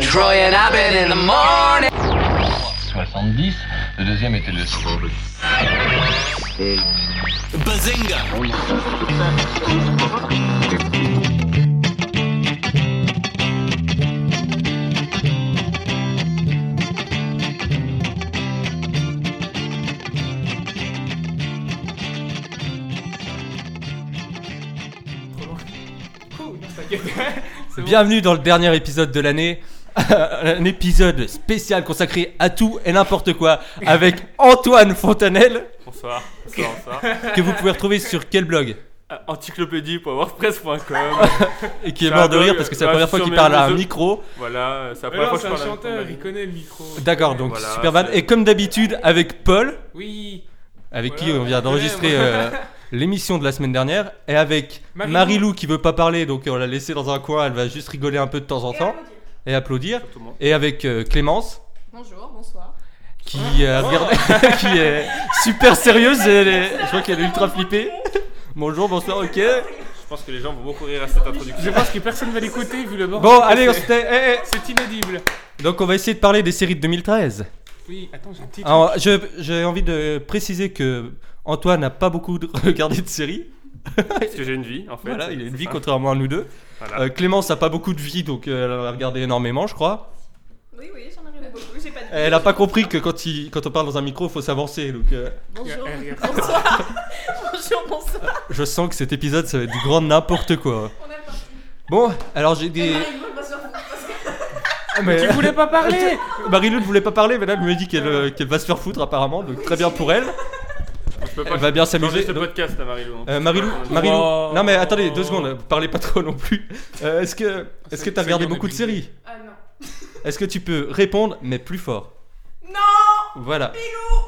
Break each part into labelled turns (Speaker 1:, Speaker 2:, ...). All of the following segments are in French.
Speaker 1: Troy and I've been in the morning.
Speaker 2: 70. Le deuxième était le
Speaker 3: Bienvenue dans le dernier épisode de l'année. Un épisode spécial consacré à tout et n'importe quoi avec Antoine Fontanelle
Speaker 4: Bonsoir, bonsoir, bonsoir.
Speaker 3: que vous pouvez retrouver sur quel blog
Speaker 4: Euh, Encyclopédie.wordpress.com.
Speaker 3: et qui est
Speaker 4: C'est
Speaker 3: mort
Speaker 4: un
Speaker 3: de rire
Speaker 4: blog,
Speaker 3: parce que c'est la
Speaker 4: ouais,
Speaker 3: première fois
Speaker 4: sur
Speaker 3: qu'il
Speaker 4: mes
Speaker 3: parle à un
Speaker 4: réseaux.
Speaker 3: micro.
Speaker 4: voilà, euh, c'est la
Speaker 5: Mais
Speaker 4: première fois
Speaker 5: non, c'est
Speaker 4: que
Speaker 5: un
Speaker 4: je parle à-
Speaker 5: chanteur, il connaît le micro.
Speaker 3: D'accord, donc
Speaker 4: Voilà,
Speaker 3: super mal.
Speaker 4: c'est-
Speaker 3: Et comme d'habitude avec Paul,
Speaker 5: Oui,
Speaker 3: avec qui
Speaker 5: Voilà,
Speaker 3: on vient
Speaker 5: on
Speaker 3: d'enregistrer
Speaker 5: l'aime.
Speaker 3: euh, l'émission de la semaine dernière, et avec
Speaker 5: Marilou.
Speaker 3: Marilou qui veut pas parler, donc on l'a laissée dans un coin, elle va juste rigoler un peu de temps en temps et applaudir.
Speaker 4: Tout le monde.
Speaker 3: Et avec euh, Clémence.
Speaker 6: Bonjour, bonsoir.
Speaker 3: qui, euh, regarde- qui est super sérieuse. elle est- je vois qu'elle est ultra flippée. Bonjour, bonsoir, ok.
Speaker 4: Je pense que les gens vont beaucoup rire à cette
Speaker 5: je
Speaker 4: introduction.
Speaker 5: pense que personne va l'écouter vu le bord.
Speaker 3: Bon, allez, on se tait. Eh,
Speaker 5: C'est inaudible.
Speaker 3: eh. Donc, on va essayer de parler des séries de 2013.
Speaker 5: Oui, attends, j'ai un petit.
Speaker 3: Alors, je- J'ai envie de préciser que Antoine n'a pas beaucoup de- regardé de séries.
Speaker 4: Parce que j'ai une vie, en fait.
Speaker 3: Voilà, il a une
Speaker 4: C'est
Speaker 3: vie
Speaker 4: ça.
Speaker 3: contrairement à nous deux.
Speaker 4: Voilà.
Speaker 3: Euh, Clémence n'a pas beaucoup de vie, donc euh, elle en a regardé énormément, je crois.
Speaker 6: Oui, oui, j'en arrive beaucoup, j'ai pas de
Speaker 3: Elle n'a pas compris que quand, il- quand on parle dans un micro, il faut s'avancer. Donc, euh,
Speaker 6: Bonjour,
Speaker 5: Eh, regarde.
Speaker 6: bonsoir. Bonjour, bonsoir.
Speaker 3: je sens que cet épisode, ça va être du grand n'importe quoi.
Speaker 6: On est parti.
Speaker 3: Bon, alors j'ai des. Ah, Mais-
Speaker 5: Tu voulais pas parler
Speaker 3: Marie-Lou ne voulait pas parler, mais là, elle me dit qu'elle euh, qu'elle va se faire foutre apparemment, donc très bien pour elle.
Speaker 4: Je peux
Speaker 3: Elle
Speaker 4: pas
Speaker 3: va bien
Speaker 4: changer
Speaker 3: s'amuser.
Speaker 4: ce
Speaker 3: donc-
Speaker 4: podcast à Marie-Lou. hein.
Speaker 3: Euh, Marie-Lou, Marie-Lou,
Speaker 5: Oh.
Speaker 3: non mais attendez deux secondes, vous parlez pas trop non plus. Euh, Est-ce que est-ce que
Speaker 5: C'est-
Speaker 3: t'as regardé
Speaker 5: c'est bien
Speaker 3: beaucoup de
Speaker 5: de
Speaker 3: séries
Speaker 6: Ah non.
Speaker 3: Est-ce que tu peux répondre mais plus fort
Speaker 6: Non
Speaker 3: Voilà.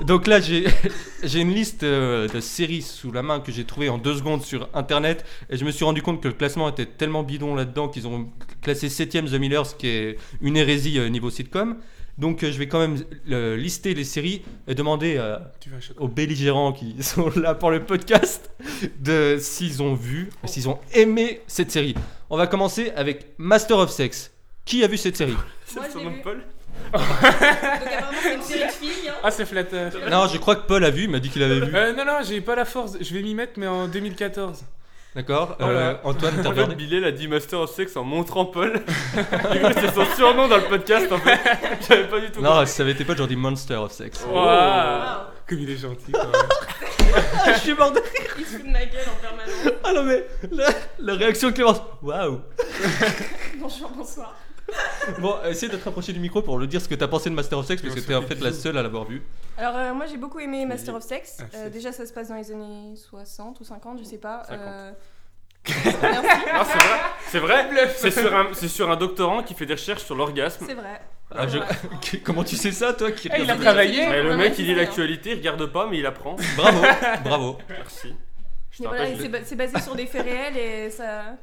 Speaker 3: Donc là j'ai j'ai une liste euh, de séries sous la main que j'ai trouvée en deux secondes sur internet et je me suis rendu compte que le classement était tellement bidon là-dedans qu'ils ont classé septième The Miller, ce qui est une hérésie euh, niveau sitcom. Donc euh, je vais quand même euh, lister les séries et demander euh,
Speaker 5: Tu vas choquer.
Speaker 3: aux belligérants qui sont là pour le podcast de s'ils ont vu, s'ils ont aimé cette série. On va commencer avec Master of Sex. Qui a vu cette série
Speaker 4: C'est
Speaker 6: Moi, je
Speaker 4: son
Speaker 6: l'ai
Speaker 4: nom
Speaker 6: vu.
Speaker 4: de Paul
Speaker 6: Donc apparemment, c'est une série de filles. Hein.
Speaker 5: Ah, c'est flatteur.
Speaker 3: Non, je crois que Paul a vu, il m'a dit qu'il avait vu.
Speaker 5: Euh, non, non, j'ai pas la force. Je vais m'y mettre, mais en 2014.
Speaker 3: D'accord euh, Antoine, t'as
Speaker 4: En fait,
Speaker 3: regardé
Speaker 4: Billet l'a dit Master of Sex en montrant Paul. Du coup, c'est son surnom dans le podcast, en fait. J'avais pas du tout
Speaker 3: Non, si ça avait été Paul, j'aurais dit Monster of Sex.
Speaker 4: Waouh.
Speaker 6: Waouh.
Speaker 5: Comme il est gentil. quand même.
Speaker 3: je suis mort de...
Speaker 6: Il se fout de ma gueule en permanence.
Speaker 3: Ah non, mais la, la réaction de Clémence. Waouh
Speaker 6: Bonjour, bonsoir.
Speaker 3: Bon, euh, essaye de te rapprocher du micro pour le dire ce que t'as pensé de Master of Sex, parce que
Speaker 5: On se
Speaker 3: t'es en
Speaker 5: fait
Speaker 3: fait
Speaker 5: des
Speaker 3: la
Speaker 5: bisous.
Speaker 3: seule à l'avoir vu.
Speaker 6: Alors, euh, moi, j'ai beaucoup aimé Master of Sex.
Speaker 5: Ah,
Speaker 6: Euh,
Speaker 5: c'est-
Speaker 6: déjà, ça se passe dans les années 60 ou 50, je sais pas.
Speaker 4: 50.
Speaker 6: Euh, Merci,
Speaker 4: Ah, c'est vrai, c'est vrai. C'est sur, un- c'est sur un doctorant qui fait des recherches sur l'orgasme.
Speaker 6: c'est vrai.
Speaker 3: Ah, je- Que- Comment tu sais ça, toi qui
Speaker 5: Eh, il a
Speaker 3: regarde-
Speaker 5: travaillé
Speaker 4: Et le mec,
Speaker 5: hein.
Speaker 4: il lit l'actualité, il regarde pas, mais il apprend.
Speaker 3: Bravo, bravo.
Speaker 4: Merci. Je te
Speaker 6: Mais voilà,
Speaker 4: rappelle,
Speaker 6: et
Speaker 4: je
Speaker 6: c'est
Speaker 4: l'ai-
Speaker 6: ba- c'est basé sur des faits réels et ça,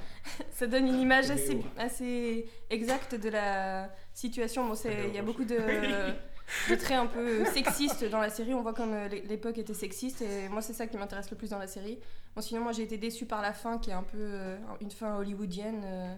Speaker 6: ça donne une image assez, assez exacte de la situation. Bon, c'est- il y a beaucoup de, de traits un peu sexistes dans la série. On voit comme euh, l'é- l'époque était sexiste et moi, c'est ça qui m'intéresse le plus dans la série. Bon, sinon, moi, j'ai été déçue par la fin qui est un peu euh, une fin hollywoodienne, euh,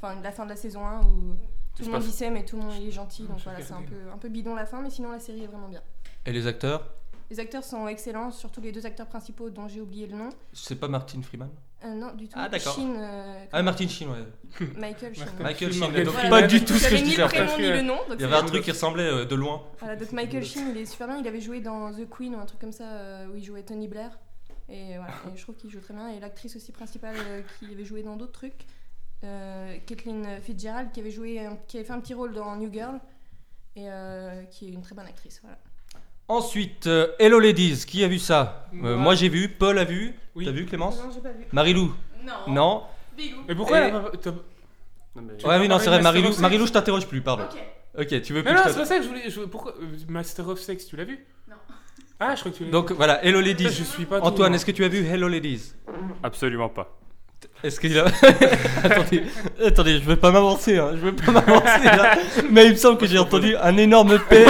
Speaker 6: enfin la fin de la saison 1 où tout le monde
Speaker 4: passe-
Speaker 6: y s'aime et tout le monde il est gentil.
Speaker 5: Non,
Speaker 6: Donc
Speaker 5: j'ai
Speaker 6: voilà, c'est un
Speaker 5: regardé.
Speaker 6: peu, un peu bidon la fin, mais sinon, la série est vraiment bien.
Speaker 3: Et les acteurs
Speaker 6: Les acteurs sont excellents, surtout les deux acteurs principaux dont j'ai oublié le nom.
Speaker 3: C'est pas Martin Freeman
Speaker 6: Euh, non, du tout.
Speaker 3: Ah, d'accord.
Speaker 6: Sheen, euh,
Speaker 3: Ah, Martin Sheen, ouais.
Speaker 6: Michael Sheen.
Speaker 5: Martin.
Speaker 3: Michael
Speaker 5: Sheen,
Speaker 3: Sheen,
Speaker 5: Morgan
Speaker 3: donc
Speaker 6: Freeman.
Speaker 3: pas du tout ce que
Speaker 6: J'avais
Speaker 3: je
Speaker 6: ni
Speaker 3: disais
Speaker 6: le
Speaker 3: après.
Speaker 6: prénom ni le nom. Donc
Speaker 3: Il y
Speaker 6: c'est
Speaker 3: avait un
Speaker 6: bon.
Speaker 3: truc qui ressemblait euh, de loin.
Speaker 6: Voilà, donc Michael Sheen, il est super bien. Il avait joué dans The Queen ou un truc comme ça euh, où il jouait Tony Blair. Et voilà, et je trouve qu'il joue très bien. Et l'actrice aussi principale euh, qui avait joué dans d'autres trucs, euh, Caitlin Fitzgerald, qui avait, joué, un- qui avait fait un petit rôle dans New Girl et euh, qui est une très bonne actrice. Voilà.
Speaker 3: Ensuite, euh, Hello Ladies, qui a vu ça Euh,
Speaker 5: Moi.
Speaker 3: Moi j'ai vu, Paul a vu.
Speaker 5: Oui.
Speaker 3: T'as vu Clémence
Speaker 6: Non, j'ai pas vu.
Speaker 3: Marilou
Speaker 6: Non.
Speaker 3: Non Euh,
Speaker 6: Bigou.
Speaker 5: Mais pourquoi
Speaker 3: Et-
Speaker 5: elle a pas- t'as-
Speaker 4: Non,
Speaker 3: Ouais,
Speaker 4: mais-
Speaker 3: oui, non,
Speaker 5: parler
Speaker 3: c'est vrai,
Speaker 5: de Master
Speaker 3: Marilou,
Speaker 5: of Sex
Speaker 3: Marilou je t'interroge plus, pardon. Ok, tu veux plus
Speaker 5: Mais non,
Speaker 3: que je
Speaker 5: c'est pas ça que je voulais. je voulais- Pourquoi euh, Master of Sex, tu l'as vu
Speaker 6: Non.
Speaker 5: Ah, je crois que tu
Speaker 3: t'interroge
Speaker 5: l'as vu.
Speaker 3: Donc voilà, Hello
Speaker 5: Putain, je
Speaker 3: Ladies.
Speaker 5: suis pas.
Speaker 3: Antoine, est-ce que tu as vu Hello Ladies
Speaker 4: Absolument pas.
Speaker 3: Est-ce qu'il a. attendez, attendez, je veux pas m'avancer, hein, je veux pas m'avancer là. Mais il me semble que j'ai entendu un énorme P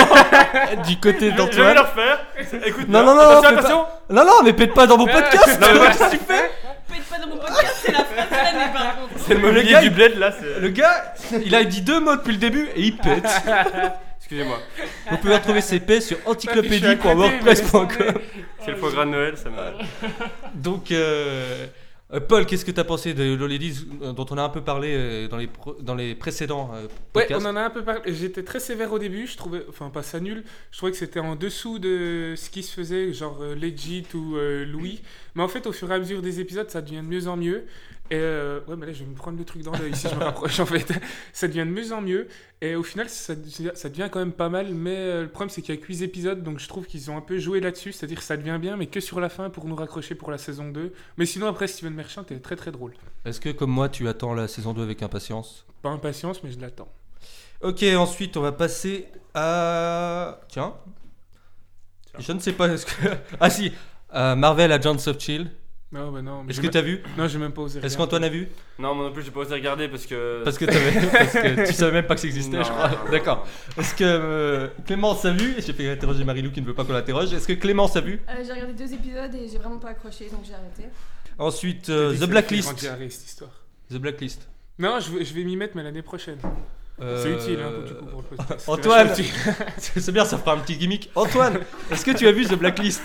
Speaker 3: du côté
Speaker 4: Je vais- Je vais
Speaker 3: d'Antoine.
Speaker 4: leur faire. Écoute,
Speaker 3: Non, non, non, non,
Speaker 4: attention,
Speaker 3: fais
Speaker 4: attention.
Speaker 3: Non, non, mais pète pas dans mon podcast
Speaker 4: Non, mais-
Speaker 3: tu fais
Speaker 6: Faites pas dans mon podcast, c'est la phrase de l'année par contre.
Speaker 4: C'est le
Speaker 3: Le
Speaker 4: mobilier
Speaker 3: gars,
Speaker 4: du
Speaker 3: il-
Speaker 4: bled là. c'est-
Speaker 3: Le gars, il a dit deux mots depuis le début et il pète.
Speaker 4: Excusez-moi.
Speaker 3: Vous pouvez retrouver ses paix sur
Speaker 5: encyclopédie.wordpress.com.
Speaker 3: encyclopédie.wordpress.com.
Speaker 4: C'est le foie gras de Noël, ça m'a.
Speaker 3: Donc, euh, euh, Paul, qu'est-ce que t'as pensé de Loladies dont on a un peu parlé euh, dans les, pro- dans les précédents euh,
Speaker 5: Ouais,
Speaker 3: podcasts
Speaker 5: on en a un peu parlé. J'étais très sévère au début, je trouvais, enfin pas ça nul, je trouvais que c'était en dessous de ce qui se faisait, genre euh, Legit ou euh, Louis. Mais en fait, au fur et à mesure des épisodes, ça devient de mieux en mieux. Et euh, ouais, mais là, je vais me prendre le truc dans l'œil si je me rapproche en fait. Ça devient de mieux en mieux. Et au final, ça, ça devient quand même pas mal. Mais euh, le problème, c'est qu'il y a 8 épisodes, donc je trouve qu'ils ont un peu joué là-dessus. C'est-à-dire que ça devient bien, mais que sur la fin pour nous raccrocher pour la saison 2. Mais sinon, après, Steven Merchant est très très drôle.
Speaker 3: Est-ce que, comme moi, tu attends la saison 2 avec impatience
Speaker 5: Pas impatience, mais je l'attends.
Speaker 3: Ok, ensuite, on va passer à. Tiens.
Speaker 4: Tiens.
Speaker 3: Je ne sais pas. Est-ce que... Ah, si à Marvel Agents of Chill.
Speaker 5: Non, bah non. mais
Speaker 3: Est-ce
Speaker 5: j'ai
Speaker 3: que
Speaker 5: même-
Speaker 3: t'as vu
Speaker 5: Non, j'ai même pas osé.
Speaker 3: Est-ce
Speaker 5: regarder.
Speaker 3: qu'Antoine a vu
Speaker 4: Non, moi non plus, j'ai pas osé regarder parce que.
Speaker 3: Parce que, t'avais- parce que tu savais même pas que ça existait,
Speaker 4: Non.
Speaker 3: je crois. D'accord. Est-ce que euh, Clémence a vu J'ai fait interroger Marie-Lou qui ne veut pas qu'on l'interroge. Est-ce que Clémence a vu
Speaker 6: Euh, j'ai regardé deux épisodes et j'ai vraiment pas accroché, donc j'ai arrêté.
Speaker 3: Ensuite, euh,
Speaker 5: J'ai
Speaker 3: The
Speaker 5: dit que ça fait
Speaker 3: Blacklist.
Speaker 5: grandir, cette histoire.
Speaker 3: The Blacklist.
Speaker 5: Non, je, vais- je vais m'y mettre, mais l'année prochaine. C'est
Speaker 3: Euh,
Speaker 5: utile, hein, pour, du coup, pour le podcast.
Speaker 3: Antoine
Speaker 5: C'est vachement utile.
Speaker 3: C'est bien, ça fera un petit gimmick. Antoine, est-ce que tu as vu The Blacklist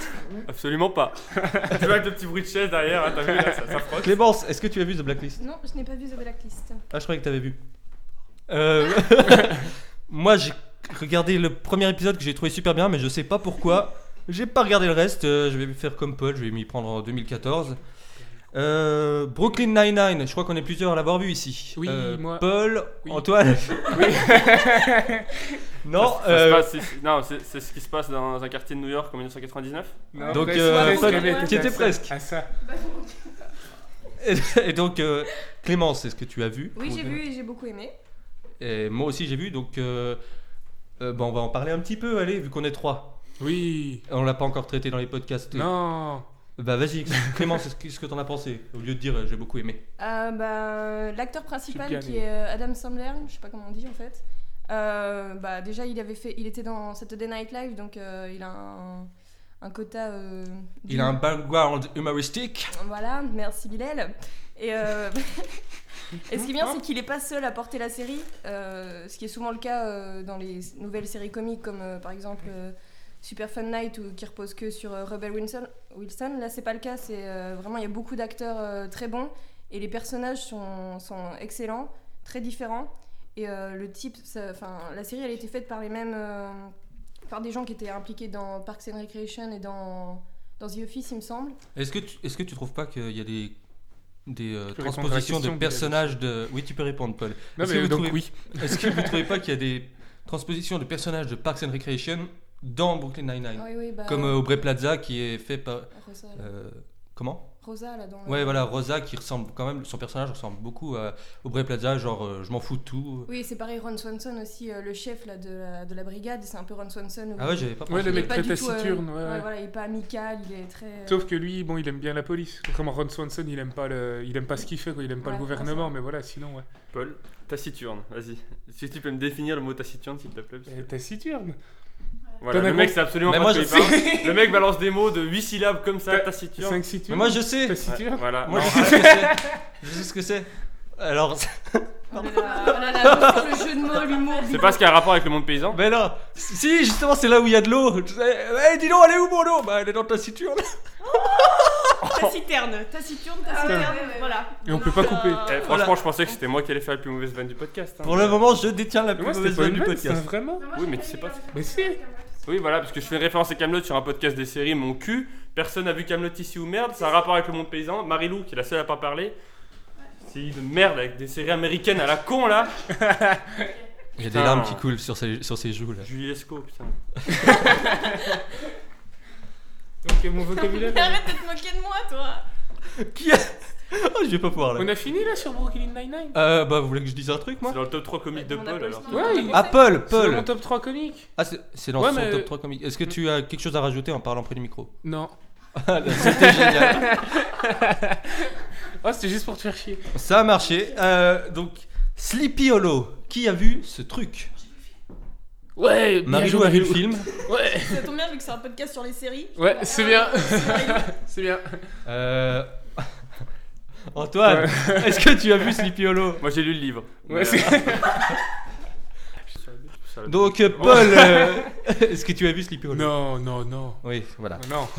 Speaker 4: Absolument pas. tu vois avec le petit bruit de chaise derrière, hein, t'as vu là, ça, ça frotte.
Speaker 3: Clémence, est-ce que tu as vu The Blacklist
Speaker 6: Non, je n'ai pas vu The Blacklist.
Speaker 3: Ah, je croyais que t'avais vu. Euh, Moi, j'ai regardé le premier épisode que j'ai trouvé super bien, mais je sais pas pourquoi. J'ai pas regardé le reste. euh, je vais faire comme Paul, je vais m'y prendre en 2014. Euh, Brooklyn Nine-Nine, je crois qu'on est plusieurs à l'avoir vu ici.
Speaker 5: Oui,
Speaker 3: Euh,
Speaker 5: moi.
Speaker 3: Paul,
Speaker 5: Oui.
Speaker 3: Antoine.
Speaker 4: Ça-
Speaker 3: non,
Speaker 4: ça se
Speaker 3: euh,
Speaker 4: passe, c'est- c'est- Non, c'est c'est ce qui se passe dans un quartier de New York en 1999.
Speaker 5: Non,
Speaker 3: Donc,
Speaker 5: presque,
Speaker 3: euh,
Speaker 5: presque,
Speaker 6: toi,
Speaker 5: elle
Speaker 6: qui
Speaker 5: à
Speaker 3: était
Speaker 5: ça-
Speaker 3: presque.
Speaker 5: À ça.
Speaker 6: Bah,
Speaker 3: et, et donc, euh, Clémence, est-ce que tu as vu
Speaker 6: Oui, j'ai vu et j'ai beaucoup aimé.
Speaker 3: Et moi aussi, j'ai vu. Donc, euh, euh, bah, on va en parler un petit peu, allez, vu qu'on est trois.
Speaker 5: Oui.
Speaker 3: On l'a pas encore traité dans les podcasts.
Speaker 5: Non.
Speaker 3: Bah vas-y, Clémence, est-ce que- qu'est-ce que t'en as pensé Au lieu de dire euh, j'ai beaucoup aimé.
Speaker 6: Euh, bah, L'acteur
Speaker 5: J'ai
Speaker 6: principal
Speaker 5: bien
Speaker 6: qui
Speaker 5: aimé.
Speaker 6: est euh, Adam Sandler, je sais pas comment on dit en fait. euh, bah, déjà, il, avait fait, il était dans Saturday Night Live, donc euh, il a un, un quota. euh,
Speaker 3: Il a un background humoristique.
Speaker 6: Voilà, merci Bilal. Et, euh, et ce qui est bien, c'est qu'il n'est pas seul à porter la série, euh, ce qui est souvent le cas euh, dans les nouvelles séries comiques, comme euh, par exemple euh, Super Fun Night, ou qui repose que sur euh, Rebel Wilson. Wilson. Là, c'est pas le cas, c'est euh, vraiment, il y a beaucoup d'acteurs euh, très bons, et les personnages sont, sont excellents, très différents. Et euh, le type, ça- enfin, la série, elle a été faite par les mêmes. euh, par des gens qui étaient impliqués dans Parks and Recreation et dans, dans The Office, il me semble.
Speaker 3: Est-ce que tu, est-ce que tu trouves pas qu'il y a des des euh,
Speaker 5: Tu peux répondre à la
Speaker 3: transpositions de
Speaker 5: question,
Speaker 3: personnages de oui tu peux répondre Paul.
Speaker 5: Non,
Speaker 3: Est-ce que
Speaker 5: mais
Speaker 3: vous
Speaker 5: donc
Speaker 3: trouvez-
Speaker 5: oui.
Speaker 3: Est-ce que vous trouvez pas qu'il y a des transpositions de personnages de Parks and Recreation dans Brooklyn Nine Nine
Speaker 6: Oui, oui, bah,
Speaker 3: comme euh, Aubrey Plaza qui est fait par
Speaker 6: Rosa, là.
Speaker 3: euh, comment
Speaker 6: Rosa, là, dans le-
Speaker 3: Ouais voilà Rosa qui ressemble quand même son personnage ressemble beaucoup à Aubrey Plaza genre euh, je m'en fous de tout.
Speaker 6: Oui, c'est pareil, Ron Swanson aussi, euh, le chef là, de, la, de la brigade, c'est un peu Ron Swanson. où
Speaker 3: Ah ouais j'avais pas pensé.
Speaker 5: Ouais, le
Speaker 6: il est
Speaker 5: mec
Speaker 6: pas
Speaker 5: très
Speaker 6: du tout, euh,
Speaker 5: taciturne. ouais, ouais.
Speaker 6: voilà, il est pas amical, il est très... euh,
Speaker 5: Sauf que lui, bon, il aime bien la police. Comme Ron Swanson, il aime pas le, il aime pas ce qu'il fait, quoi. Il aime pas
Speaker 6: Ouais,
Speaker 5: le gouvernement, mais voilà, sinon, ouais.
Speaker 4: Paul, taciturne, vas-y. Si tu peux me définir le mot taciturne, s'il te plaît. parce que-
Speaker 3: Euh,
Speaker 5: Eh, Taciturne.
Speaker 4: Voilà,
Speaker 5: T'en as
Speaker 4: le mec,
Speaker 5: compris
Speaker 4: c'est absolument
Speaker 3: Mais
Speaker 4: pas
Speaker 3: moi,
Speaker 4: ce
Speaker 3: je
Speaker 4: qu'il parle. Le mec balance des mots de 8 syllabes comme ça,
Speaker 5: T'as-
Speaker 4: taciturne.
Speaker 5: 5 situnes.
Speaker 3: Mais moi je sais.
Speaker 5: Taciturne.
Speaker 4: Ouais, voilà.
Speaker 3: Moi,
Speaker 4: Non,
Speaker 3: je sais ce que c'est. Je sais ce que c'est. Alors,
Speaker 6: Oh là là, oh là là, le jeu de mots, l'humour.
Speaker 4: C'est pas ce qui a un rapport avec le monde paysan.
Speaker 3: ben là, si, justement, c'est là où il y a de l'eau. Eh, eh, dis donc, elle est où mon eau Bah, elle est dans ta ceinture.
Speaker 6: Taciterne, taciterne,
Speaker 4: Ah
Speaker 6: taciterne, voilà.
Speaker 5: Et on peut pas couper.
Speaker 4: Eh, franchement,
Speaker 3: Voilà.
Speaker 4: je pensais que c'était moi qui allais faire la plus mauvaise vanne du podcast. hein.
Speaker 3: Pour le moment, je détiens la
Speaker 5: Mais
Speaker 3: plus
Speaker 5: moi,
Speaker 3: mauvaise
Speaker 5: c'était pas
Speaker 3: vanne
Speaker 5: une
Speaker 3: du
Speaker 5: vanne, c'est
Speaker 3: podcast.
Speaker 5: vraiment.
Speaker 4: Oui, mais tu sais pas.
Speaker 5: Mais si.
Speaker 4: Oui, voilà, parce que je fais une référence à Camelot sur un podcast des séries, mon cul. Personne n'a vu Camelot ici ou merde. C'est un rapport avec le monde paysan. Marilou, qui est la seule à pas parler. C'est de merde avec des séries américaines à la con là.
Speaker 3: Il y a des
Speaker 4: Putain.
Speaker 3: larmes qui coulent sur ses, sur ses joues là.
Speaker 4: Julie Lescaut, putain.
Speaker 5: Donc, mon vocabulaire. euh,
Speaker 6: Arrête de te moquer de moi, toi.
Speaker 3: Qui a- Oh, je vais pas pouvoir
Speaker 5: On
Speaker 3: là.
Speaker 5: a fini là sur Brooklyn Nine-Nine
Speaker 3: Euh, bah, vous voulez que je dise un truc moi
Speaker 4: C'est dans le top 3 comique de Paul alors.
Speaker 5: Ouais, il-
Speaker 3: Ah, Paul,
Speaker 5: C'est dans mon
Speaker 3: Paul
Speaker 5: top 3 comique
Speaker 3: Ah, c'est- c'est dans
Speaker 5: Ouais,
Speaker 3: son
Speaker 5: mais-
Speaker 3: top 3 comique. Est-ce que tu as quelque chose à rajouter en parlant près du micro
Speaker 5: Non.
Speaker 3: C'était génial.
Speaker 5: Ah, c'était juste pour te faire chier.
Speaker 3: Ça a marché. Euh, donc, Sleepy Hollow. Qui a vu ce truc
Speaker 5: Ouais,
Speaker 3: Marie-Lou a vu le film.
Speaker 5: Ouais,
Speaker 6: Ça tombe bien vu que c'est un podcast sur les séries.
Speaker 5: ouais c'est bien. c'est bien.
Speaker 3: Euh, Antoine, est-ce que tu as vu Sleepy Hollow
Speaker 4: Moi, j'ai lu le livre.
Speaker 5: Ouais,
Speaker 4: Mais,
Speaker 5: c'est-
Speaker 4: euh, je suis sur la- je suis sur la-
Speaker 3: Donc, euh, Paul, euh, est-ce que tu as vu Sleepy Hollow
Speaker 5: Non, non, non.
Speaker 3: Oui, voilà.
Speaker 5: Non,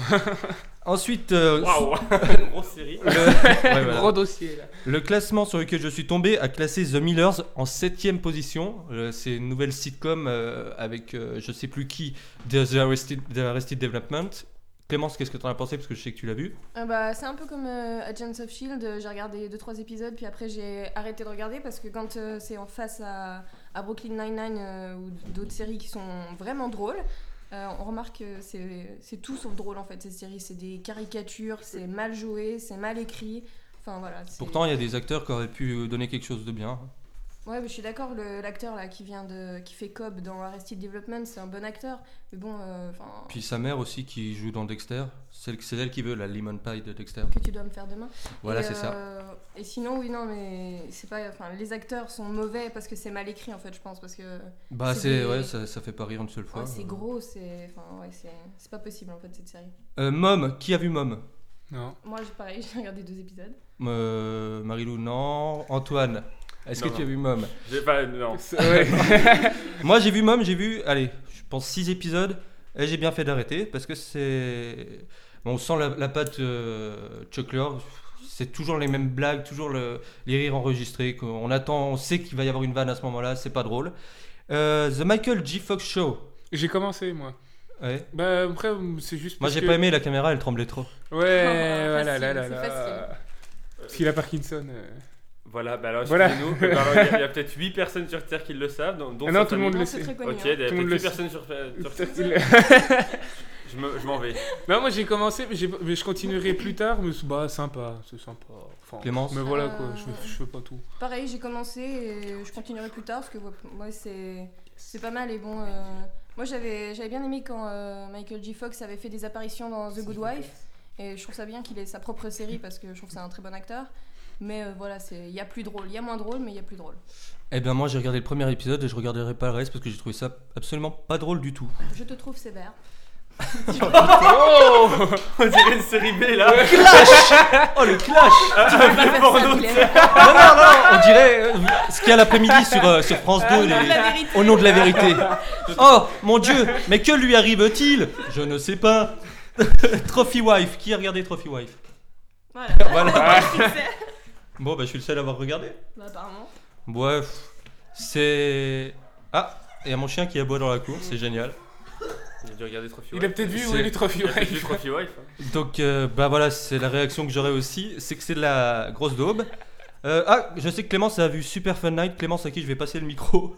Speaker 3: Ensuite, euh,
Speaker 4: Waouh Une grosse série.
Speaker 3: ouais, voilà.
Speaker 5: gros dossier là.
Speaker 3: le classement sur lequel je suis tombé a classé The Millers en 7 position. Euh, C'est une nouvelle sitcom euh, avec euh, je sais plus qui de The Arrested, The Arrested Development. Clémence, qu'est-ce que t'en as pensé Parce que je sais que tu l'as vu.
Speaker 6: Ah bah, c'est un peu comme euh, Agents of Shield, euh, j'ai regardé 2-3 épisodes, puis après j'ai arrêté de regarder parce que quand euh, c'est en face à, à Brooklyn Nine-Nine euh, ou d'autres séries qui sont vraiment drôles, euh, on remarque que c'est c'est tout sauf drôle en fait ces séries. C'est des caricatures, c'est mal joué, c'est mal écrit. Enfin voilà. c'est-
Speaker 3: Pourtant, il y a des acteurs qui auraient pu donner quelque chose de bien.
Speaker 6: Ouais, mais je suis d'accord, le- l'acteur là qui vient de. qui fait Cobb dans Arrested Development, c'est un bon acteur, mais bon, euh, enfin.
Speaker 3: Puis sa mère aussi qui joue dans Dexter. Celle- C'est elle qui veut la lemon pie de Dexter.
Speaker 6: que tu dois me faire demain.
Speaker 3: Voilà,
Speaker 6: Et,
Speaker 3: c'est ça.
Speaker 6: euh, Et sinon, oui, non, mais c'est pas. Enfin, les acteurs sont mauvais parce que c'est mal écrit en fait, je pense, parce que ouais,
Speaker 3: Bah,
Speaker 6: c'est
Speaker 3: c'est
Speaker 6: des-
Speaker 3: ouais, ça, ça fait pas rire une seule fois.
Speaker 6: c'est gros, c'est. Enfin, ouais, c'est c'est pas possible en fait cette série.
Speaker 3: Euh, Mom, qui a vu Mom
Speaker 5: Non.
Speaker 6: Moi, j'ai pareil, j'ai regardé deux épisodes.
Speaker 3: Euh, Marilou, non. Antoine, est-ce que
Speaker 4: Non,
Speaker 3: tu as
Speaker 4: non.
Speaker 3: vu Mom
Speaker 4: J'ai pas. Non.
Speaker 5: C'est- ouais.
Speaker 3: Moi, j'ai vu Mom, j'ai vu, allez, je pense 6 épisodes, et j'ai bien fait d'arrêter parce que c'est. bon, on sent la, la patte euh, Chuck Lorre, c'est toujours les mêmes blagues, toujours le- les rires enregistrés. qu'on attend, on sait qu'il va y avoir une vanne à ce moment-là, c'est pas drôle. Euh, The Michael G. Fox Show.
Speaker 5: J'ai commencé moi.
Speaker 3: Ouais.
Speaker 5: Bah après, c'est juste.
Speaker 3: Moi,
Speaker 5: parce
Speaker 3: j'ai
Speaker 5: que-
Speaker 3: pas aimé la caméra, elle tremblait trop.
Speaker 5: Ouais,
Speaker 6: Ah,
Speaker 5: voilà,
Speaker 6: facile,
Speaker 5: là, là,
Speaker 6: c'est
Speaker 5: là.
Speaker 6: facile.
Speaker 5: Parce qu'il a Parkinson. euh.
Speaker 4: Voilà, bah alors,
Speaker 5: Voilà.
Speaker 4: excusez-nous. Bah, alors, Il y a- il y a peut-être 8 personnes sur Terre qui le savent. dont- dont
Speaker 5: Ah non,
Speaker 4: sa
Speaker 5: tout le
Speaker 4: famille.
Speaker 5: monde
Speaker 6: Non,
Speaker 5: le
Speaker 6: c'est
Speaker 5: sait.
Speaker 6: très connu.
Speaker 4: Ok,
Speaker 6: hein.
Speaker 4: il y a
Speaker 5: Tout le
Speaker 4: peut-être
Speaker 5: monde le
Speaker 4: 8
Speaker 5: sait.
Speaker 4: personnes sur Terre. sur Terre.
Speaker 5: Il-
Speaker 4: Je me- je m'en vais.
Speaker 5: Non, moi j'ai commencé, mais, j'ai- mais je continuerai plus tard. Mais c'est- bah, sympa, c'est sympa. Enfin,
Speaker 3: Clémence
Speaker 5: Mais voilà quoi,
Speaker 6: Euh,
Speaker 5: je, fais- je fais pas tout.
Speaker 6: Pareil, j'ai commencé et je continuerai plus tard parce que ouais, moi c'est c'est pas mal et bon. euh, moi j'avais j'avais bien aimé quand euh, Michael J. Fox avait fait des apparitions dans The Good Wife et je trouve ça bien qu'il ait sa propre série parce que je trouve que c'est un très bon acteur. Mais euh, voilà, c'est il y a plus drôle, il y a moins drôle, mais il y a plus drôle.
Speaker 3: Eh bien, moi, j'ai regardé le premier épisode et je regarderai pas le reste parce que j'ai trouvé ça absolument pas drôle du tout.
Speaker 6: Je te trouve sévère.
Speaker 4: Oh On dirait une série B là.
Speaker 3: Oh, le clash
Speaker 6: Tu peux pas faire ça,
Speaker 4: porno,
Speaker 6: Guylaine.
Speaker 3: Non, non, non, on dirait euh, ce qu'il y a l'après-midi sur, euh, sur France 2, les-
Speaker 6: Parle la vérité.
Speaker 3: au nom de la vérité. Oh, mon Dieu, mais que lui arrive-t-il Je ne sais pas. Trophy Wife, qui a regardé Trophy Wife
Speaker 6: Voilà.
Speaker 3: Voilà.
Speaker 6: Tu sais.
Speaker 3: Bon, bah, je suis le seul à avoir regardé.
Speaker 6: Bah, apparemment.
Speaker 3: Bref, c'est... Ah, il y a mon chien qui aboie dans la cour, c'est génial.
Speaker 4: Il a dû regarder Trophy
Speaker 5: Il a
Speaker 4: Wife.
Speaker 5: peut-être vu
Speaker 3: C'est-
Speaker 5: où est le trophy
Speaker 4: Il a peut-être vu
Speaker 5: wife.
Speaker 4: Trophy Wife. hein.
Speaker 3: Donc, euh, bah voilà, c'est la réaction que j'aurais aussi, c'est que c'est de la grosse daube. Euh, ah, je sais que Clémence a vu Super Fun Night, Clémence à qui je vais passer le micro.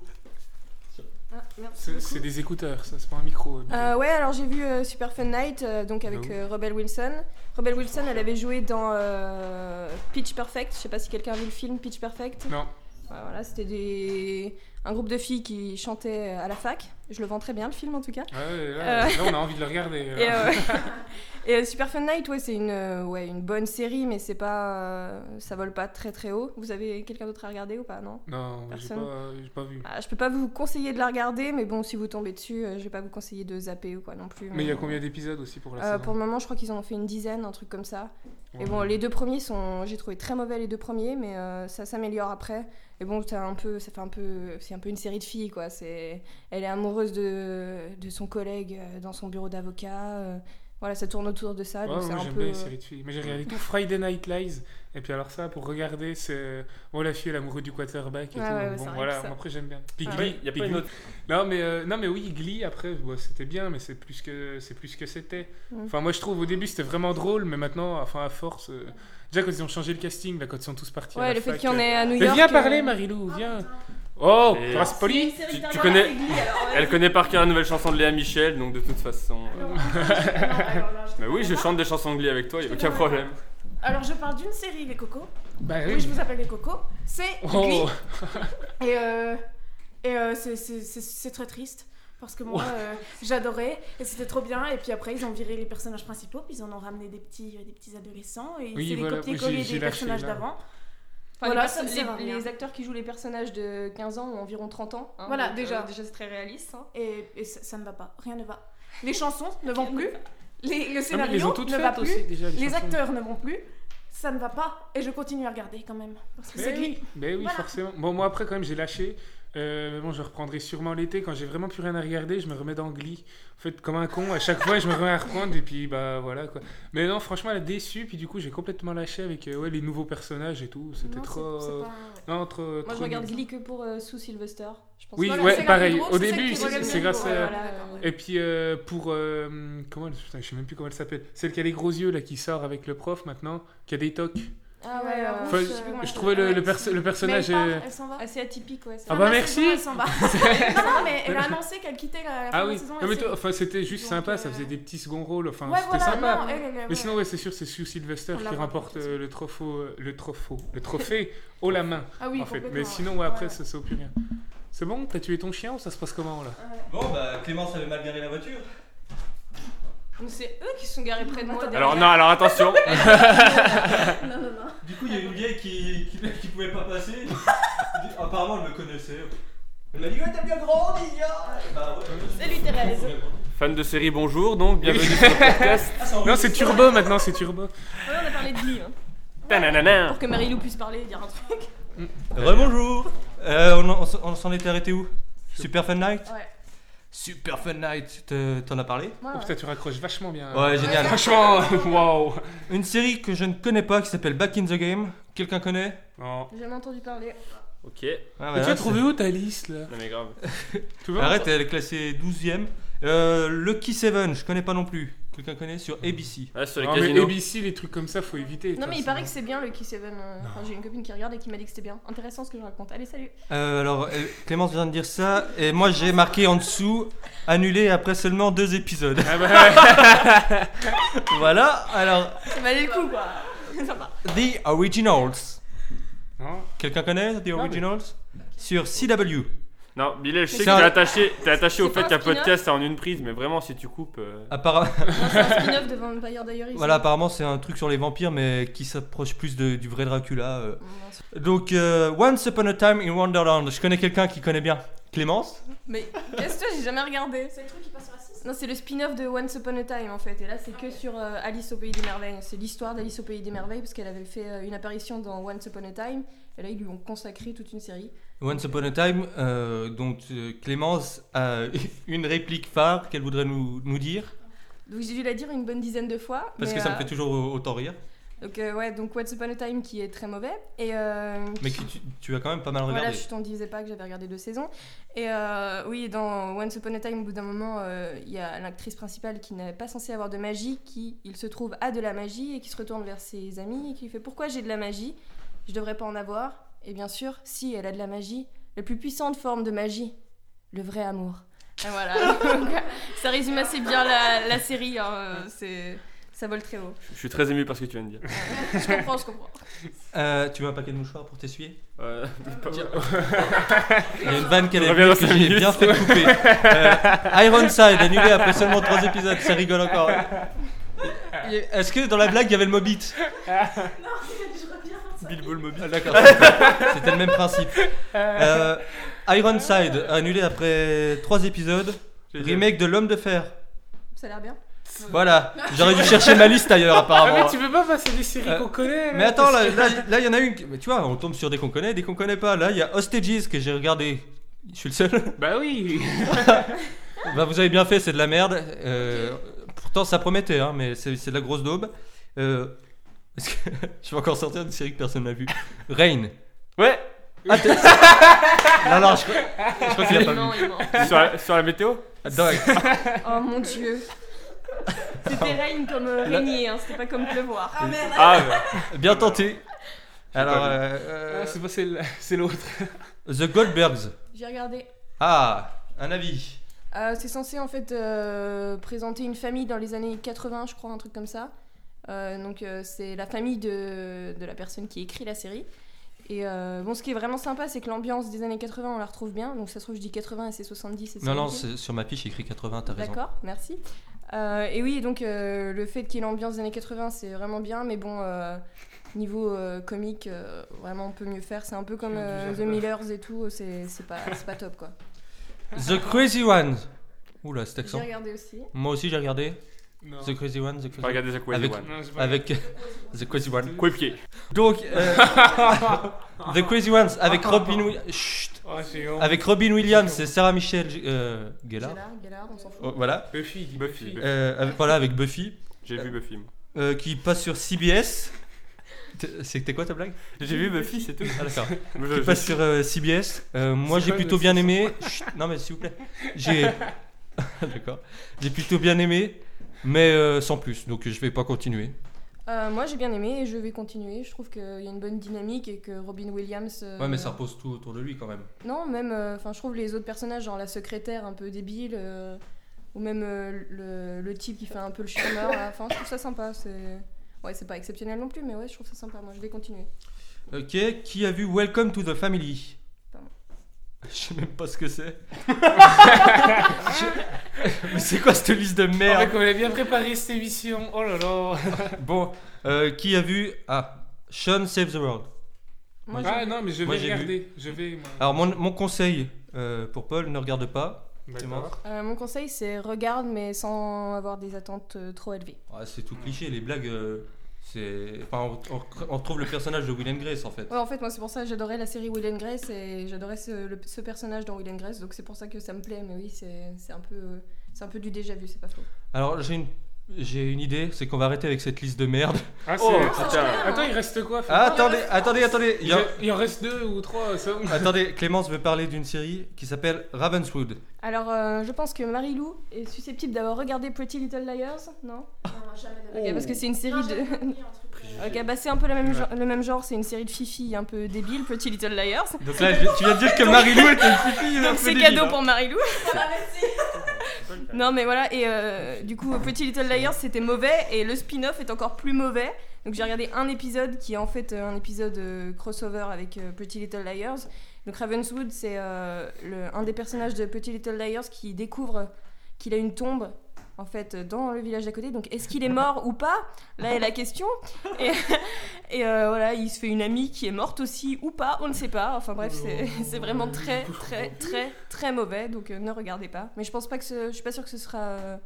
Speaker 6: Ah, merci
Speaker 5: C'est
Speaker 6: beaucoup.
Speaker 5: c'est des écouteurs, ça, c'est pas un micro. euh,
Speaker 6: Euh, ouais, alors j'ai vu euh, Super Fun Night, euh, donc avec
Speaker 5: Ah oui.
Speaker 6: euh, Rebel Wilson. Rebel Wilson, elle avait joué dans euh, Pitch Perfect. Je sais pas si quelqu'un a vu le film Pitch Perfect.
Speaker 5: Non.
Speaker 6: Ouais, voilà, c'était des... un groupe de filles qui chantaient euh, à la fac. Je le vends très bien le film en tout cas.
Speaker 5: Ouais, là, là, on a envie de le regarder.
Speaker 6: Euh, Et,
Speaker 5: là.
Speaker 6: euh, et, euh, Super Fun Night, ouais, c'est une, euh, ouais, une bonne série, mais c'est pas, euh, ça vole pas très très haut. Vous avez quelqu'un d'autre à regarder ou pas non
Speaker 5: Non, j'ai
Speaker 6: personne.
Speaker 5: pas, j'ai pas vu.
Speaker 6: Ah, Je peux pas vous conseiller de la regarder, mais bon, si vous tombez dessus, euh, je vais pas vous conseiller de zapper ou quoi non plus.
Speaker 5: Mais il y a combien d'épisodes aussi pour la
Speaker 6: Euh,
Speaker 5: saison
Speaker 6: pour le moment, je crois qu'ils en ont fait une dizaine, un truc comme ça. Et
Speaker 5: Ouais.
Speaker 6: bon, les deux premiers sont, j'ai trouvé très mauvais les deux premiers, mais euh, ça s'améliore après. Et bon, t'as un peu, ça fait un peu, c'est un peu une série de filles quoi. C'est, elle est amoureuse de, de son collègue euh, dans son bureau d'avocat. euh, voilà, ça tourne autour de ça.
Speaker 5: Ouais,
Speaker 6: donc c'est
Speaker 5: moi
Speaker 6: un
Speaker 5: j'aime
Speaker 6: peu. euh,
Speaker 5: bien les séries de filles. Mais j'ai regardé tout Friday Night Lies. Et puis alors ça, pour regarder, c'est... Oh la fille, l'amoureux du quarterback et
Speaker 6: Ouais,
Speaker 5: tout.
Speaker 6: ouais, ouais, c'est
Speaker 5: bon,
Speaker 6: vrai
Speaker 5: voilà,
Speaker 6: que ça-
Speaker 5: moi, après j'aime bien. Puis
Speaker 6: Ah
Speaker 5: Glee,
Speaker 4: Oui, il y a
Speaker 5: puis
Speaker 4: pas une
Speaker 5: Glee.
Speaker 4: autre.
Speaker 5: Non mais, euh, non mais oui, Glee, après, bon, c'était bien, mais c'est plus que c'est plus que c'était.
Speaker 6: Mm.
Speaker 5: Enfin moi je trouve au début c'était vraiment drôle, mais maintenant, enfin à force... euh, Déjà quand ils ont changé le casting, là, quand ils sont tous partis... à
Speaker 6: Ouais,
Speaker 5: la
Speaker 6: le fait
Speaker 5: fac,
Speaker 6: qu'il y en
Speaker 5: euh,
Speaker 6: ait à New
Speaker 5: Mais
Speaker 6: York.
Speaker 5: viens parler
Speaker 6: euh,
Speaker 5: Marilou, viens Oh,
Speaker 4: Et-
Speaker 5: tu vas se poli
Speaker 4: Tu, tu connais.
Speaker 6: euh,
Speaker 4: Elle connaît par cœur la nouvelle chanson de Léa Michel, donc de toute façon. euh, Mais oui, je chante des chansons de Glee avec toi, y a aucun problème.
Speaker 7: Alors je parle d'une série, Les Cocos.
Speaker 5: Bah
Speaker 7: Oui, je vous appelle Les Cocos. C'est Glee.
Speaker 5: Oh
Speaker 7: Et, euh, et euh, c'est- c'est c'est- c'est très triste. Parce que moi, euh, j'adorais et c'était trop bien. Et puis après, ils ont viré les personnages principaux, puis ils en ont ramené des petits, des petits adolescents. Et
Speaker 5: Oui, voilà,
Speaker 7: c'est les
Speaker 5: oui, j'ai-
Speaker 7: copier-coller
Speaker 5: j'ai
Speaker 7: des
Speaker 5: lâché,
Speaker 7: personnages
Speaker 5: là.
Speaker 7: d'avant.
Speaker 6: Enfin,
Speaker 7: Voilà,
Speaker 6: les,
Speaker 7: ça me
Speaker 6: perso-
Speaker 7: sert à
Speaker 6: les-
Speaker 7: rien.
Speaker 6: les acteurs qui jouent les personnages de 15 ans ont environ 30 ans. hein,
Speaker 7: Voilà,
Speaker 6: donc,
Speaker 7: déjà.
Speaker 6: euh, déjà, c'est très réaliste. hein.
Speaker 7: Et, et ça, ça ne va pas, rien ne va. Les chansons ne vont plus, les, le
Speaker 5: Non, Ah, mais
Speaker 7: scénario
Speaker 5: ils les ont toutes
Speaker 7: ne va
Speaker 5: faites
Speaker 7: plus,
Speaker 5: aussi déjà.
Speaker 7: les
Speaker 5: chansons.
Speaker 7: acteurs ne vont plus. ça ne va pas et je continue à regarder quand même. Parce que
Speaker 5: Mais
Speaker 7: c'est
Speaker 5: Eh oui,
Speaker 7: gris.
Speaker 5: mais oui,
Speaker 7: Voilà.
Speaker 5: forcément. Bon, moi après, quand même, j'ai lâché. Euh, mais bon, je reprendrai sûrement l'été. Quand j'ai vraiment plus rien à regarder, je me remets dans Glee. En fait, comme un con, à chaque fois, je me remets à reprendre. Et puis, bah voilà quoi. Mais non, franchement, elle a déçu. Puis du coup, j'ai complètement lâché avec euh, ouais, les nouveaux personnages et tout. C'était
Speaker 7: Non, c'est-
Speaker 5: trop.
Speaker 7: c'est pas-
Speaker 5: Non, trop.
Speaker 6: Moi, je
Speaker 5: trop
Speaker 6: regarde
Speaker 5: nul.
Speaker 6: Glee que pour euh, Sue Sylvester. Je pense
Speaker 5: Oui,
Speaker 6: Voilà,
Speaker 5: ouais,
Speaker 6: c'est la
Speaker 5: pareil.
Speaker 6: plus drôle,
Speaker 5: Au
Speaker 6: c'est celle
Speaker 5: début,
Speaker 6: qui
Speaker 5: c'est-
Speaker 6: relève
Speaker 5: c'est
Speaker 6: le
Speaker 5: grâce
Speaker 6: niveau,
Speaker 5: à-
Speaker 6: voilà, Ah, d'accord.
Speaker 5: Et puis euh, pour. euh, comment elle. Putain, je sais même plus comment elle s'appelle. Celle qui a les gros yeux là, qui sort avec le prof maintenant, qui a des tocs.
Speaker 6: Ah ouais, euh,
Speaker 7: Enfin,
Speaker 5: Enfin,
Speaker 7: Ouais,
Speaker 6: je sais plus comment
Speaker 5: je,
Speaker 6: elle
Speaker 5: trouvais le,
Speaker 6: s'appelle.
Speaker 5: le perso- le
Speaker 7: Mais elle
Speaker 5: personnage.
Speaker 7: part,
Speaker 5: euh,
Speaker 7: elle s'en va.
Speaker 6: assez atypique, ouais. c'est
Speaker 5: Ah
Speaker 6: vrai.
Speaker 5: bah
Speaker 7: Fin de
Speaker 5: merci.
Speaker 7: la saison, elle s'en va. non, non, mais elle a annoncé qu'elle quittait la, la fin
Speaker 5: Ah
Speaker 7: de
Speaker 5: oui,
Speaker 7: la saison.
Speaker 5: non,
Speaker 7: et
Speaker 5: mais
Speaker 7: c'est-
Speaker 5: toi, enfin, c'était juste
Speaker 7: Donc,
Speaker 5: sympa,
Speaker 7: euh,
Speaker 5: ça faisait des petits seconds rôles, enfin,
Speaker 7: Ouais,
Speaker 5: c'était
Speaker 7: voilà,
Speaker 5: sympa.
Speaker 7: non, elle, elle,
Speaker 5: Mais
Speaker 7: ouais.
Speaker 5: sinon, ouais, c'est sûr, c'est Sue Sylvester
Speaker 7: On l'a
Speaker 5: qui remporte
Speaker 7: remporté,
Speaker 5: euh, le trophée, le trophée, le trophée haut la main,
Speaker 7: ah oui,
Speaker 5: en fait.
Speaker 7: complètement,
Speaker 5: Mais sinon, ouais, après,
Speaker 7: Ouais.
Speaker 5: ça sert plus rien. C'est bon, t'as tué ton chien ou ça se passe comment là
Speaker 3: Bon, bah Clémence avait mal garé la voiture.
Speaker 6: Donc, C'est eux qui se sont garés près de moi. derrière.
Speaker 4: Alors non, alors attention.
Speaker 7: Non, non, non.
Speaker 3: Du coup, il y a une vieille qui, qui, qui pouvait pas passer. Apparemment, elle me connaissait. Elle m'a dit Ouais, t'as bien grandi, gars Bah ouais.
Speaker 6: Salut Thérèse.
Speaker 4: Fan de série, bonjour. Donc, bienvenue sur le podcast.
Speaker 3: hein. Ah, c'est en
Speaker 5: Non, c'est Turbo maintenant, c'est Turbo. Oh,
Speaker 6: Ouais, on a parlé de Glee. hein.
Speaker 4: Tananana.
Speaker 6: Pour que Marie-Lou puisse parler et dire un truc.
Speaker 3: Rebonjour euh, on, en- on s'en- on s'en était arrêté où Super Fun Night
Speaker 6: Ouais.
Speaker 3: Super Fun Night, te- t'en as parlé
Speaker 5: Oh,
Speaker 6: Ouais,
Speaker 5: putain, tu raccroches vachement bien.
Speaker 3: Ouais, génial.
Speaker 5: Franchement, waouh
Speaker 3: Une série que je ne connais pas qui s'appelle Back in the Game. Quelqu'un connaît
Speaker 5: Non.
Speaker 6: J'ai jamais entendu parler.
Speaker 3: Ah,
Speaker 4: Ok.
Speaker 5: Mais
Speaker 3: voilà,
Speaker 5: tu
Speaker 3: c'est-
Speaker 5: as trouvé où ta liste là
Speaker 4: Non mais grave.
Speaker 5: Tu vois
Speaker 3: Arrête, elle est classée 12ème. Euh, Lucky Seven, je connais pas non plus. Quelqu'un connaît sur ABC.
Speaker 4: Ah, sur les
Speaker 5: Non, mais
Speaker 4: casinos.
Speaker 5: ABC, les trucs comme ça, faut éviter. de
Speaker 6: Non,
Speaker 5: toute
Speaker 6: mais il
Speaker 5: façon.
Speaker 6: paraît que c'est bien le Key Seven. euh, enfin, J'ai une copine qui regarde et qui m'a dit que c'était bien. Intéressant ce que je raconte. Allez, salut.
Speaker 3: Euh, alors, euh, Clémence vient de dire ça, et moi j'ai marqué en dessous annulé après seulement deux épisodes.
Speaker 5: Ah bah,
Speaker 3: voilà, alors
Speaker 6: Ça valait le coup, quoi. Sympa.
Speaker 3: The Originals.
Speaker 5: non.
Speaker 3: Quelqu'un connaît The Originals Sur CW.
Speaker 4: Non, Bilal, je sais
Speaker 3: C'est
Speaker 4: que t'es
Speaker 3: un-
Speaker 4: attaché, t'es attaché au
Speaker 6: C'est
Speaker 4: fait
Speaker 6: pas un
Speaker 4: qu'un
Speaker 6: spin-off
Speaker 4: podcast c'est en une prise, mais vraiment si tu coupes. euh,
Speaker 3: Appara-
Speaker 6: Non, C'est un spin-off de Vampire Diaries.
Speaker 3: voilà, apparemment c'est un truc sur les vampires, mais qui s'approche plus de- du vrai Dracula. euh. Donc, euh, Once Upon a Time in Wonderland. Je connais quelqu'un qui connaît bien. Clémence
Speaker 6: Mais qu'est-ce que j'ai jamais regardé
Speaker 7: C'est le truc qui passe sur la 6
Speaker 6: Non, c'est le spin-off de Once Upon a Time en fait. Et là, c'est que sur euh, Alice au Pays des Merveilles. C'est l'histoire d'Alice au Pays des Merveilles parce qu'elle avait fait euh, une apparition dans Once Upon a Time. Et là, ils lui ont consacré toute une série.
Speaker 3: Once Upon a Time, euh, donc euh, Clémence a une réplique phare qu'elle voudrait nous, nous dire,
Speaker 6: Donc j'ai dû la dire une bonne dizaine de fois.
Speaker 3: parce
Speaker 6: mais,
Speaker 3: que ça me
Speaker 6: euh,
Speaker 3: fait toujours au- autant rire,
Speaker 6: Donc euh, ouais, donc Once Upon a Time qui est très mauvais. Et euh,
Speaker 3: mais que tu, tu as quand même pas mal regardé.
Speaker 6: Voilà, je t'en disais pas que j'avais regardé deux saisons. Et euh, oui, dans Once Upon a Time, au bout d'un moment, euh, il y a l'actrice principale qui n'est pas censée avoir de magie, qui, il se trouve, a de la magie et qui se retourne vers ses amis et qui lui fait Pourquoi j'ai de la magie Je devrais pas en avoir. Et bien sûr, si elle a de la magie, la plus puissante forme de magie, le vrai amour. Et voilà. Donc, ça résume assez bien la, la série. hein, euh, c'est. Ça vole très haut.
Speaker 4: Je suis très ému par ce que tu viens de dire.
Speaker 6: Je comprends, je comprends.
Speaker 3: Euh, tu veux un paquet de mouchoirs pour t'essuyer
Speaker 4: Euh, pas-
Speaker 3: Il y a une vanne qu'elle a
Speaker 4: Reviens
Speaker 3: vue
Speaker 4: dans
Speaker 3: que
Speaker 4: cinq
Speaker 3: j'ai
Speaker 4: minutes.
Speaker 3: bien fait couper. Euh, Ironside, annulé après seulement trois épisodes, ça rigole encore. Est-ce que dans la blague il y avait le Mobit
Speaker 7: Je reviens.
Speaker 3: Bilbo le Mobit. Ah, D'accord, c'était le même principe. Euh, Ironside, annulé après trois épisodes, remake de L'Homme de Fer.
Speaker 6: Ça a l'air bien.
Speaker 3: Voilà, j'aurais dû chercher ma liste ailleurs
Speaker 5: Ah, mais
Speaker 3: apparemment.
Speaker 5: tu peux pas passer des séries
Speaker 3: Euh,
Speaker 5: qu'on connaît là,
Speaker 3: Mais attends,
Speaker 5: parce
Speaker 3: là,
Speaker 5: que-
Speaker 3: là, là, il y en a une. qui- Mais tu vois, on tombe sur des qu'on connaît, des qu'on connaît pas. Là, il y a Hostages que j'ai regardé. Je suis le seul.
Speaker 5: Bah oui
Speaker 3: Bah, vous avez bien fait, c'est de la merde. Euh, Pourtant, ça promettait, hein, mais c'est c'est de la grosse daube. Euh, est-ce que- je vais encore sortir d'une série que personne n'a vue. Rain.
Speaker 4: Ouais.
Speaker 3: Ah, t'es- non, non, je crois, je crois qu'il a pas
Speaker 6: Non, il ment.
Speaker 4: sur, la, sur la météo.
Speaker 3: vu. Dog.
Speaker 6: Oh mon dieu. C'était règne comme euh,
Speaker 3: La-
Speaker 6: régner, hein, c'était pas comme pleuvoir.
Speaker 7: Ah merde.
Speaker 4: Ah ouais.
Speaker 3: Bien tenté. Alors,
Speaker 4: pas vu.
Speaker 3: euh,
Speaker 5: Ah, C'est pas celle- c'est l'autre.
Speaker 3: euh, The Goldbergs.
Speaker 6: J'ai regardé.
Speaker 3: Ah, un avis.
Speaker 6: Euh, c'est censé en fait euh, présenter une famille dans les années 80, je crois, un truc comme ça. Euh, donc euh, c'est la famille de, de la personne qui écrit la série. Et euh, bon, ce qui est vraiment sympa, c'est que l'ambiance des années 80, on la retrouve bien. Donc ça se trouve, je dis 80 et c'est 70. Et c'est
Speaker 3: Non, non,
Speaker 6: ok.
Speaker 3: c'est- sur ma fiche, j'ai écrit 80, t'as raison.
Speaker 6: D'accord, merci. Euh, et oui, donc euh, le fait qu'il y ait l'ambiance des années 80, c'est vraiment bien, mais bon, euh, niveau euh, comique, euh, vraiment on peut mieux faire. C'est un peu comme
Speaker 5: Tu as
Speaker 6: euh,
Speaker 5: du
Speaker 6: The
Speaker 5: jardin.
Speaker 6: Millers et tout, c'est c'est pas, c'est pas top quoi.
Speaker 3: The Crazy Ones. Oula, cet
Speaker 6: J'ai
Speaker 3: accent.
Speaker 6: regardé aussi.
Speaker 3: Moi aussi, j'ai regardé.
Speaker 5: Non.
Speaker 3: The Crazy One, The Crazy
Speaker 4: Pas regarder The Crazy
Speaker 3: Avec-
Speaker 4: One.
Speaker 5: Non, j'ai pas-
Speaker 3: Avec The Crazy One.
Speaker 4: Coéquipier.
Speaker 3: Donc, euh, The Crazy Ones avec Robin, Wi- Chut.
Speaker 5: Oh, j'ai honte.
Speaker 3: avec Robin Williams et Sarah Michelle euh, Gellar.
Speaker 6: Gellard, Gellard, on s'en fout.
Speaker 3: Oh, voilà.
Speaker 5: Buffy, il dit
Speaker 4: Buffy,
Speaker 5: Buffy.
Speaker 4: Buffy.
Speaker 3: Euh, avec- voilà, avec Buffy,
Speaker 4: J'ai vu Buffy. moi.
Speaker 3: euh, qui passe sur CBS. T- C'était quoi ta blague
Speaker 4: J'ai vu Buffy, c'est tout.
Speaker 3: Ah d'accord.
Speaker 4: Je-
Speaker 3: Qui
Speaker 4: je-
Speaker 3: passe sur euh, CBS. Euh, moi
Speaker 5: C'est
Speaker 3: j'ai
Speaker 5: pas
Speaker 3: plutôt
Speaker 5: le
Speaker 3: bien aimé. Chut, non mais s'il vous plaît. J'ai. Ah, d'accord. J'ai plutôt bien aimé, mais euh, sans plus. Donc je vais pas continuer.
Speaker 6: Euh, moi j'ai bien aimé et je vais continuer. Je trouve qu'il y a une bonne dynamique et que Robin Williams. euh,
Speaker 3: Ouais, mais ça repose tout autour de lui quand même.
Speaker 6: Non, même. euh, Enfin, je trouve les autres personnages, genre la secrétaire un peu débile, euh, ou même euh, le, le type qui fait un peu le chômeur. Enfin, je trouve ça sympa. C'est. Ouais, c'est pas exceptionnel non plus, mais ouais, je trouve ça sympa. Moi, je vais continuer.
Speaker 3: Ok. Qui a vu Welcome to the Family
Speaker 6: Pardon.
Speaker 3: Je sais même pas ce que c'est. Je- mais c'est quoi cette liste de
Speaker 5: Oh,
Speaker 3: merde
Speaker 5: mec, on a bien préparé cette émission. Oh là là.
Speaker 3: Bon, euh, qui a vu Ah, Sean Save the World.
Speaker 6: Moi,
Speaker 5: ah
Speaker 6: j'ai-
Speaker 5: non, mais je vais
Speaker 3: Moi, j'ai vu. Ah,
Speaker 5: regarder. Je vais. Moi.
Speaker 3: Alors mon, mon conseil euh, pour Paul, ne regarde pas. C'est
Speaker 5: D'accord.
Speaker 3: mort.
Speaker 6: Euh, mon conseil, c'est regarde, mais sans avoir des attentes euh, trop élevées.
Speaker 3: Ah, c'est tout cliché, les blagues. euh, c'est, enfin, on, on- on trouve le personnage de Will and Grace en fait.
Speaker 6: Ouais, en fait, moi, c'est pour ça que j'adorais la série Will and Grace et j'adorais ce, le- ce personnage dans Will and Grace, donc c'est pour ça que ça me plaît. Mais oui, c'est c'est un peu, euh, c'est un peu du déjà vu, c'est pas faux.
Speaker 3: Alors j'ai une, j'ai une idée, c'est qu'on va arrêter avec cette liste de merde.
Speaker 5: Ah, c'est-
Speaker 4: Oh,
Speaker 6: putain.
Speaker 5: Attends, il reste quoi Fabien
Speaker 3: Ah, attendez, attendez, attendez. il y
Speaker 5: il, en...
Speaker 3: a-
Speaker 5: il en reste deux ou trois. Ça...
Speaker 3: attendez, Clémence veut parler d'une série qui s'appelle Ravenswood.
Speaker 6: Alors, euh, je pense que Marie-Lou est susceptible d'avoir regardé Pretty Little Liars, non
Speaker 7: Non, jamais de la
Speaker 6: Ok,
Speaker 7: vie.
Speaker 6: Parce que c'est une série
Speaker 7: Non,
Speaker 6: de.
Speaker 7: j'ai pas compris un truc, euh,
Speaker 6: Ok, bah c'est un peu la même
Speaker 5: Ouais.
Speaker 6: genre- le même genre, c'est une série de fifi un peu débile, Pretty Little Liars.
Speaker 3: Donc là, je- tu viens de dire que Marie-Lou était une fille.
Speaker 6: Donc c'est
Speaker 3: hein.
Speaker 6: cadeau pour Marie-Lou.
Speaker 4: C'est pas le cas.
Speaker 6: Non mais voilà, et euh, du coup Pretty Little Liars c'était mauvais, et le spin-off est encore plus mauvais. Donc j'ai regardé un épisode qui est en fait euh, un épisode euh, crossover avec euh, Pretty Little Liars. Donc Ravenswood c'est euh, le- un des personnages de Pretty Little Liars qui découvre qu'il a une tombe en fait euh, dans le village d'à côté. Donc est-ce qu'il est mort ou pas Là est la question. Et, et, euh, voilà, il se fait une amie qui est morte aussi ou pas, on ne sait pas. Enfin bref, c'est
Speaker 3: Oh.
Speaker 6: c'est vraiment très très très très mauvais. Donc euh, ne regardez pas. Mais je pense pas que ce- je suis pas sûre que ce sera euh,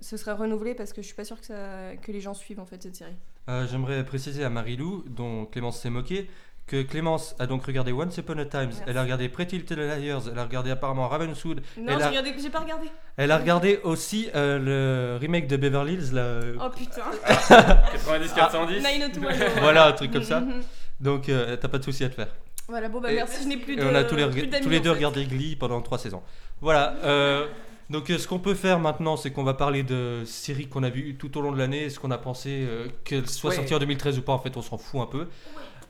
Speaker 6: ce sera renouvelé parce que je suis pas sûre que ça- que les gens suivent en fait cette série.
Speaker 3: Euh, J'aimerais préciser à Marie-Lou, dont Clémence s'est moquée, que Clémence a donc regardé Once Upon a Time, elle a regardé Pretty Little Liars, elle a regardé apparemment Ravenswood,
Speaker 6: Non,
Speaker 3: Elle
Speaker 6: j'ai
Speaker 3: a-
Speaker 6: regardé- j'ai pas regardé.
Speaker 3: elle a regardé aussi euh, le remake de Beverly Hills, là, euh,
Speaker 6: Oh putain.
Speaker 4: 90 410.
Speaker 6: 90210.
Speaker 3: voilà, un truc comme ça.
Speaker 6: Mhm.
Speaker 3: Donc euh, t'as pas de souci à te faire.
Speaker 6: Voilà, bon bah
Speaker 3: Et-
Speaker 6: merci, je n'ai plus
Speaker 3: Et
Speaker 6: de
Speaker 3: on a tous les,
Speaker 6: plus d'amis,
Speaker 3: tous les
Speaker 6: en
Speaker 3: deux
Speaker 6: fait.
Speaker 3: regardé Glee pendant trois saisons. Voilà. euh, donc euh, ce qu'on peut faire maintenant, c'est qu'on va parler de séries qu'on a vues tout au long de l'année, ce qu'on a pensé, euh, qu'elles soient
Speaker 5: Ouais.
Speaker 3: sorties en 2013 ou pas, en fait, on s'en fout un peu.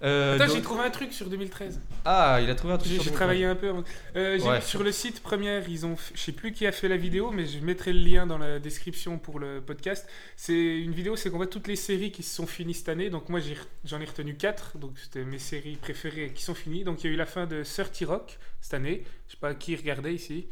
Speaker 3: Euh,
Speaker 5: Attends,
Speaker 3: donc-
Speaker 5: j'ai trouvé un truc sur 2013.
Speaker 3: Ah, il a trouvé un truc.
Speaker 5: J'ai
Speaker 3: sur
Speaker 5: j'ai
Speaker 3: mon-
Speaker 5: travaillé un peu. avant. Euh, j'ai-
Speaker 3: Ouais.
Speaker 5: Sur le site première, ils ont, fait- je sais plus qui a fait la vidéo, mais je mettrai le lien dans la description pour le podcast. C'est une vidéo, c'est qu'on voit toutes les séries qui se sont finies cette année. Donc moi, j'ai re- j'en ai retenu 4 donc c'était mes séries préférées qui sont finies. Donc il y a eu la fin de 30 Rock cette année. Je sais pas qui regardait ici.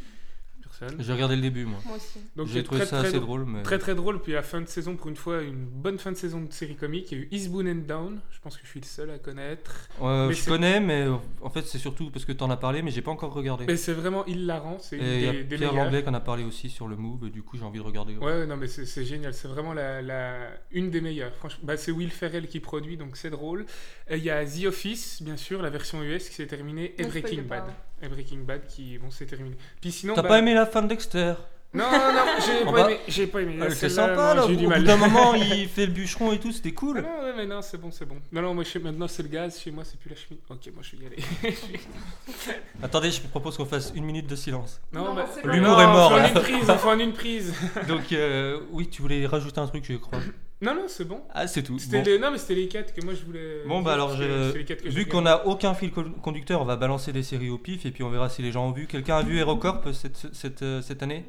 Speaker 5: Personne.
Speaker 3: J'ai regardé le début, moi.
Speaker 6: Moi aussi.
Speaker 5: Donc
Speaker 3: J'ai
Speaker 5: c'est
Speaker 3: trouvé
Speaker 5: très,
Speaker 3: ça
Speaker 5: très
Speaker 3: assez
Speaker 5: drôle.
Speaker 3: drôle, mais.
Speaker 5: Très très drôle, puis la fin de saison, pour une fois, une bonne fin de saison de série comique. Il y a eu Eastbound and Down, je pense que je suis le seul à connaître.
Speaker 3: Euh,
Speaker 5: mais
Speaker 3: je
Speaker 5: c'est-
Speaker 3: connais, mais euh, en fait, c'est surtout parce que t'en as parlé, mais j'ai pas encore regardé.
Speaker 5: Mais c'est vraiment hilarant, c'est une
Speaker 3: Et il y a
Speaker 5: des, des
Speaker 3: Pierre
Speaker 5: meilleures.
Speaker 3: Langlais qu'on a parlé aussi sur le move, et du coup, j'ai envie de regarder.
Speaker 5: Ouais, ouais, non, mais c'est c'est génial. C'est vraiment la, la- une des meilleures. Franchement, bah, c'est Will Ferrell qui produit, donc c'est drôle. Et Il y a The Office, bien sûr, la version US qui s'est terminée, et
Speaker 6: Ne spoil
Speaker 5: Breaking
Speaker 6: pas,
Speaker 5: Bad.
Speaker 6: hein.
Speaker 5: Et Breaking Bad qui, bon, c'est terminé. Puis sinon.
Speaker 3: T'as
Speaker 5: bah-
Speaker 3: pas aimé la fin de Dexter
Speaker 5: Non, non, non, j'ai
Speaker 3: Oh
Speaker 5: pas,
Speaker 3: bah.
Speaker 5: aimé. J'ai pas aimé.
Speaker 3: Euh, C'est
Speaker 5: Celle-là,
Speaker 3: sympa,
Speaker 5: non,
Speaker 3: là. Au
Speaker 5: J'ai eu du
Speaker 3: bout
Speaker 5: mal.
Speaker 3: d'un moment, il fait le bûcheron et tout, c'était
Speaker 5: Ah
Speaker 3: cool.
Speaker 5: non, ouais, mais non, c'est bon, c'est bon. Non, non, moi, chez, maintenant, c'est le gaz. Chez moi, c'est plus la chemise. Ok, moi, je vais y aller.
Speaker 3: Attendez, je vous propose qu'on fasse une minute de silence.
Speaker 7: Non,
Speaker 5: bah-
Speaker 7: c'est
Speaker 3: pas L'humour vrai. est mort, hein.
Speaker 5: On fait
Speaker 3: là.
Speaker 5: en une prise, on fait en une prise.
Speaker 3: Donc, euh, oui, tu voulais rajouter un truc, je crois.
Speaker 5: Non, non, c'est bon.
Speaker 3: Ah, c'est tout.
Speaker 5: C'était
Speaker 3: Bon,
Speaker 5: les... Non, mais c'était les 4 que moi, je voulais.
Speaker 3: Bon,
Speaker 5: dire,
Speaker 3: bah alors,
Speaker 5: parce que
Speaker 3: je-
Speaker 5: c'est les quatre que j'ai
Speaker 3: vu qu'on a aucun fil con- conducteur, on va balancer des séries au pif et puis on verra si les gens ont vu. Quelqu'un a vu Aerocorp cette, cette, euh, cette année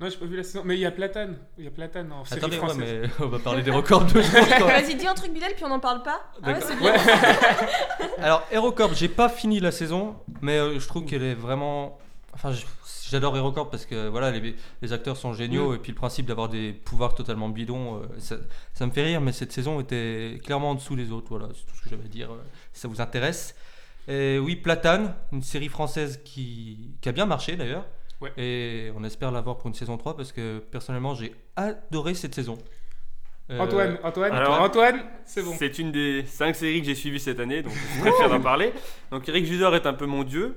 Speaker 5: Non, j'ai pas vu la saison. Mais il y a Platane. Il y a Platane en série
Speaker 3: Attendez, ouais,
Speaker 5: française.
Speaker 3: mais on va parler d'Aerocorp deux secondes quand même.
Speaker 6: Vas-y, dis un truc Bilal puis on n'en parle pas. Ah ouais,
Speaker 3: D'accord.
Speaker 6: c'est bien.
Speaker 3: Alors, Aerocorp, j'ai pas fini la saison, mais euh, je trouve qu'elle est vraiment. Enfin, je- j'adore Aerocorp parce que voilà, les, les acteurs sont géniaux et puis le principe d'avoir des pouvoirs totalement bidons, euh, ça, ça me fait rire, mais cette saison était clairement en dessous des autres. Voilà, c'est tout ce que j'avais à dire, euh, si ça vous intéresse. Et oui, Platane, une série française qui, qui a bien marché d'ailleurs.
Speaker 5: Ouais.
Speaker 3: Et on espère l'avoir pour une saison 3 parce que personnellement j'ai adoré cette saison. Euh,
Speaker 5: Antoine, Antoine,
Speaker 4: alors-
Speaker 5: Antoine, c'est bon.
Speaker 4: C'est une des cinq séries que j'ai suivies cette année, donc je suis très fier d'en parler. Donc Eric Judor est un peu mon dieu.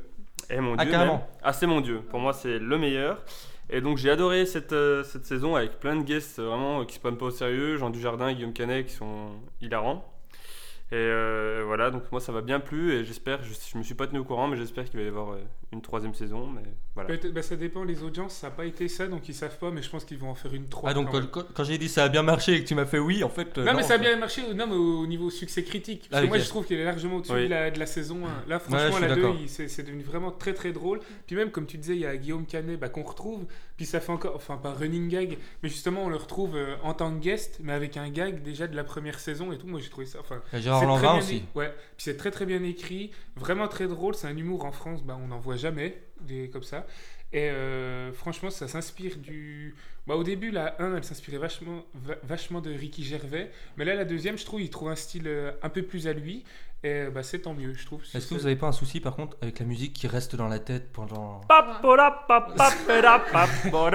Speaker 4: Et mon
Speaker 3: Ah,
Speaker 4: dieu.
Speaker 3: carrément.
Speaker 4: même. Ah, c'est mon dieu. Pour moi, c'est le meilleur. Et donc j'ai adoré cette, euh, cette saison avec plein de guests euh, vraiment euh, qui se prennent pas au sérieux, Jean Dujardin et Guillaume Canet qui sont hilarants. Et euh, voilà, donc moi ça m'a bien plu et j'espère, je, je me suis pas tenu au courant, mais j'espère qu'il va y avoir euh, une troisième saison. Mais voilà.
Speaker 5: Peut-être- bah, ça dépend, les audiences, ça n'a pas été ça, donc ils savent pas, mais je pense qu'ils vont en faire une 3.
Speaker 3: Ah, donc quand, quand j'ai dit ça a bien marché et que tu m'as fait oui, en fait. euh,
Speaker 5: Non, mais ça a
Speaker 3: en
Speaker 5: bien marché au- non, mais au niveau succès critique.
Speaker 3: Ah,
Speaker 5: Parce que moi,
Speaker 3: ok.
Speaker 5: je trouve qu'elle est largement au-dessus
Speaker 4: Oui.
Speaker 5: de, la, de la saison 1. Là,
Speaker 3: je
Speaker 5: franchement,
Speaker 3: suis
Speaker 5: la 2,
Speaker 3: d'accord.
Speaker 5: il- c'est c'est devenu vraiment très très drôle. Puis même, comme tu disais, il y a Guillaume Canet bah, qu'on retrouve. Puis ça fait encore, enfin, pas running gag, mais justement, on le retrouve euh, en tant que guest, mais avec un gag déjà de la première saison et tout. Moi, j'ai trouvé ça. Enfin,
Speaker 3: fait. Et
Speaker 5: c'est
Speaker 3: Bah, Gérard
Speaker 5: très
Speaker 3: Lanvin
Speaker 5: bien
Speaker 3: aussi.
Speaker 5: é- Ouais, puis c'est très très bien écrit, vraiment très drôle. C'est un humour en France, bah, on n'en voit jamais des comme ça. Et euh, franchement, ça s'inspire du. Bah, au début, la 1, elle s'inspirait vachement, va- vachement de Ricky Gervais. Mais là, la deuxième, je trouve, il trouve un style euh, un peu plus à lui. Et euh, bah, c'est tant mieux, je trouve.
Speaker 3: Est-ce que vous avez pas un souci par contre avec la musique qui reste dans la tête pendant. Bon,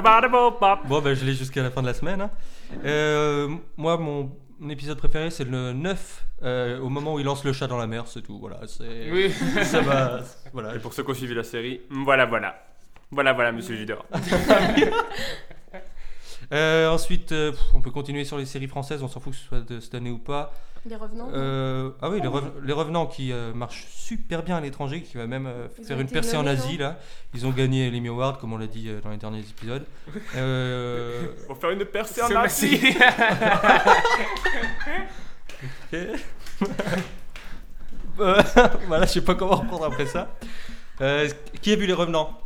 Speaker 3: ben je l'ai jusqu'à la fin de la semaine. hein. Euh, moi, mon mon épisode préféré, c'est le 9, euh, au moment où il lance le chat dans la mer, c'est tout. Voilà, c'est.
Speaker 5: Oui,
Speaker 3: Ça va. Voilà.
Speaker 4: Et pour ceux qui ont suivi la série, mm, voilà, voilà. Voilà, voilà, monsieur Judor.
Speaker 3: Euh, ensuite, euh, pff, on peut continuer sur les séries françaises, on s'en fout que ce soit de cette année ou pas.
Speaker 6: Les revenants.
Speaker 3: Euh, ah oui, les, Reven- les Revenants qui euh, marchent super bien à l'étranger, qui va même euh,
Speaker 6: Ils
Speaker 3: faire
Speaker 6: ont
Speaker 3: une
Speaker 6: été
Speaker 3: percée en
Speaker 6: nommés,
Speaker 3: Asie là. Ils ont gagné l'Emmy Award, comme on l'a dit euh, dans les derniers épisodes. Euh,
Speaker 4: Pour faire une percée
Speaker 5: c'est
Speaker 4: en Asie.
Speaker 5: merci.
Speaker 3: Euh, voilà, je sais pas comment reprendre après ça. Euh, qui a vu les revenants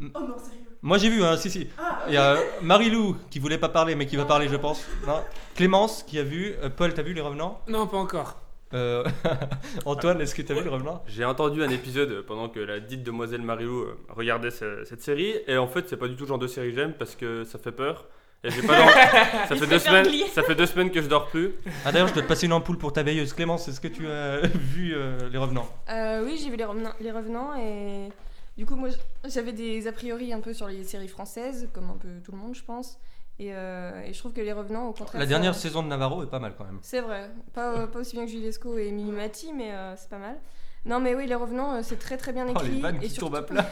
Speaker 7: Oh non, sérieux.
Speaker 3: Moi j'ai vu, hein, si si. Il y a euh, Marie-Lou qui voulait pas parler mais qui va parler, je pense. Non. Clémence qui a vu. Euh, Paul, t'as vu les revenants
Speaker 5: non, pas encore.
Speaker 3: Euh, Antoine, est-ce que t'as vu les revenants
Speaker 4: J'ai entendu un épisode pendant que la dite demoiselle Marilou euh, regardait ce- cette série et en fait c'est pas du tout le genre de série que j'aime parce que ça fait peur et j'ai pas dormi. ça fait deux
Speaker 7: préfère
Speaker 4: semaines
Speaker 7: Glee.
Speaker 4: ça fait deux semaines que je dors plus
Speaker 3: Ah d'ailleurs, je dois te passer une ampoule pour ta veilleuse. Clémence, est-ce que tu as vu euh, les revenants
Speaker 6: Euh, oui, j'ai vu les revenants, les revenants et du coup, moi, j'avais des a priori un peu sur les séries françaises, comme un peu tout le monde, je pense. Et, euh, et je trouve que les revenants, au contraire.
Speaker 3: La dernière
Speaker 6: ça-
Speaker 3: saison de Navarro est pas mal quand même.
Speaker 6: C'est vrai, pas, pas aussi bien que Julesco et Minimati, mais euh, c'est pas mal. Non, mais oui, les revenants, euh, c'est très très bien
Speaker 3: Oh,
Speaker 6: écrit.
Speaker 3: les vannes
Speaker 6: et
Speaker 3: qui
Speaker 6: surtout-
Speaker 3: tombent à plat.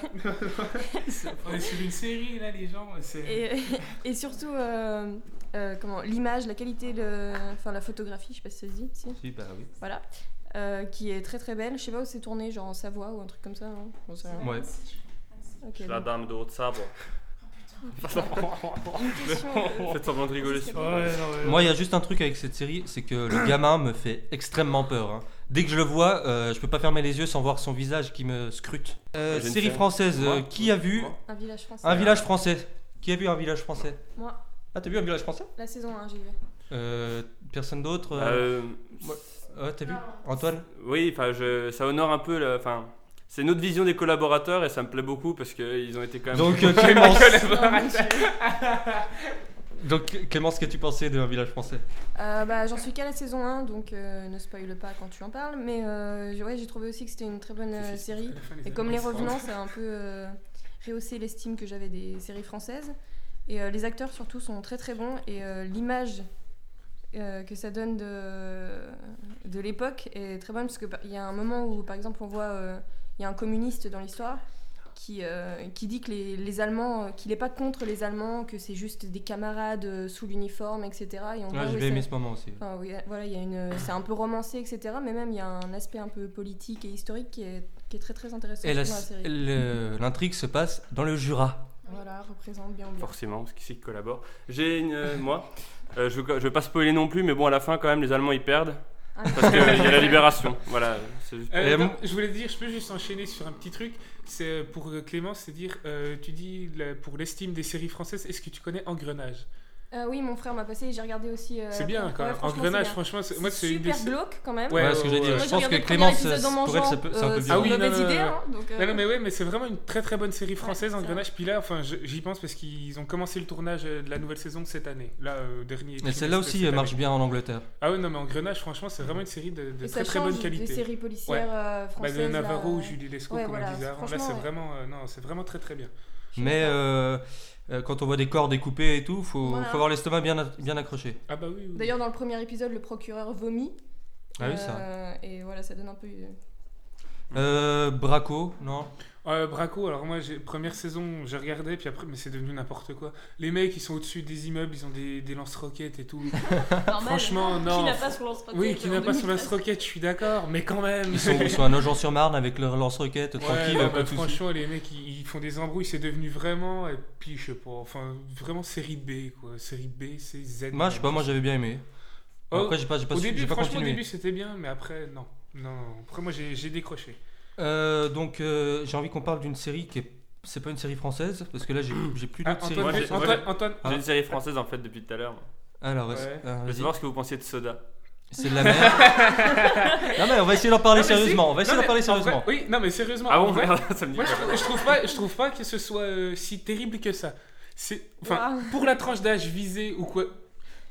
Speaker 5: On est sur une série, là, les gens. c'est-
Speaker 6: Et, euh, et surtout, euh, euh, comment, l'image, la qualité, le- enfin la photographie, je sais pas si ça se dit, si,
Speaker 3: Si, bah oui.
Speaker 6: voilà, euh, qui est très très belle. Je sais pas où c'est tourné, genre en Savoie ou un truc comme ça. hein. J'en sais rien.
Speaker 3: Ouais.
Speaker 6: Ok,
Speaker 4: la
Speaker 6: donc,
Speaker 4: dame de haut de sabre
Speaker 6: une question, euh,
Speaker 4: faites semblant de rigoler s'il vous plaît.
Speaker 5: Ouais, non, mais-
Speaker 3: Moi, il y a juste un truc avec cette série, c'est que le gamin me fait extrêmement peur. hein. Dès que je le vois, euh, je peux pas fermer les yeux sans voir son visage qui me scrute. Euh,
Speaker 4: J'ai une
Speaker 3: série,
Speaker 4: série.
Speaker 3: française, euh,
Speaker 4: Moi.
Speaker 3: qui a vu
Speaker 6: un village français.
Speaker 3: un village français Qui a vu un village français
Speaker 6: Moi,
Speaker 3: Ah, t'as vu un village français
Speaker 6: la saison 1, j'y vais.
Speaker 3: Euh, Personne d'autre euh,
Speaker 4: Euh,
Speaker 3: ouais, T'as vu Antoine
Speaker 4: oui enfin je- ça honore un peu la- enfin c'est notre vision des collaborateurs et ça me plaît beaucoup parce qu'ils ont été quand même
Speaker 3: Donc euh, Clémence.
Speaker 6: Oh, mon Dieu.
Speaker 3: Donc Clémence, qu'as-tu pensé d'un village français
Speaker 6: Euh, bah, J'en suis qu'à la saison 1, donc euh, ne spoil pas quand tu en parles. Mais euh, j- ouais, j'ai trouvé aussi que c'était une très bonne euh, série.
Speaker 5: La fin,
Speaker 6: Et comme Les
Speaker 5: années
Speaker 6: Revenants, ça a un peu euh, rehaussé l'estime que j'avais des séries françaises. Et euh, les acteurs, surtout, sont très très bons. Et euh, l'image euh, que ça donne de, de l'époque est très bonne. Parce qu'il y a un moment où, par exemple, on voit. euh, Il y a un communiste dans l'histoire qui, euh, qui dit que les, les Allemands. euh, qu'il n'est pas contre les Allemands, que c'est juste des camarades euh, sous l'uniforme, etc. Et on voit
Speaker 3: Ouais,
Speaker 6: où
Speaker 3: J'ai bien
Speaker 6: ça-
Speaker 3: aimé ce moment aussi.
Speaker 6: Enfin, oui, voilà, il y a une, c'est un peu romancé, etc. Mais même il y a un aspect un peu politique et historique qui est, qui est très très intéressant
Speaker 3: Et la-
Speaker 6: dans la série.
Speaker 3: le- l'intrigue se passe dans le Jura.
Speaker 6: Voilà, représente bien bien.
Speaker 4: Forcément, parce qu'ici, ils collabore. J'ai une. euh, moi, euh, je ne veux pas spoiler non plus, mais bon, à la fin, quand même, les Allemands ils perdent.
Speaker 6: Ah.
Speaker 4: Parce qu'il y a la libération. Voilà. c'est juste-
Speaker 5: Euh,
Speaker 3: Et
Speaker 5: attends,
Speaker 3: mon-
Speaker 5: je voulais dire, je peux juste enchaîner sur un petit truc. C'est euh, pour euh, Clémence, c'est dire, euh, tu dis la- pour l'estime des séries françaises, est-ce que tu connais Engrenage
Speaker 6: Euh, oui, mon frère m'a passé, j'ai regardé aussi. euh,
Speaker 5: C'est
Speaker 6: la
Speaker 5: bien
Speaker 6: première-
Speaker 5: quand
Speaker 6: ouais,
Speaker 5: même.
Speaker 6: franchement,
Speaker 5: Engrenage,
Speaker 6: c'est bien.
Speaker 5: franchement, c'est- moi
Speaker 6: C'est
Speaker 5: c'est une des.
Speaker 6: super glauque quand même.
Speaker 5: Ouais,
Speaker 3: Ouais, ce que j'ai dit.
Speaker 5: ouais,
Speaker 6: Moi,
Speaker 3: je
Speaker 6: j'ai
Speaker 3: pense que
Speaker 6: regardé le premier
Speaker 3: Clémence,
Speaker 6: épisode en
Speaker 3: pour elle,
Speaker 6: mangeant,
Speaker 3: ça peut- c'est un
Speaker 6: euh,
Speaker 3: peu
Speaker 6: c'est
Speaker 3: dur.
Speaker 5: Ah oui,
Speaker 6: une
Speaker 5: non,
Speaker 6: mauvaise
Speaker 5: non, non,
Speaker 6: idée.
Speaker 5: non.
Speaker 6: hein, donc, euh,
Speaker 5: Non, non, mais ouais, mais c'est vraiment une très très bonne série française,
Speaker 6: c'est
Speaker 5: Engrenage. Puis là, enfin, je- j'y pense parce qu'ils ont commencé le tournage euh, de la nouvelle saison cette année. Là, euh, dernier.
Speaker 3: Mais
Speaker 5: trimestre
Speaker 3: celle-là aussi
Speaker 5: cette
Speaker 3: elle marche
Speaker 5: année.
Speaker 3: bien en Angleterre.
Speaker 5: Ah ouais, non, mais Engrenage, franchement, c'est vraiment une série de, de
Speaker 6: et ça
Speaker 5: très très
Speaker 6: change
Speaker 5: bonne qualité.
Speaker 6: Des séries policières euh,
Speaker 5: Bah,
Speaker 6: françaises.
Speaker 5: de
Speaker 6: là,
Speaker 5: Navarro ou
Speaker 6: euh,
Speaker 5: Julie Lescaut,
Speaker 6: ouais,
Speaker 5: comme
Speaker 6: voilà,
Speaker 5: on disait avant. Là,
Speaker 6: franchement,
Speaker 5: c'est
Speaker 6: ouais.
Speaker 5: vraiment, euh, non, c'est vraiment très très bien.
Speaker 6: Je
Speaker 3: Mais euh, euh, quand on voit des corps découpés et tout, faut,
Speaker 6: Voilà.
Speaker 3: faut avoir l'estomac bien, a- bien accroché.
Speaker 5: Ah bah oui. oui.
Speaker 6: D'ailleurs, dans le premier épisode, le procureur vomit.
Speaker 3: Ah oui, ça.
Speaker 6: Euh, et voilà, ça donne un peu.
Speaker 3: Euh, Braco, non
Speaker 5: Euh, Braco, alors moi, j'ai- première saison, je regardais, puis après, mais c'est devenu n'importe quoi. Les mecs, ils sont au-dessus des immeubles, ils ont des, des lance-roquettes et tout. Franchement,
Speaker 6: Qui
Speaker 5: non.
Speaker 6: n'a pas son lance-roquette
Speaker 5: Oui, qui
Speaker 6: en
Speaker 5: n'a pas son
Speaker 6: 2013.
Speaker 5: lance-roquette, je suis d'accord, mais quand même.
Speaker 3: Ils sont, ils sont à Nogent-sur-Marne avec leur lance-roquette,
Speaker 5: Ouais,
Speaker 3: tranquille, hein,
Speaker 5: non,
Speaker 3: pas
Speaker 5: bah,
Speaker 3: de soucis.
Speaker 5: franchement, les mecs, ils, ils font des embrouilles, c'est devenu vraiment, et puis je sais pas, enfin, vraiment série B, quoi. Série B, c'est Z.
Speaker 3: Moi, je sais pas, moi j'avais bien aimé.
Speaker 5: Oh,
Speaker 3: Après, j'ai pas, j'ai pas,
Speaker 5: au
Speaker 3: su- j'ai
Speaker 5: début,
Speaker 3: pas
Speaker 5: franchement, au
Speaker 3: continué.
Speaker 5: début, c'était bien, mais après, non. Non, après, moi, j'ai j'ai décroché.
Speaker 3: Euh, donc, euh, j'ai envie qu'on parle d'une série qui est. C'est pas une série française, parce que là j'ai j'ai plus
Speaker 5: Ah,
Speaker 3: d'autres séries
Speaker 4: Moi,
Speaker 5: Antoine, Antoine,
Speaker 4: j'ai-
Speaker 3: françaises.
Speaker 4: moi,
Speaker 5: Antoine, Antoine,
Speaker 4: J'ai une série française en fait depuis tout à l'heure.
Speaker 3: Alors, est-ce-
Speaker 5: Ouais.
Speaker 3: euh,
Speaker 4: Je veux
Speaker 3: vas-y.
Speaker 4: savoir ce que vous pensiez de Soda.
Speaker 3: c'est de la merde. non, mais on va essayer d'en parler
Speaker 5: Non, Ah, mais
Speaker 3: sérieusement.
Speaker 5: si.
Speaker 3: On va essayer
Speaker 5: Non,
Speaker 3: d'en parler
Speaker 5: mais en vrai-
Speaker 3: sérieusement.
Speaker 5: Oui, non, mais sérieusement.
Speaker 4: Ah
Speaker 5: en
Speaker 4: bon,
Speaker 5: vrai,
Speaker 4: merde, ça me dit
Speaker 5: Moi, je,
Speaker 4: pas.
Speaker 5: trouve- je trouve pas, je trouve pas que ce soit euh, si terrible que ça. C'est, enfin,
Speaker 6: Waouh.
Speaker 5: pour la tranche d'âge visée ou quoi.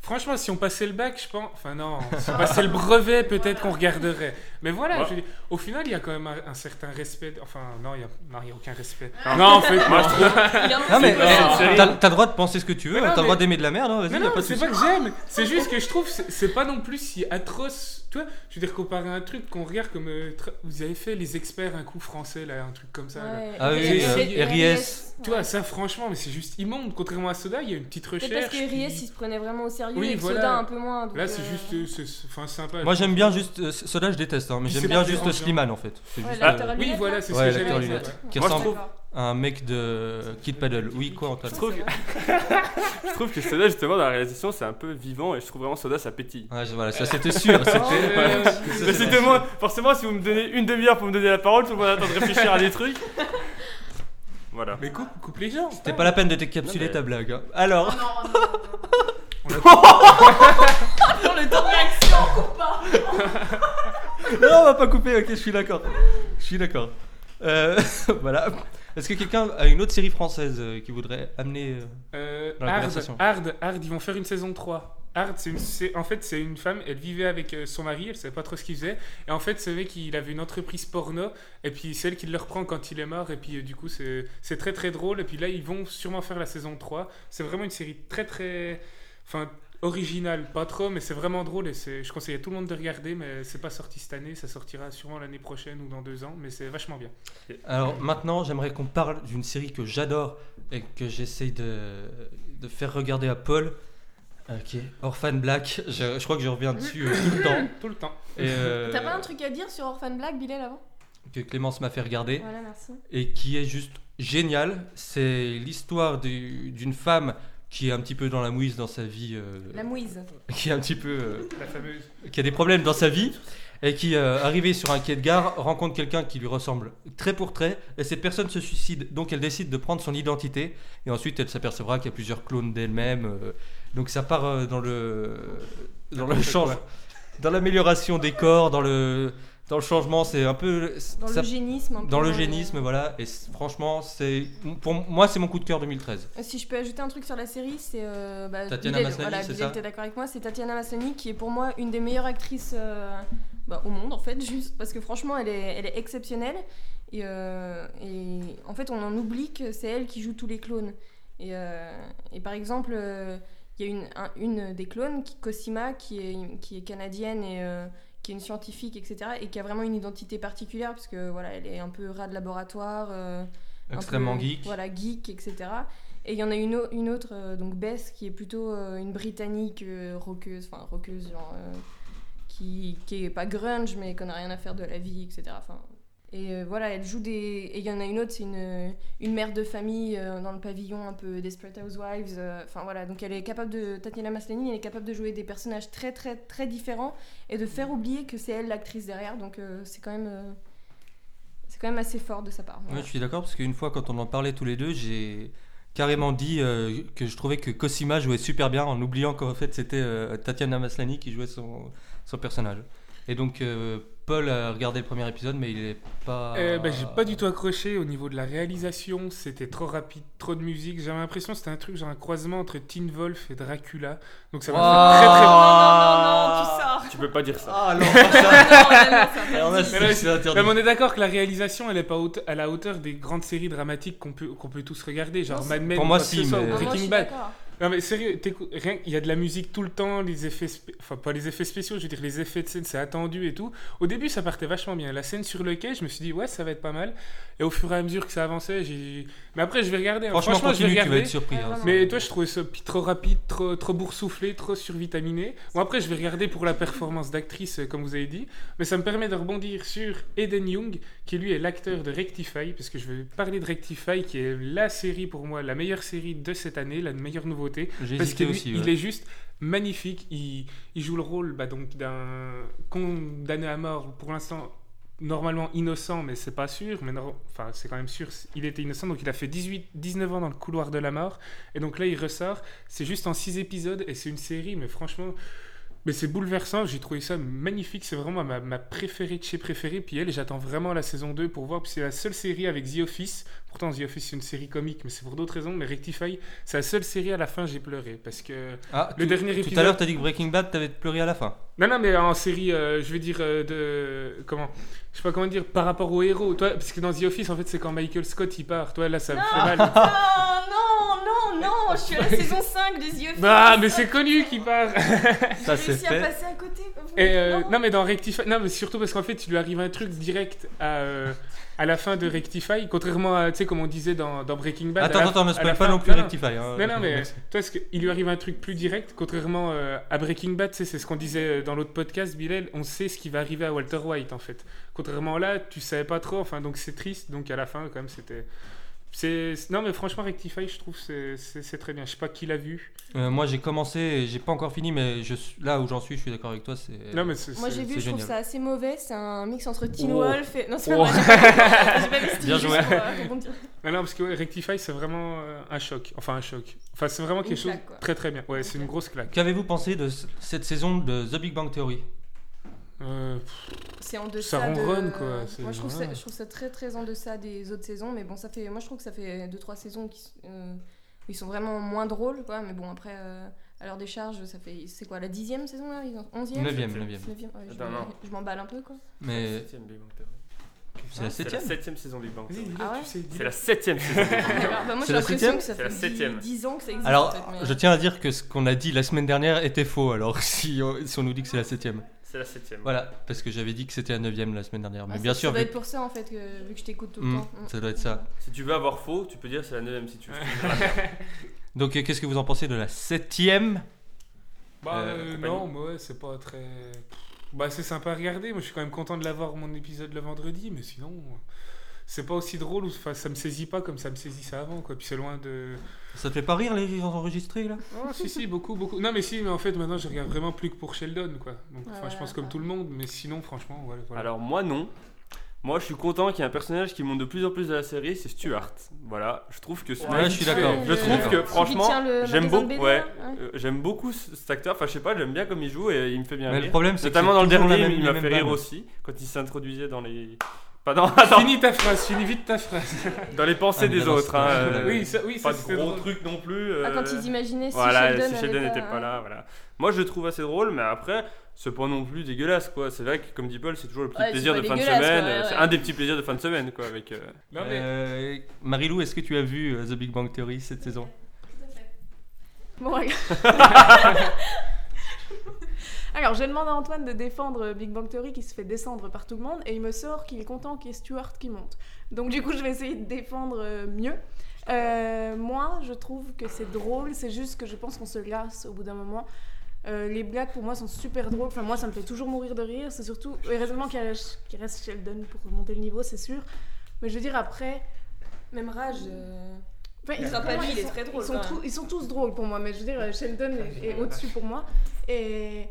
Speaker 5: Franchement, si on passait le bac, je pense. Enfin non, si on passait le brevet, peut-être qu'on regarderait. Mais voilà,
Speaker 4: Moi-
Speaker 5: je veux dire, au final, il y a quand même un, un certain respect. Enfin, non, il y a, non, il y a aucun respect.
Speaker 4: Non.
Speaker 5: Non, en fait, non.
Speaker 4: Moi, je trouve-
Speaker 6: Il est un peu-
Speaker 3: Ah Non, mais
Speaker 4: C'est pas une
Speaker 3: eh,
Speaker 4: série.
Speaker 3: t'as t'as le droit de penser ce que tu veux,
Speaker 5: Mais non,
Speaker 3: t'as le droit
Speaker 5: mais-
Speaker 3: d'aimer de la merde, hein, vas-y,
Speaker 5: Non,
Speaker 3: y a
Speaker 5: non,
Speaker 3: pas de
Speaker 5: c'est
Speaker 3: souci.
Speaker 5: pas que j'aime, c'est juste que je trouve c'est c'est pas non plus si atroce. Tu vois, je veux dire, comparé à un truc qu'on regarde comme. euh, tra- vous avez fait les experts, un coup français, là, un truc comme ça. là.
Speaker 6: Ouais.
Speaker 3: Ah oui,
Speaker 6: Et-
Speaker 5: euh,
Speaker 6: et-
Speaker 3: RIS.
Speaker 5: Tu vois, ça, franchement, mais c'est juste immonde. Contrairement à Soda, il y a une petite recherche.
Speaker 6: Peut-être parce que
Speaker 5: puis-
Speaker 6: Ries il se prenait vraiment au sérieux
Speaker 5: Oui,
Speaker 6: et que
Speaker 5: voilà.
Speaker 6: Soda un peu moins. donc,
Speaker 5: Là, c'est
Speaker 6: euh,
Speaker 5: juste. euh, c'est- c'est- Enfin, sympa.
Speaker 3: Moi j'aime bien juste. euh, Soda, je déteste, hein, mais
Speaker 5: Puis
Speaker 3: j'aime
Speaker 5: c'est
Speaker 3: bien
Speaker 5: pas
Speaker 3: juste
Speaker 5: dérangeant.
Speaker 3: Sliman en fait. C'est
Speaker 6: ouais,
Speaker 3: juste,
Speaker 6: l'acteur
Speaker 3: euh,
Speaker 6: à
Speaker 5: Oui,
Speaker 6: lunettes,
Speaker 5: voilà,
Speaker 6: là.
Speaker 5: c'est
Speaker 3: Ouais,
Speaker 5: ce que
Speaker 3: l'acteur
Speaker 5: j'aime.
Speaker 3: lunettes. qui
Speaker 4: Moi, je
Speaker 3: ressemble
Speaker 6: D'accord.
Speaker 3: à un mec de Kid Paddle. Oui, quoi, Antoine
Speaker 4: Je trouve, que... je trouve que Soda, justement, dans la réalisation, c'est un peu vivant et je trouve vraiment Soda, ça pétille.
Speaker 3: Ouais, je- voilà, ça c'était sûr. c'était-
Speaker 5: Euh,
Speaker 4: Mais c'était moi, forcément, si vous me donnez une demi-heure pour me donner la parole, tout le monde attend de réfléchir à des trucs. Voilà.
Speaker 5: Mais coupe, coupe les gens.
Speaker 3: C'était pas la peine de t'écapsuler
Speaker 4: Non, mais-
Speaker 3: ta blague. hein. Alors.
Speaker 6: Oh, Dans le temps de réaction, on coupe pas.
Speaker 3: Non, on va pas couper, ok, je suis d'accord. Je suis d'accord. Euh, voilà. Est-ce que quelqu'un a une autre série française euh, qui voudrait amener. euh,
Speaker 5: Euh,
Speaker 3: Dans la
Speaker 5: Hard,
Speaker 3: conversation.
Speaker 5: Hard, Hard, ils vont faire une saison 3. Hard, c'est une, c'est- en fait, c'est une femme, elle vivait avec euh, son mari, elle savait pas trop ce qu'il faisait. Et en fait, ce mec, il avait une entreprise porno, et puis c'est elle qui le reprend quand il est mort, et puis euh, du coup, c'est c'est très très drôle. Et puis là, ils vont sûrement faire la saison 3. C'est vraiment une série très très. Enfin, originale, pas trop, mais c'est vraiment drôle, et c'est- je conseille à tout le monde de regarder, mais c'est pas sorti cette année, ça sortira sûrement l'année prochaine ou dans deux ans, mais c'est vachement bien.
Speaker 3: Alors maintenant, j'aimerais qu'on parle d'une série que j'adore et que j'essaye de, de faire regarder à Paul. euh, qui est Orphan Black. Je, je crois que je reviens dessus euh, tout le temps.
Speaker 5: Tout le temps.
Speaker 3: Et, euh,
Speaker 6: T'as pas un truc à dire sur Orphan Black, Bilal, avant
Speaker 3: que Clémence m'a fait regarder.
Speaker 6: Voilà, merci.
Speaker 3: et qui est juste génial. C'est l'histoire du- d'une femme qui est un petit peu dans la mouise dans sa vie, euh,
Speaker 6: La mouise.
Speaker 3: qui est un petit peu, euh,
Speaker 5: La fameuse.
Speaker 3: qui a des problèmes dans sa vie et qui, euh, arrivée sur un quai de gare, rencontre quelqu'un qui lui ressemble trait pour trait et cette personne se suicide. Donc elle décide de prendre son identité et ensuite elle s'apercevra qu'il y a plusieurs clones d'elle-même. euh, donc ça part euh, dans le dans le
Speaker 5: N'importe quoi.
Speaker 3: change, dans l'amélioration des corps, dans le dans le changement. C'est un peu
Speaker 6: Dans
Speaker 3: ça-
Speaker 6: l'eugénisme. un peu,
Speaker 3: dans
Speaker 6: euh,
Speaker 3: l'eugénisme, voilà. Et c- franchement, c'est pour moi, c'est mon coup de cœur 2013.
Speaker 6: Euh, Si je peux ajouter un truc sur la série, c'est. euh, bah,
Speaker 3: Tatiana
Speaker 6: Bilal-
Speaker 3: Maslany,
Speaker 6: voilà,
Speaker 3: c'est
Speaker 6: Bilal
Speaker 3: ça
Speaker 6: était d'accord avec moi. C'est Tatiana Maslany qui est pour moi une des meilleures actrices euh, bah, au monde, en fait, juste parce que franchement, elle est, elle est exceptionnelle. Et, euh, et en fait, on en oublie que c'est elle qui joue tous les clones. Et, euh, et par exemple, euh, il y a une, un- une des clones, qui- Cosima, qui est, qui est canadienne et. euh, qui est une scientifique, etc., et qui a vraiment une identité particulière, parce que voilà, elle est un peu rat de laboratoire, euh, un
Speaker 3: Extrêmement
Speaker 6: peu,
Speaker 3: geek.
Speaker 6: Voilà, geek, etc. Et il y en a une, au- une autre, euh, donc Bess, qui est plutôt euh, une britannique euh, rockeuse, enfin rockeuse, genre, euh, qui, qui est pas grunge, mais qu'on n'a rien à faire de la vie, etc. Enfin, et euh, voilà, elle joue des. Et il y en a une autre, c'est une, une mère de famille euh, dans le pavillon, un peu Desperate Housewives. euh, Enfin voilà, donc elle est capable de. Tatiana Maslany, elle est capable de jouer des personnages très, très, très différents et de faire oublier que c'est elle l'actrice derrière, donc euh, c'est quand même. euh, c'est quand même assez fort de sa part.
Speaker 3: Ouais,
Speaker 6: voilà.
Speaker 3: je suis d'accord parce qu'une fois, quand on en parlait tous les deux, j'ai carrément dit euh, que je trouvais que Cosima jouait super bien en oubliant qu'en fait c'était euh, Tatiana Maslany qui jouait son, son personnage. Et donc euh, Paul a regardé le premier épisode, mais il est pas.
Speaker 5: Euh, bah, j'ai pas du tout accroché au niveau de la réalisation, c'était trop rapide, trop de musique. J'avais l'impression que c'était un truc genre un croisement entre Teen Wolf et Dracula. Donc ça m'a
Speaker 3: Waouh.
Speaker 5: fait très très Ah.
Speaker 6: non, non, non, non, tu sors.
Speaker 4: Tu peux pas dire ça.
Speaker 3: Ah non, pas
Speaker 6: Non, vraiment,
Speaker 3: ça.
Speaker 6: c'est
Speaker 3: Alors là,
Speaker 6: interdit.
Speaker 3: c'est c'est interdit.
Speaker 5: Non, Ben, mais on est d'accord que la réalisation, elle est pas haute- à la hauteur des grandes séries dramatiques qu'on peut, qu'on peut tous regarder, genre
Speaker 6: Non,
Speaker 5: Mad Men,
Speaker 3: Pour moi,
Speaker 5: ou quoi que
Speaker 3: si,
Speaker 5: ce soit,
Speaker 3: mais-
Speaker 6: Ah,
Speaker 5: ou
Speaker 6: moi, je
Speaker 5: Breaking
Speaker 6: suis
Speaker 5: Bad.
Speaker 6: d'accord.
Speaker 5: Non mais sérieux, t'écoutes- rien, il y a de la musique tout le temps, les effets, spé- enfin pas les effets spéciaux, je veux dire les effets de scène, c'est attendu et tout. Au début, ça partait vachement bien. La scène sur le quai, je me suis dit ouais, ça va être pas mal. Et au fur et à mesure que ça avançait, j'ai. Mais après, je vais regarder. hein.
Speaker 3: Franchement,
Speaker 5: je vais
Speaker 3: continue, tu vas
Speaker 5: regarder.
Speaker 3: être surpris. hein.
Speaker 5: Mais toi, je trouvais ça pi- trop rapide, trop, trop boursouflé, trop survitaminé. Bon, après, je vais regarder pour la performance d'actrice, euh, comme vous avez dit. Mais ça me permet de rebondir sur Eden Young, qui lui est l'acteur de Rectify, parce que je vais parler de Rectify, qui est la série pour moi, la meilleure série de cette année, la meilleure nouveauté.
Speaker 3: J'ai
Speaker 5: Parce
Speaker 3: hésité
Speaker 5: que lui,
Speaker 3: aussi.
Speaker 5: il
Speaker 3: ouais.
Speaker 5: est juste magnifique. Il, il joue le rôle bah, donc d'un condamné à mort, pour l'instant normalement innocent, mais c'est pas sûr. Mais non- enfin, c'est quand même sûr. Il était innocent, donc il a fait 18, 19 ans dans le couloir de la mort. Et donc là, il ressort. C'est juste en 6 épisodes et c'est une série, mais franchement. Mais c'est bouleversant, j'ai trouvé ça magnifique, c'est vraiment ma, ma préférée de chez préférée, puis elle, j'attends vraiment la saison 2 pour voir, puis c'est la seule série avec The Office, pourtant The Office c'est une série comique, mais c'est pour d'autres raisons, mais Rectify, c'est la seule série à la fin j'ai pleuré, parce que...
Speaker 3: Ah,
Speaker 5: le
Speaker 3: tout-
Speaker 5: dernier
Speaker 3: Tout à
Speaker 5: épisode-
Speaker 3: l'heure, t'as dit que Breaking Bad, t'avais pleuré à la fin.
Speaker 5: Non, non, mais en série, euh, je veux dire, euh, de... Comment Je sais pas comment dire, par rapport au héros, toi, parce que dans The Office, en fait, c'est quand Michael Scott, il part, toi, là, ça me fait mal. Ah,
Speaker 6: Oh non, non, non, je suis à la saison 5 des yeux.
Speaker 5: Bah, mais c'est connu qu'il part
Speaker 3: Ça, c'est
Speaker 6: J'ai réussi à
Speaker 3: fait.
Speaker 6: passer à côté.
Speaker 5: Et euh,
Speaker 6: Non.
Speaker 5: non. mais dans Rectify, non mais surtout parce qu'en fait il lui arrive un truc direct à, euh, à la fin de Rectify, contrairement à tu sais comme on disait dans, dans Breaking Bad. à
Speaker 3: Attends,
Speaker 5: Bah, la-
Speaker 3: attends, ne
Speaker 5: à la
Speaker 3: spoil pas
Speaker 5: fin-
Speaker 3: non plus
Speaker 5: non, non.
Speaker 3: Rectify. hein.
Speaker 5: Non non mais toi ce que- il lui arrive un truc plus direct, contrairement euh, à Breaking Bad, tu sais, c'est ce qu'on disait euh, dans l'autre podcast, Bilal, on sait ce qui va arriver à Walter White en fait. Contrairement là, tu savais pas trop, enfin donc c'est triste, donc à la fin quand même c'était. C'est non mais franchement Rectify je trouve c'est- c'est c'est très bien. Je sais pas qui l'a vu.
Speaker 3: Euh, moi, j'ai commencé, et j'ai pas encore fini, mais je suis- là où j'en suis, je suis d'accord avec toi. c'est-
Speaker 5: Non mais c'est.
Speaker 6: Moi
Speaker 5: c'est-
Speaker 6: j'ai vu,
Speaker 3: c'est
Speaker 6: je trouve
Speaker 3: génial.
Speaker 6: ça assez mauvais. C'est un mix entre Teen
Speaker 5: Oh.
Speaker 6: Wolf et. Non, c'est pas
Speaker 5: Oh.
Speaker 6: vrai. J'ai pas vu Steve
Speaker 3: Bien
Speaker 6: juste
Speaker 3: joué.
Speaker 6: pour, euh, rebondir.
Speaker 5: Non, non, parce que ouais, Rectify, c'est vraiment euh, un choc. Enfin, un choc. Enfin, c'est vraiment
Speaker 6: Une
Speaker 5: quelque chose
Speaker 6: claque, quoi.
Speaker 5: très très bien. Ouais, c'est une grosse claque.
Speaker 3: Qu'avez-vous pensé de c- cette saison de The Big Bang Theory
Speaker 5: Euh, pff,
Speaker 6: C'est en deçà.
Speaker 5: Ça ronronne,
Speaker 6: de...
Speaker 5: quoi, c'est-
Speaker 6: Moi je trouve, ça,
Speaker 5: ouais.
Speaker 6: je trouve ça très très en deçà des autres saisons. Mais bon, ça fait. Moi je trouve que ça fait 2-3 saisons qui s- euh, où ils sont vraiment moins drôles. Quoi. Mais bon, après, euh, à leur décharge, ça fait. C'est quoi la dixième saison là Ils ont 11e
Speaker 3: 9ème,
Speaker 4: septième.
Speaker 3: 9
Speaker 6: Neuvième, ouais, je
Speaker 4: Attends,
Speaker 6: m'emballe-
Speaker 4: non.
Speaker 6: je m'emballe un peu quoi.
Speaker 3: Mais
Speaker 4: C'est la septième Big Bang Theory.
Speaker 3: c'est la
Speaker 4: C'est la
Speaker 3: 7
Speaker 4: septième saison Big Bang
Speaker 5: vas-y,
Speaker 4: Theory.
Speaker 5: dis-le,
Speaker 6: Ah ouais
Speaker 5: tu sais, dis-le.
Speaker 4: C'est la septième saison. Big Bang Theory.
Speaker 6: Alors, bah, moi
Speaker 3: C'est
Speaker 6: j'ai
Speaker 3: la
Speaker 6: l'impression
Speaker 3: septième
Speaker 6: que ça
Speaker 4: C'est la
Speaker 6: fait
Speaker 4: septième.
Speaker 6: 10, ans que ça existe. en
Speaker 3: Alors,
Speaker 6: fait, mais-
Speaker 3: je tiens à dire que ce qu'on a dit la semaine dernière était faux, alors si on, si on nous dit que c'est la 7
Speaker 4: C'est la septième.
Speaker 3: Voilà, parce que j'avais dit que c'était la 9 la semaine dernière. Mais
Speaker 6: Ah,
Speaker 3: bien
Speaker 6: ça-
Speaker 3: sûr,
Speaker 6: Ça doit
Speaker 3: vu-
Speaker 6: être pour ça en fait, que, vu que je t'écoute tout le
Speaker 3: Hmm,
Speaker 6: temps. Hmm.
Speaker 3: ça doit être ça.
Speaker 4: Si tu veux avoir faux, tu peux dire c'est la neuvième si tu veux.
Speaker 3: Donc, euh, qu'est-ce que vous en pensez de la 7
Speaker 5: Bah,
Speaker 3: Euh,
Speaker 5: euh,
Speaker 4: compagnie.
Speaker 5: non, mais ouais, c'est pas très. Bah, c'est sympa à regarder. Moi, je suis quand même content de l'avoir mon épisode le vendredi, mais sinon. C'est pas aussi drôle, ou- enfin, ça me saisit pas comme ça me saisissait avant, quoi. Puis c'est loin de.
Speaker 3: Ça te fait pas rire les rires enregistrés là
Speaker 5: Oh, si, si, beaucoup, beaucoup. Non, mais si, mais en fait, maintenant, je regarde vraiment plus que pour Sheldon, quoi. Donc,
Speaker 6: Ouais,
Speaker 5: enfin, je
Speaker 6: voilà,
Speaker 5: pense comme
Speaker 6: ouais.
Speaker 5: tout le monde, mais sinon, franchement, ouais, voilà.
Speaker 4: Alors moi non. Moi je suis content qu'il y ait un personnage qui monte de plus en plus de la série, c'est Stuart. Voilà, je trouve que ce
Speaker 3: Ouais,
Speaker 4: mec-
Speaker 3: je suis d'accord.
Speaker 4: Je
Speaker 6: Le-
Speaker 4: trouve que
Speaker 6: qui
Speaker 4: franchement,
Speaker 6: tient le magasin
Speaker 4: j'aime
Speaker 6: de hein.
Speaker 4: beaucoup,
Speaker 6: BD,
Speaker 4: ouais.
Speaker 6: là, ouais.
Speaker 4: euh, j'aime beaucoup ce- cet acteur. Enfin je sais pas, j'aime bien comme il joue et il me fait bien
Speaker 3: Mais le
Speaker 4: rire.
Speaker 3: problème, c'est que
Speaker 4: Notamment
Speaker 3: c'est
Speaker 4: dans le
Speaker 3: toujours la
Speaker 4: dernier,
Speaker 3: même- les
Speaker 4: il m'a
Speaker 3: mêmes
Speaker 4: fait rire
Speaker 3: vannes.
Speaker 4: aussi quand il s'introduisait dans les. Pas dans, attends,
Speaker 5: Finis ta phrase, finis vite ta phrase.
Speaker 4: dans les
Speaker 3: Ah,
Speaker 4: pensées
Speaker 3: mais
Speaker 4: des
Speaker 3: alors,
Speaker 4: autres.
Speaker 3: c'est
Speaker 4: hein,
Speaker 3: pas-
Speaker 4: euh,
Speaker 5: oui, ça, oui,
Speaker 4: pas
Speaker 5: ça
Speaker 4: de
Speaker 5: c'était
Speaker 4: gros
Speaker 5: drôle.
Speaker 4: trucs non plus.
Speaker 6: Ah, quand
Speaker 4: euh,
Speaker 6: ils imaginaient si
Speaker 4: Voilà,
Speaker 6: Sheldon
Speaker 4: si Sheldon
Speaker 6: avait
Speaker 4: n'était pas là, voilà. Moi, je le trouve assez drôle, mais après, c'est pas non plus dégueulasse, quoi. C'est vrai que, comme dit Paul, c'est toujours le petit
Speaker 6: Ouais, c'est
Speaker 4: plaisir
Speaker 6: pas
Speaker 4: de fin de
Speaker 6: dégueulasse,
Speaker 4: semaine.
Speaker 6: quoi, ouais,
Speaker 4: euh, C'est
Speaker 6: ouais.
Speaker 4: un des petits plaisirs de fin de semaine, quoi. Avec, euh,
Speaker 5: Non, mais-
Speaker 3: Euh, Marilou, est-ce que tu as vu euh, The Big Bang Theory cette saison
Speaker 6: Bon, regarde.
Speaker 7: Alors, j'ai demandé à Antoine de défendre Big Bang Theory qui se fait descendre par tout le monde et il me sort qu'il est content qu'il y ait Stuart qui monte. Donc, du coup, je vais essayer de défendre euh, mieux. Euh, moi, je trouve que c'est drôle, c'est juste que je pense qu'on se glace au bout d'un moment. Euh, les blagues pour moi sont super drôles. Enfin, moi, ça me fait toujours mourir de rire. C'est surtout, heureusement qu'il reste qu'il reste Sheldon pour monter le niveau, c'est sûr. Mais je veux dire, après.
Speaker 6: Même Rage. euh,
Speaker 7: Enfin,
Speaker 6: Ils sont pas
Speaker 7: vraiment,
Speaker 6: dit, il est
Speaker 7: sont-
Speaker 6: très drôle,
Speaker 7: Ils sont,
Speaker 6: quand même.
Speaker 7: tous- ils sont tous drôles pour moi, mais je veux dire, euh, Sheldon est- est, au-dessus pour moi. Et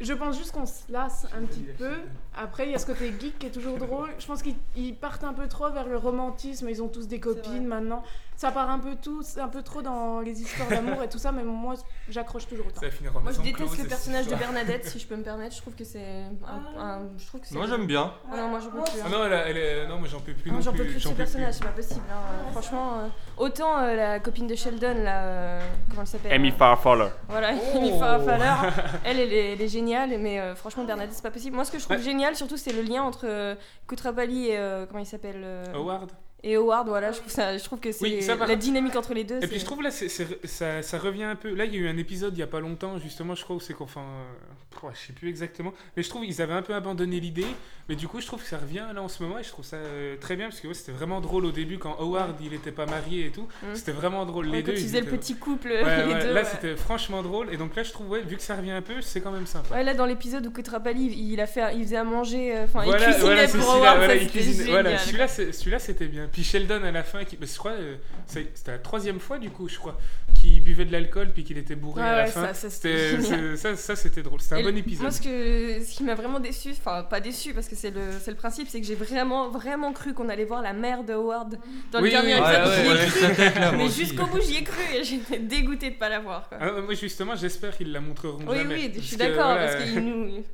Speaker 7: je pense juste qu'on se lasse un petit peu. Après, il y a ce côté geek qui est toujours drôle. Je pense qu'ils ils partent un peu trop vers le romantisme. Ils ont tous des
Speaker 6: vrai.
Speaker 7: copines maintenant. ça part un peu tout, c'est un peu trop dans les histoires d'amour et tout ça, mais moi, j'accroche toujours autant.
Speaker 5: Ça va finir en
Speaker 6: Moi, je
Speaker 5: maison
Speaker 6: déteste
Speaker 5: close,
Speaker 6: le
Speaker 5: cette
Speaker 6: personnage de
Speaker 5: histoire.
Speaker 6: Bernadette, si je peux me permettre. Je trouve que c'est. un- un- Je trouve que c'est.
Speaker 3: Moi j'aime bien.
Speaker 6: Ah non, moi j'en peux plus.
Speaker 5: Ah
Speaker 6: hein.
Speaker 5: non, elle a- elle est- non, moi j'en peux plus.
Speaker 6: Non,
Speaker 5: non
Speaker 6: j'en peux plus de ce
Speaker 5: j'en
Speaker 6: personnage, c'est pas possible. hein. Franchement, euh, autant euh, la copine de Sheldon, là, euh, comment elle s'appelle
Speaker 4: Amy
Speaker 6: hein
Speaker 4: Farfaller.
Speaker 6: Voilà,
Speaker 5: Oh.
Speaker 6: Amy Farfaller. Elle, elle est, elle est géniale, mais euh, franchement, Bernadette, c'est pas possible. Moi, ce que je trouve
Speaker 5: Ouais.
Speaker 6: génial, surtout, c'est le lien entre euh, Koutrapali et euh, comment il s'appelle euh,
Speaker 5: Howard.
Speaker 6: et Howard. Voilà, je trouve ça, je trouve que c'est
Speaker 5: Oui, ça, par
Speaker 6: la
Speaker 5: contre-
Speaker 6: dynamique entre les deux.
Speaker 5: Et puis
Speaker 6: c'est-
Speaker 5: je trouve là, c'est- c'est- ça, ça revient un peu. Là, il y a eu un épisode il y a pas longtemps, justement, je crois, où c'est qu'enfin. euh, oh, je sais plus exactement. Mais je trouve qu'ils avaient un peu abandonné l'idée. Mais du coup, je trouve que ça revient là en ce moment et je trouve ça euh, très bien parce que ouais, c'était vraiment drôle au début quand Howard il était pas marié et tout.
Speaker 6: Mm.
Speaker 5: C'était vraiment drôle.
Speaker 6: Ouais,
Speaker 5: les
Speaker 6: quand
Speaker 5: deux.
Speaker 6: ils
Speaker 5: ils
Speaker 6: faisaient le
Speaker 5: étaient-
Speaker 6: petit couple,
Speaker 5: Ouais,
Speaker 6: les
Speaker 5: ouais,
Speaker 6: deux. euh,
Speaker 5: là,
Speaker 6: ouais.
Speaker 5: c'était franchement drôle. Et donc là, je trouve, ouais, vu que ça revient un peu, c'est quand même sympa.
Speaker 6: Ouais, là, dans l'épisode où Koutrapali, il, a fait, il faisait à manger, euh, enfin, il
Speaker 5: Voilà,
Speaker 6: cuisinait
Speaker 5: voilà, c'est
Speaker 6: pour
Speaker 5: celui-là,
Speaker 6: Howard,
Speaker 5: voilà,
Speaker 6: ça,
Speaker 5: il
Speaker 6: c'était
Speaker 5: cuisinait- voilà,
Speaker 6: génial.
Speaker 5: celui-là, c'est- celui-là, c'était bien. Puis Sheldon à la fin, qui, bah, je crois, euh, c'est- c'était la troisième fois du coup, je crois, qu'il buvait de l'alcool puis qu'il était bourré
Speaker 6: Ouais,
Speaker 5: à la
Speaker 6: ouais,
Speaker 5: fin.
Speaker 6: ça, ça, c'était
Speaker 5: C'était-
Speaker 6: génial.
Speaker 5: c'est- ça, ça, c'était drôle. C'était un
Speaker 6: Et
Speaker 5: bon
Speaker 6: le-
Speaker 5: épisode.
Speaker 6: Moi, ce, que, ce qui m'a vraiment déçu, enfin, pas déçu parce que c'est le, c'est le principe, c'est que j'ai vraiment, vraiment cru qu'on allait voir la mère de Howard dans le
Speaker 5: Oui,
Speaker 6: dernier
Speaker 5: oui,
Speaker 6: épisode.
Speaker 5: ouais,
Speaker 6: J'y ai
Speaker 5: ouais,
Speaker 6: cru, mais
Speaker 3: moi aussi.
Speaker 6: jusqu'au bout, j'y ai cru et j'étais dégoûtée de pas la voir. Quoi.
Speaker 5: Ah, moi, justement, j'espère qu'ils la montreront
Speaker 6: oui,
Speaker 5: jamais.
Speaker 6: oui, je
Speaker 5: Parce
Speaker 6: suis
Speaker 5: que,
Speaker 6: d'accord
Speaker 5: voilà,
Speaker 6: parce qu'il nous. mais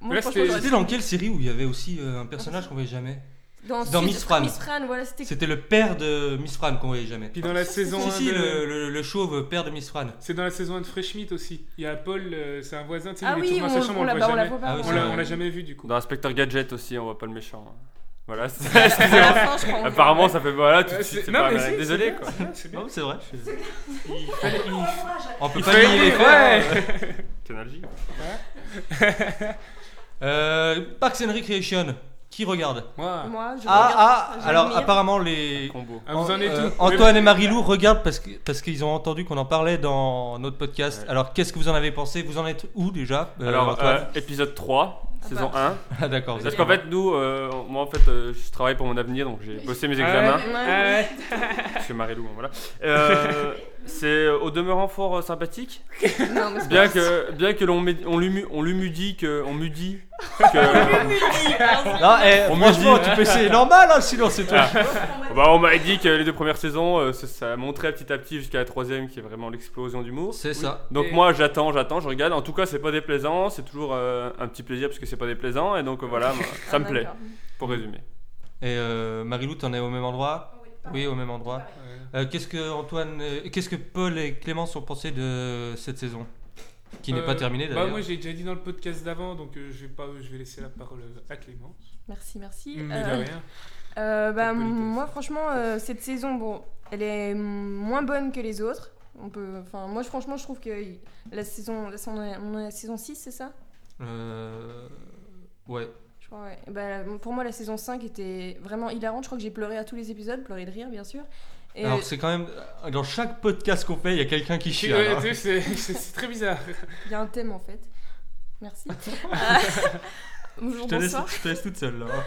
Speaker 6: Moi, franchement,
Speaker 5: Là, c'était-
Speaker 6: j'aurais-
Speaker 3: C'était dans quelle série où il y avait aussi euh, un personnage qu'on voyait jamais
Speaker 6: dans,
Speaker 3: dans Miss Fran.
Speaker 6: Miss Fran, voilà, c'était.
Speaker 3: C'était le père de Miss Fran qu'on voyait jamais.
Speaker 5: Puis dans la saison,
Speaker 3: Si,
Speaker 5: un
Speaker 3: si,
Speaker 5: de-
Speaker 3: le, le- le chauve père de Miss Fran.
Speaker 5: c'est dans la saison 1 de Fresh Meat aussi. Il y a Paul, euh, c'est un voisin, tu sais,
Speaker 6: Ah
Speaker 5: il est
Speaker 6: oui,
Speaker 5: toujours
Speaker 6: on,
Speaker 5: dans sa chambre,
Speaker 6: on
Speaker 5: on le
Speaker 6: la,
Speaker 5: voit
Speaker 6: bah, on la
Speaker 5: jamais.
Speaker 6: voit pas.
Speaker 3: Ah oui,
Speaker 5: On
Speaker 6: ouais.
Speaker 5: l'a- on l'a jamais vu du coup.
Speaker 4: Dans Inspecteur Gadget aussi, on voit pas le méchant. hein. Voilà, c'est-
Speaker 6: À la
Speaker 4: excusez-moi.
Speaker 6: fin, je crois, on le voit.
Speaker 4: Apparemment, ça fait voilà, tout de
Speaker 5: Euh,
Speaker 4: suite,
Speaker 5: c'est-
Speaker 4: c'est
Speaker 5: non,
Speaker 4: pas
Speaker 5: mais
Speaker 4: mal.
Speaker 5: si, c'est
Speaker 4: Désolé
Speaker 5: bien,
Speaker 4: quoi.
Speaker 5: c'est bien, Ah c'est bien.
Speaker 3: Non, c'est vrai.
Speaker 5: Il fallait- il-
Speaker 3: On peut
Speaker 5: il
Speaker 3: pas
Speaker 5: fallait-
Speaker 3: nier les faits.
Speaker 5: ouais.
Speaker 4: Canal J.
Speaker 3: Euh, Parks and Recreation, qui regarde
Speaker 5: Moi,
Speaker 6: Moi, je
Speaker 3: Ah,
Speaker 6: regarde,
Speaker 3: ah, alors
Speaker 6: j'admire.
Speaker 3: apparemment les.
Speaker 4: Combo.
Speaker 5: ah, vous en êtes
Speaker 3: Euh,
Speaker 5: où
Speaker 3: Antoine et Marilou regardent parce que parce qu'ils ont entendu qu'on en parlait dans notre podcast.
Speaker 4: Ouais.
Speaker 3: Alors qu'est-ce que vous en avez pensé Vous en êtes où déjà euh,
Speaker 4: Alors,
Speaker 3: Antoine
Speaker 4: euh, épisode 3,
Speaker 6: Ah
Speaker 4: saison
Speaker 6: bah.
Speaker 4: 1.
Speaker 3: Ah, d'accord. vous
Speaker 4: Parce
Speaker 3: êtes-
Speaker 4: qu'en fait, nous, euh, moi en fait, euh, je travaille pour mon avenir, donc j'ai bossé mes examens.
Speaker 5: Ah ouais.
Speaker 6: Ouais.
Speaker 4: Je suis Marilou, hein, voilà. Euh, c'est euh, au demeurant fort euh, sympathique.
Speaker 6: Non, mais c'est
Speaker 4: Bien
Speaker 6: pas possible.
Speaker 4: que, bien que l'on mé- on lui mu- on lui mudit que on mudit que.
Speaker 3: Non, eh,
Speaker 4: On me
Speaker 3: franchement,
Speaker 4: dit.
Speaker 3: tu peux c'est normal hein, sinon c'est toi.
Speaker 4: bah, on m'avait dit que les deux premières saisons, euh, ça, ça montrait petit à petit jusqu'à la troisième, qui est vraiment l'explosion d'humour.
Speaker 3: C'est ça.
Speaker 4: Donc
Speaker 5: Et-
Speaker 4: moi j'attends, j'attends, je regarde. En tout cas, c'est pas déplaisant, c'est toujours euh, un petit plaisir parce que c'est pas déplaisant et donc euh, voilà, moi, ça me
Speaker 6: Ah,
Speaker 4: plaît.
Speaker 6: d'accord.
Speaker 4: Pour résumer.
Speaker 3: Et euh, Marilou, t'en es au même endroit Oui, au même endroit. Euh, qu'est-ce que Antoine, euh, qu'est-ce que Paul et Clémence ont pensé de cette saison, qui n'est
Speaker 5: Euh,
Speaker 3: pas terminée
Speaker 5: Bah,
Speaker 3: d'ailleurs.
Speaker 5: moi, j'ai déjà dit dans le podcast d'avant, donc euh, je, vais pas, je vais laisser la parole euh, à Clément.
Speaker 6: Merci, merci.
Speaker 5: Mais de
Speaker 6: Euh,
Speaker 5: rien.
Speaker 6: Euh, bah,
Speaker 5: Pas de politesse.
Speaker 6: moi, franchement, euh, cette saison, bon, elle est mm, moins bonne que les autres. On peut, enfin, moi, je- franchement, je trouve que y- la saison, là, ça, on est on est à la saison 6, c'est ça
Speaker 3: Euh, Ouais.
Speaker 6: Je crois, ouais. Et bah, pour moi, la saison 5 était vraiment hilarante. Je crois que j'ai pleuré à tous les épisodes, pleuré de rire, bien sûr. Et
Speaker 3: Alors c'est quand même dans chaque podcast qu'on fait, il y a quelqu'un qui hein.
Speaker 5: Tu-
Speaker 3: chie.
Speaker 5: ouais, tu sais, C'est c'est- c'est très bizarre.
Speaker 6: il y a un thème, en fait. Merci. Euh,
Speaker 3: Je
Speaker 6: Bonjour,
Speaker 3: te, laisse,
Speaker 6: bonsoir.
Speaker 3: je te laisse toute seule là. hein.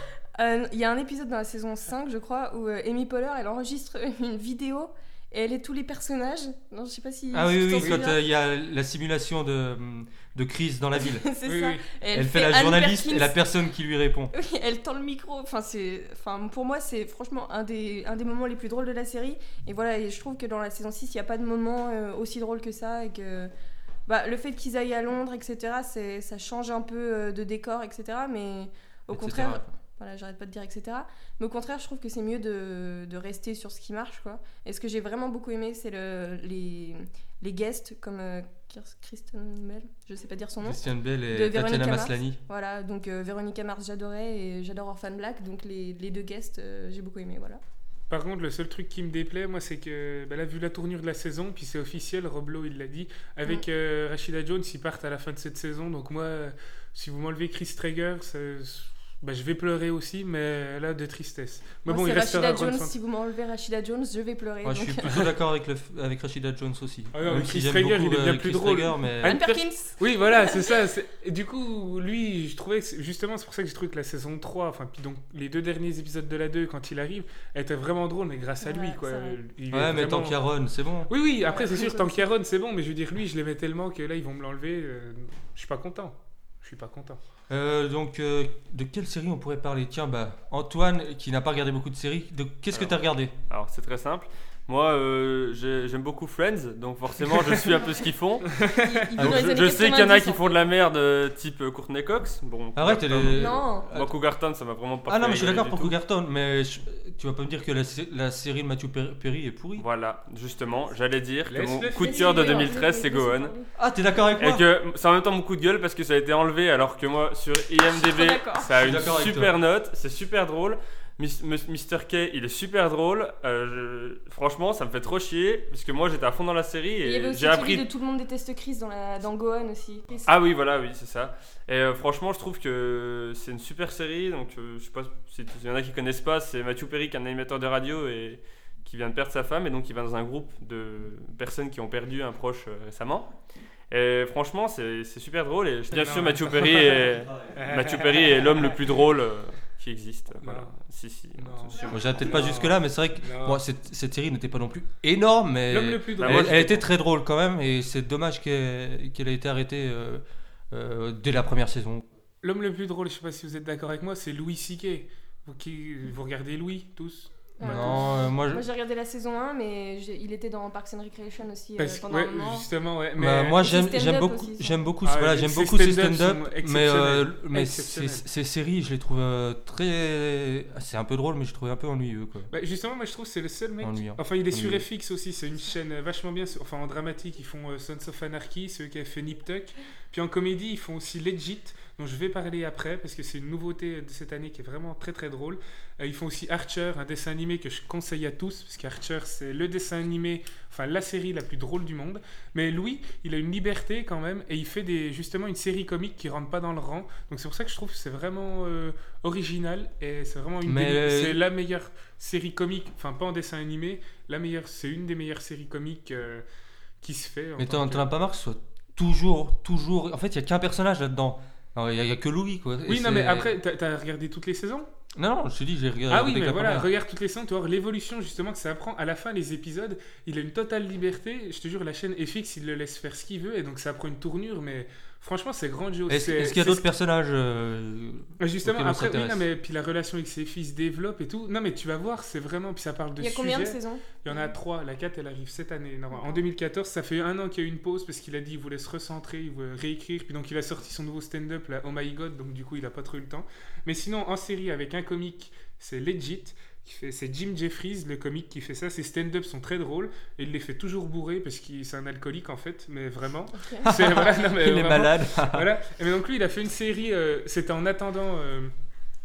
Speaker 6: Euh, Il y a un épisode dans la saison 5, je crois, où euh, Amy Poehler, elle enregistre une vidéo et elle est tous les personnages. Non, je sais pas si.
Speaker 3: Ah
Speaker 6: si
Speaker 3: oui,
Speaker 6: tu
Speaker 3: oui,
Speaker 6: t'en
Speaker 3: quand
Speaker 6: souviens.
Speaker 3: euh, il y a la simulation de, de crise dans la ville.
Speaker 6: C'est
Speaker 5: Oui,
Speaker 6: ça.
Speaker 5: oui.
Speaker 6: Et
Speaker 3: euh, Elle, fait, la
Speaker 6: Anne
Speaker 3: journaliste et
Speaker 6: Perkins.
Speaker 3: la personne qui lui répond.
Speaker 6: Oui, elle tend le micro. Enfin, c'est, enfin, pour moi, c'est franchement un des, un des moments les plus drôles de la série. Et voilà, et je trouve que dans la saison 6, il n'y a pas de moment euh, aussi drôle que ça. Et que bah, le fait qu'ils aillent à Londres, etc., c'est, ça change un peu euh, de décor, etc. Mais au
Speaker 3: etc.
Speaker 6: contraire, voilà, j'arrête pas de dire etc. Mais au contraire, je trouve que c'est mieux de, de rester sur ce qui marche, quoi. Et ce que j'ai vraiment beaucoup aimé, c'est le, les, les guests comme euh, Kirst- Kristen Bell, je sais pas dire son nom.
Speaker 3: Christian Bell
Speaker 6: De
Speaker 3: et
Speaker 6: Véronica
Speaker 3: Tatiana
Speaker 6: Mars.
Speaker 3: Maslany.
Speaker 6: Voilà, donc euh, Véronica Mars, j'adorais et j'adore Orphan Black, donc les, les deux guests, euh, j'ai beaucoup aimé, voilà.
Speaker 5: Par contre, le seul truc qui me déplaît, moi, c'est que bah là, vu la tournure de la saison, puis c'est officiel, Roblo, il l'a dit, avec euh, Rachida Jones, ils partent à la fin de cette saison. Donc, moi, euh, si vous m'enlevez Chris Traeger, ça- bah, je vais pleurer aussi, mais là, de tristesse. Mais
Speaker 6: Moi,
Speaker 5: bon, il
Speaker 6: c'est
Speaker 5: restera
Speaker 6: Rachida
Speaker 5: bonne
Speaker 6: Jones,
Speaker 5: santé.
Speaker 6: si vous m'enlevez Rachida Jones, je vais pleurer.
Speaker 3: Moi, Ah, je
Speaker 6: donc.
Speaker 3: suis plutôt d'accord avec, le f- avec Rachida Jones aussi.
Speaker 5: Ah non, mais
Speaker 3: Même si
Speaker 5: Chris
Speaker 3: j'aime
Speaker 5: Traeger,
Speaker 3: beaucoup,
Speaker 5: il est bien
Speaker 3: euh,
Speaker 5: plus
Speaker 3: Chris
Speaker 5: drôle.
Speaker 3: Traeger, mais...
Speaker 6: Anne
Speaker 4: Ah,
Speaker 5: Anne Per-
Speaker 6: Perkins
Speaker 5: Oui, voilà, c'est ça. c'est- et Du coup, lui, je trouvais que c'est- justement, c'est pour ça que j'ai trouvé que la saison 3, enfin, puis donc les deux derniers épisodes de la 2, quand il arrive, était vraiment drôle, mais grâce à lui,
Speaker 6: Ouais,
Speaker 5: quoi.
Speaker 6: c'est vrai.
Speaker 5: Il est
Speaker 3: Ouais, mais tant
Speaker 5: vraiment-
Speaker 3: qu'il y a Ron, c'est bon.
Speaker 5: Oui, oui, après,
Speaker 6: Ouais,
Speaker 5: c'est
Speaker 6: c'est
Speaker 5: sûr,
Speaker 6: ça
Speaker 5: tant
Speaker 6: aussi.
Speaker 5: qu'il y a Ron, c'est bon, mais je veux dire, lui, je l'aimais tellement que là, ils vont me l'enlever. euh, je suis pas content. Je suis pas content.
Speaker 3: Euh, donc, euh, de quelle série on pourrait parler Tiens, bah, Antoine, qui n'a pas regardé beaucoup de séries, de... qu'est-ce que
Speaker 4: Alors.
Speaker 3: t'as regardé
Speaker 4: Alors c'est très simple. Moi, euh, j'ai- j'aime beaucoup Friends, donc forcément, je suis un peu ce qu'ils font.
Speaker 6: Ils- ils
Speaker 4: Donc,
Speaker 6: vont dans les
Speaker 4: je,
Speaker 6: années
Speaker 4: je sais qu'il y en a
Speaker 6: 90,
Speaker 4: qui
Speaker 6: en
Speaker 4: font de la merde, euh, type euh, Courtney Cox. Bon,
Speaker 3: Arrête, elle
Speaker 4: Cougarton.
Speaker 3: est-
Speaker 6: Non.
Speaker 4: Moi, Cougarton, ça m'a vraiment pas
Speaker 3: Ah non,
Speaker 4: fait
Speaker 3: mais je suis
Speaker 4: rigoler
Speaker 3: d'accord
Speaker 4: du
Speaker 3: pour
Speaker 4: tout.
Speaker 3: Cougarton, mais je- tu vas pas me dire que la, sé- la série de Matthew Per- Perry est pourrie.
Speaker 4: Voilà, justement, j'allais dire que
Speaker 5: Laisse
Speaker 4: mon
Speaker 5: le
Speaker 4: coup de
Speaker 6: fait.
Speaker 4: cœur de
Speaker 6: Oui, oui, oui,
Speaker 4: 2013, c'est
Speaker 6: oui, oui,
Speaker 4: Gohan.
Speaker 6: oui, oui.
Speaker 3: Ah, t'es d'accord avec
Speaker 4: Et
Speaker 3: moi
Speaker 4: que c'est en même temps mon coup de gueule parce que ça a été enlevé alors que moi sur
Speaker 6: trop
Speaker 4: IMDB
Speaker 6: d'accord.
Speaker 4: ça a
Speaker 3: Je suis
Speaker 4: une
Speaker 3: d'accord avec
Speaker 4: super note, c'est super drôle. Mis- Mis- Mr. K il est super drôle. Euh, je- Franchement ça me fait trop chier parce que moi j'étais à fond dans la série
Speaker 6: Et Il y avait
Speaker 4: et
Speaker 6: aussi
Speaker 4: j'ai
Speaker 6: celui de
Speaker 4: appris.
Speaker 6: tout le monde déteste Chris dans, la, dans Gohan aussi. Chris.
Speaker 4: Ah oui voilà oui c'est ça. Et euh, franchement je trouve que c'est une super série donc euh, je sais pas si il y en a qui connaissent pas c'est Mathieu Perry qui est un animateur de radio et qui vient de perdre sa femme et donc il va dans un groupe de personnes qui ont perdu un proche euh, récemment. Et franchement, c'est c'est super drôle. Et je- bien sûr, Mathieu Perry est, Mathieu Perry est l'homme le plus drôle euh, qui existe. Voilà.
Speaker 5: Non.
Speaker 4: Si, si.
Speaker 5: Non.
Speaker 4: Sûr.
Speaker 3: Bon, j'allais peut-être pas jusque-là, mais c'est vrai que
Speaker 5: Non.
Speaker 3: bon, cette, cette série n'était pas non plus énorme, mais
Speaker 5: L'homme le plus
Speaker 4: Bah,
Speaker 5: drôle.
Speaker 4: moi,
Speaker 3: elle,
Speaker 4: je-
Speaker 3: elle était très drôle quand même, et c'est dommage qu'elle qu'elle ait été arrêtée euh, euh, dès la première saison.
Speaker 5: L'homme le plus drôle, je sais pas si vous êtes d'accord avec moi, c'est Louis C.K. Vous, qui... vous regardez Louis, tous
Speaker 6: Ah,
Speaker 3: non, euh, moi, je-
Speaker 6: Moi j'ai regardé la saison 1, mais j'ai- il était dans Parks and Recreation aussi euh,
Speaker 5: Parce que,
Speaker 6: pendant
Speaker 5: ouais,
Speaker 6: un moment.
Speaker 5: justement, ouais. Mais
Speaker 3: bah, moi
Speaker 6: Ces
Speaker 3: j'aime
Speaker 6: stand-up
Speaker 3: j'aime beaucoup,
Speaker 6: aussi, ça.
Speaker 3: j'aime beaucoup,
Speaker 5: Ah,
Speaker 3: voilà,
Speaker 5: les-
Speaker 3: j'aime
Speaker 5: ces
Speaker 3: beaucoup ces
Speaker 5: stand-up
Speaker 3: stand-up,
Speaker 5: sont
Speaker 3: mais, euh,
Speaker 5: exceptionnels.
Speaker 3: mais ces,
Speaker 5: Exceptionnels.
Speaker 3: ces séries, je les trouve euh, très. C'est un peu drôle, mais je les trouve un peu ennuyeux quoi.
Speaker 5: Bah, justement, moi je trouve que c'est le seul mec.
Speaker 3: Ennuyant.
Speaker 5: Enfin, il est sur
Speaker 3: Ennuyeux.
Speaker 5: FX aussi, c'est une chaîne euh, vachement bien. Enfin, en dramatique, ils font euh, Sons of Anarchy, ceux qui avaient fait Nip Tuck. Puis en comédie, ils font aussi Legit, dont je vais parler après, parce que c'est une nouveauté euh, de cette année qui est vraiment très très drôle. Euh, ils font aussi Archer, un dessin animé que je conseille à tous, parce qu'Archer, c'est le dessin animé, enfin la série la plus drôle du monde. Mais Louis, il a une liberté quand même, et il fait des, justement une série comique qui rentre pas dans le rang. Donc c'est pour ça que je trouve que c'est vraiment euh, original, et c'est vraiment une.
Speaker 3: Mais-
Speaker 5: des- C'est la meilleure série comique, enfin pas en dessin animé, la meilleure, c'est une des meilleures séries comiques euh, qui se fait. en
Speaker 3: Mais
Speaker 5: tant
Speaker 3: t'en
Speaker 5: que-
Speaker 3: t'en as pas marre que ce soit toujours, toujours. En fait, il y a qu'un personnage là-dedans. Non, Il y, a- il y a que Louis quoi. Et
Speaker 5: Oui, non,
Speaker 3: c'est-
Speaker 5: mais après, t'as- t'as regardé toutes les saisons
Speaker 3: Non, non, je te dis, j'ai regardé.
Speaker 5: Ah oui,
Speaker 3: dès que
Speaker 5: mais
Speaker 3: euh, la
Speaker 5: voilà,
Speaker 3: première.
Speaker 5: regarde toutes les saisons, tu vois l'évolution justement que ça apprend. À la fin, les épisodes, il a une totale liberté. Je te jure, la chaîne FX, il le laisse faire ce qu'il veut et donc ça prend une tournure, mais franchement, c'est grandiose.
Speaker 3: Est-ce
Speaker 5: C'est-
Speaker 3: est-ce qu'il y a
Speaker 5: c'est
Speaker 3: d'autres personnages euh,
Speaker 5: Mais Justement,
Speaker 3: auxquels on
Speaker 5: après, oui,
Speaker 3: s'intéresse
Speaker 5: non, mais puis la relation avec ses fils développe et tout. Non, mais tu vas voir, c'est vraiment. Puis ça parle de
Speaker 6: Il y a combien de
Speaker 5: sujets.
Speaker 6: saisons
Speaker 5: Il y en a trois. La 4, elle arrive cette année. normalement. En 2014, ça fait un an qu'il y a eu une pause parce qu'il a dit qu'il voulait se recentrer, il voulait réécrire. Puis donc, il a sorti son nouveau stand-up, là, Oh My God. Donc, du coup, il a pas trop eu le temps. Mais sinon, en série, avec un comique, c'est Legit. qui fait- C'est Jim Jeffries, le comique, qui fait ça. Ses stand-up sont très drôles et il les fait toujours bourrer parce qu'il c'est un alcoolique en fait, mais vraiment. C'est vrai, non, mais
Speaker 3: Il est
Speaker 5: Bah, vraiment.
Speaker 3: malade.
Speaker 5: Voilà. Et donc lui, il a fait une série. euh, C'était en attendant. euh,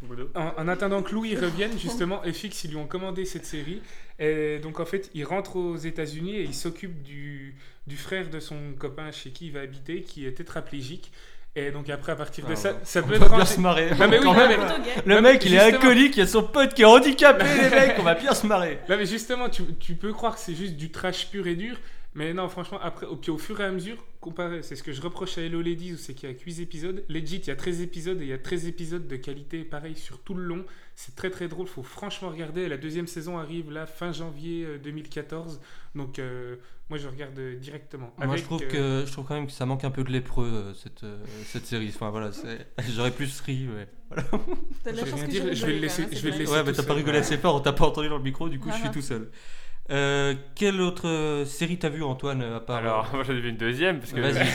Speaker 4: Boudot.
Speaker 5: en, en attendant que Louis revienne, justement, FX, ils lui ont commandé cette série. Et donc, en fait, il rentre aux États-Unis et il s'occupe du, du frère de son copain chez qui il va habiter, qui est tétraplégique. Et donc, après, à partir de
Speaker 3: Ah
Speaker 5: ça,
Speaker 3: ouais.
Speaker 5: ça peut
Speaker 3: On
Speaker 5: être.
Speaker 3: va bien
Speaker 5: rangé-
Speaker 3: se marrer.
Speaker 5: Non, Bah, mais oui,
Speaker 3: Quand
Speaker 5: non,
Speaker 3: même.
Speaker 5: mais-
Speaker 3: Le mec, il est
Speaker 5: Justement.
Speaker 3: alcoolique, il y a son pote qui est handicapé, les mecs, on va bien se marrer.
Speaker 5: Non, mais justement, tu, tu peux croire que c'est juste du trash pur et dur, mais non, franchement, après, au, puis au fur et à mesure, comparé, c'est ce que je reproche à Hello Ladies, où c'est qu'il y a 8 épisodes. Legit, il y a 13 épisodes et il y a 13 épisodes de qualité, pareil, sur tout le long. C'est très très drôle, faut franchement regarder. Et La deuxième saison arrive là, fin janvier euh, 2014, donc euh, moi je regarde euh, directement.
Speaker 3: Moi,
Speaker 5: Avec,
Speaker 3: je trouve,
Speaker 5: euh,
Speaker 3: que, je trouve quand même que ça manque un peu de lépreux, euh, cette, euh, cette série. Enfin, voilà, c'est- j'aurais plus ri. Ouais,
Speaker 6: T'as de
Speaker 5: Je
Speaker 6: la
Speaker 5: vais
Speaker 6: chance
Speaker 5: rien
Speaker 6: que
Speaker 5: dire,
Speaker 6: j'ai
Speaker 5: je vais le
Speaker 6: rigolé,
Speaker 5: laisser-
Speaker 6: quand même,
Speaker 5: je
Speaker 6: c'est
Speaker 5: vais le
Speaker 6: dingue.
Speaker 5: laisser
Speaker 3: ouais mais
Speaker 5: tout
Speaker 3: t'as pas
Speaker 5: seul,
Speaker 3: rigolé
Speaker 5: ouais.
Speaker 3: assez fort, on t'a pas entendu dans le micro, du coup, je suis
Speaker 6: Voilà.
Speaker 3: tout seul. Euh, quelle autre euh, série t'as vue, Antoine, à part. euh,
Speaker 4: Alors, moi j'en ai vu une deuxième parce que
Speaker 3: Vas-y.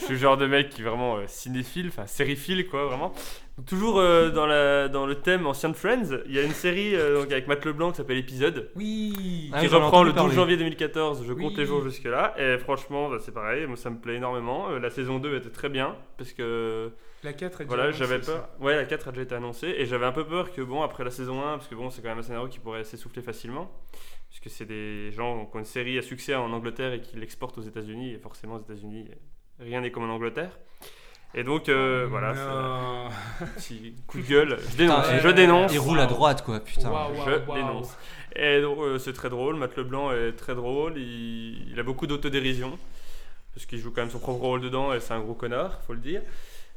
Speaker 4: je suis le genre de mec qui est vraiment euh, cinéphile, enfin sériephile quoi, vraiment. Donc, toujours euh, dans, la, dans le thème ancien de Friends, il y a une série euh, donc, avec Matt LeBlanc qui s'appelle Épisode.
Speaker 5: Ah
Speaker 3: Oui
Speaker 4: qui reprend le 12 janvier 2014. Je compte les jours jusque-là. Et franchement, bah, c'est pareil. Moi, ça me plaît énormément. Euh, la saison 2 était très bien. Parce que,
Speaker 5: La 4 elle
Speaker 4: voilà,
Speaker 5: dit, ah,
Speaker 4: j'avais
Speaker 5: c'est
Speaker 4: peur.
Speaker 5: ça.
Speaker 4: Ouais, la 4 a déjà été annoncée. Et j'avais un peu peur que, bon, après la saison 1, parce que, bon, c'est quand même un scénario qui pourrait s'essouffler facilement. Parce que c'est des gens qui ont une série à succès en Angleterre et qui l'exportent aux États-Unis. Et forcément, aux États-Unis, rien n'est comme en Angleterre. Et donc, euh, voilà, c'est
Speaker 5: Non.
Speaker 4: un petit coup de gueule. Je dénonce.
Speaker 3: Putain,
Speaker 4: je dénonce.
Speaker 3: Il roule à droite, quoi, putain.
Speaker 5: Waouh,
Speaker 4: Je
Speaker 5: waouh, waouh.
Speaker 4: dénonce. Et donc, euh, c'est très drôle. Matt Leblanc est très drôle. Il, il a beaucoup d'autodérision. Parce qu'il joue quand même son propre rôle dedans et c'est un gros connard, faut le dire.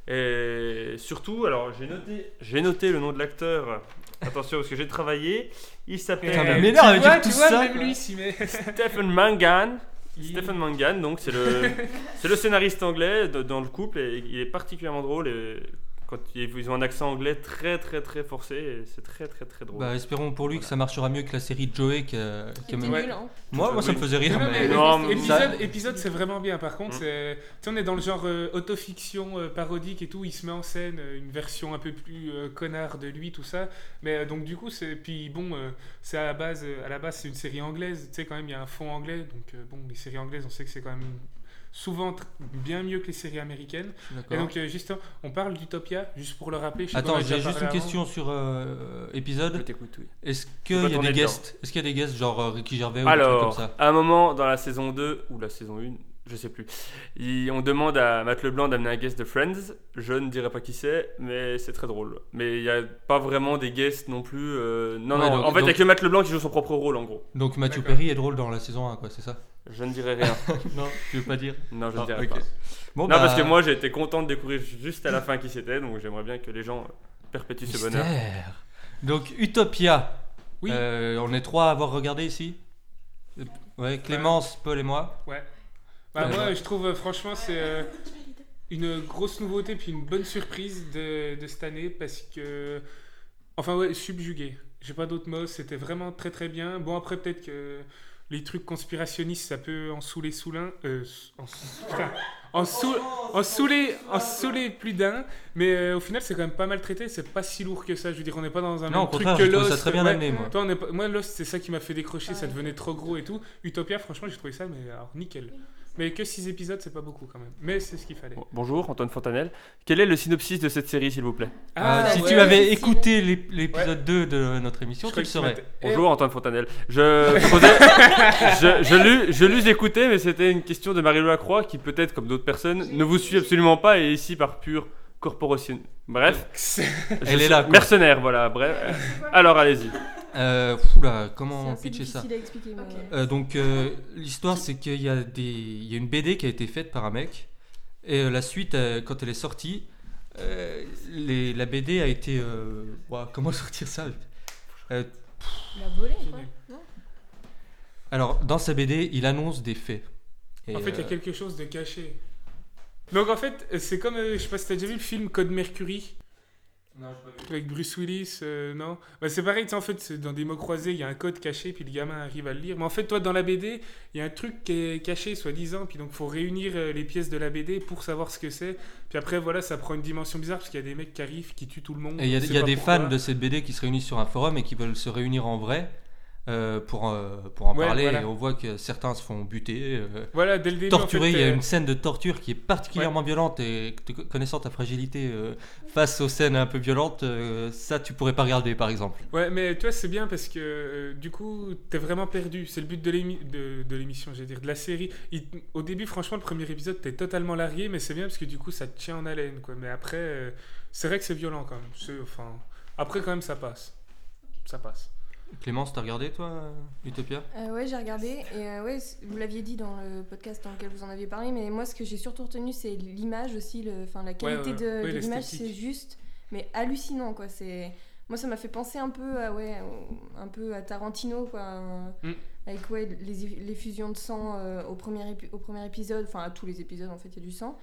Speaker 4: Et surtout, alors j'ai noté, j'ai noté le nom de l'acteur. Attention, parce que j'ai travaillé. Il
Speaker 3: Putain, mais
Speaker 5: Eh,
Speaker 4: s'appelle
Speaker 3: m'énerve
Speaker 5: tu
Speaker 3: avec dire
Speaker 5: vois,
Speaker 3: tout
Speaker 5: tu vois,
Speaker 3: ça,
Speaker 5: même
Speaker 3: quoi.
Speaker 5: lui s'y met.
Speaker 4: Stephen Mangan. Stephen Mangan, donc c'est le, c'est le scénariste anglais de- dans le couple et il est particulièrement drôle et Quand ils ils ont un accent anglais très très très forcé, et c'est très très très drôle.
Speaker 3: Bah, espérons pour lui que ça marchera mieux que la série de Joey. qui a- qui a-
Speaker 6: C'était
Speaker 5: ouais.
Speaker 6: nul, hein.
Speaker 3: Moi, moi, ça me faisait rire.
Speaker 5: Non, mais
Speaker 3: mais-
Speaker 4: Non, mais-
Speaker 5: épisode,
Speaker 3: Ça-
Speaker 5: épisode, c'est vraiment bien. Par contre,
Speaker 4: Mm.
Speaker 5: c'est- tu sais, on est dans le genre euh, autofiction euh, parodique et tout. Il se met en scène euh, une version un peu plus euh, connard de lui, tout ça. Mais euh, donc du coup, c'est puis bon, euh, c'est à la base, euh, à la base, c'est une série anglaise. Tu sais quand même, il y a un fond anglais. Donc euh, bon, les séries anglaises, on sait que c'est quand même souvent tr- bien mieux que les séries américaines. Et
Speaker 3: D'accord.
Speaker 5: donc euh, juste, on parle d'Utopia, juste pour le rappeler. je sais qu'on en
Speaker 3: Attends,
Speaker 5: a déjà
Speaker 3: j'ai juste
Speaker 5: parlé
Speaker 3: une
Speaker 5: avant.
Speaker 3: question sur euh, épisode.
Speaker 4: t'écoute, oui.
Speaker 3: Est-ce
Speaker 4: peux
Speaker 3: qu'il y a
Speaker 4: tourner
Speaker 3: des
Speaker 4: dedans.
Speaker 3: guests Est-ce qu'il y a des guests genre euh, Ricky Gervais ou des trucs comme
Speaker 4: Alors,
Speaker 3: ça
Speaker 4: à un moment dans la saison 2 ou la saison 1, je sais plus, il- on demande à Matt Leblanc d'amener un guest de Friends. Je ne dirai pas qui c'est, mais c'est très drôle. Mais il n'y a pas vraiment des guests non plus. euh, Non,
Speaker 3: Ouais,
Speaker 4: non,
Speaker 3: donc-
Speaker 4: en fait, il n'y a
Speaker 3: donc-
Speaker 4: que Matt Leblanc qui joue son propre rôle en gros.
Speaker 3: Donc Mathieu
Speaker 5: D'accord.
Speaker 3: Perry est drôle dans la saison 1, quoi, c'est ça
Speaker 4: Je ne dirai rien.
Speaker 3: Non, tu veux pas dire
Speaker 4: Non, je
Speaker 3: Ah,
Speaker 4: ne dirai
Speaker 3: ok.
Speaker 4: pas.
Speaker 3: Bon, bah,
Speaker 4: Non, parce que moi j'ai été content de découvrir juste à la fin qui c'était, donc j'aimerais bien que les gens perpétuent ce bonheur.
Speaker 3: mystère. Donc Utopia.
Speaker 5: Oui.
Speaker 3: Euh, on est trois à avoir regardé ici. Euh, Ouais, Clémence, Paul et moi.
Speaker 5: Bah,
Speaker 3: Ouais.
Speaker 5: moi, je trouve euh, franchement c'est euh, une grosse nouveauté puis une bonne surprise de, de cette année parce que enfin ouais subjugué. J'ai pas d'autres mots. C'était vraiment très très bien. Bon après peut-être que les trucs conspirationnistes ça peut en saouler sous l'un euh, en, sous- putain, en sous- en saouler en saouler plus d'un. Mais euh, au final c'est quand même pas mal traité. C'est pas si lourd que ça. Je veux dire on n'est pas dans un
Speaker 3: non, au
Speaker 5: même truc
Speaker 3: contraire,
Speaker 5: que
Speaker 3: je trouve ça
Speaker 5: Lost,
Speaker 3: très bien
Speaker 5: ouais.
Speaker 3: amené, moi.
Speaker 5: Toi, on est pas- Moi, Lost, c'est ça qui m'a fait décrocher, ça devenait trop gros et tout. Utopia, franchement, j'ai trouvé ça, mais alors nickel. Mais que 6 épisodes, c'est pas beaucoup quand même. Mais c'est ce qu'il fallait.
Speaker 4: Bon, Bonjour Antoine Fontanel. Quel est le synopsis de cette série s'il vous
Speaker 3: Euh,
Speaker 4: plaît
Speaker 6: Ah,
Speaker 3: si
Speaker 6: ouais.
Speaker 3: tu avais
Speaker 6: Si.
Speaker 3: écouté l'ép- l'épisode 2 de notre émission, tu le saurais.
Speaker 4: Bonjour Antoine Fontanel. Je, posais- je, je l'eus- je l'eus écouté, mais c'était une question de Marie-Lou Lacroix qui, peut-être comme d'autres personnes, ne vous suit absolument pas et ici par pure corporation. Bref,
Speaker 5: Eh,
Speaker 4: je
Speaker 3: Elle est
Speaker 4: suis
Speaker 3: là, quoi.
Speaker 4: Mercenaire, voilà, bref. Alors allez-y.
Speaker 3: Euh, pff, oula,
Speaker 6: C'est
Speaker 3: comment
Speaker 6: assez
Speaker 3: pitcher ça
Speaker 6: difficile à expliquer. mais-
Speaker 7: Ok.
Speaker 3: Euh, donc euh, l'histoire c'est qu'il y a des il y a une BD qui a été faite par un mec et euh, la suite euh, quand elle est sortie euh, les- la BD a été euh, ouah, comment sortir ça Euh,
Speaker 6: Il a volé, quoi.
Speaker 3: alors dans sa BD il annonce des faits Et,
Speaker 5: En fait, il y a
Speaker 3: euh,
Speaker 5: quelque chose de caché. Donc en fait, c'est comme, euh, je sais pas si t'as déjà vu le film Code Mercury. Avec Bruce Willis, euh, non bah, C'est pareil, tu sais, en fait, c'est dans des mots croisés, il y a un code caché, puis le gamin arrive à le lire. Mais en fait, toi, dans la BD, il y a un truc qui est caché, soi-disant, puis donc faut réunir euh, les pièces de la BD pour savoir ce que c'est. Puis après, voilà, ça prend une dimension bizarre, parce qu'il y a des mecs qui arrivent, qui tuent tout le monde.
Speaker 3: et il y a,
Speaker 5: on sait
Speaker 3: il y a
Speaker 5: pas
Speaker 3: des
Speaker 5: pourquoi.
Speaker 3: fans de cette BD qui se réunissent sur un forum et qui veulent se réunir en vrai euh, pour, euh, pour en
Speaker 5: Ouais,
Speaker 3: parler
Speaker 5: voilà.
Speaker 3: et on voit que certains se font buter euh,
Speaker 5: Voilà, dès le début, en
Speaker 3: torturé,
Speaker 5: fait,
Speaker 3: il y a
Speaker 5: euh,
Speaker 3: une scène de torture qui est particulièrement violente et te- connaissant ta fragilité euh, face aux scènes un peu violentes, euh, ça tu pourrais pas regarder par exemple.
Speaker 5: Ouais, mais toi, c'est bien parce que euh, du coup, t'es vraiment perdu. C'est le but de l'émi- de de l'émission, j'allais dire, de la série. Il- au début, franchement, le premier épisode, t'es totalement largué, mais c'est bien parce que du coup, ça te tient en haleine, quoi. Mais après, euh, c'est vrai que c'est violent quand même. C'est- Enfin, après, quand même, ça passe. Ça passe.
Speaker 3: Clémence, t'as regardé toi euh, Utopia
Speaker 6: Euh, ouais, j'ai regardé. Et euh, ouais, c- vous l'aviez dit dans le podcast dans lequel vous en aviez parlé, mais moi, ce que j'ai surtout retenu, c'est l'image aussi, le, enfin, la qualité
Speaker 5: ouais,
Speaker 6: de,
Speaker 5: ouais,
Speaker 6: de l'image,
Speaker 5: l'esthétique.
Speaker 6: c'est juste, mais hallucinant, quoi. C'est, moi, ça m'a fait penser un peu, à, ouais, au- un peu à Tarantino, quoi, un-
Speaker 5: Mm.
Speaker 6: avec ouais, les, eff- les fusions de sang euh, au premier épi- au premier épisode, enfin à tous les épisodes en fait, il y a du sang.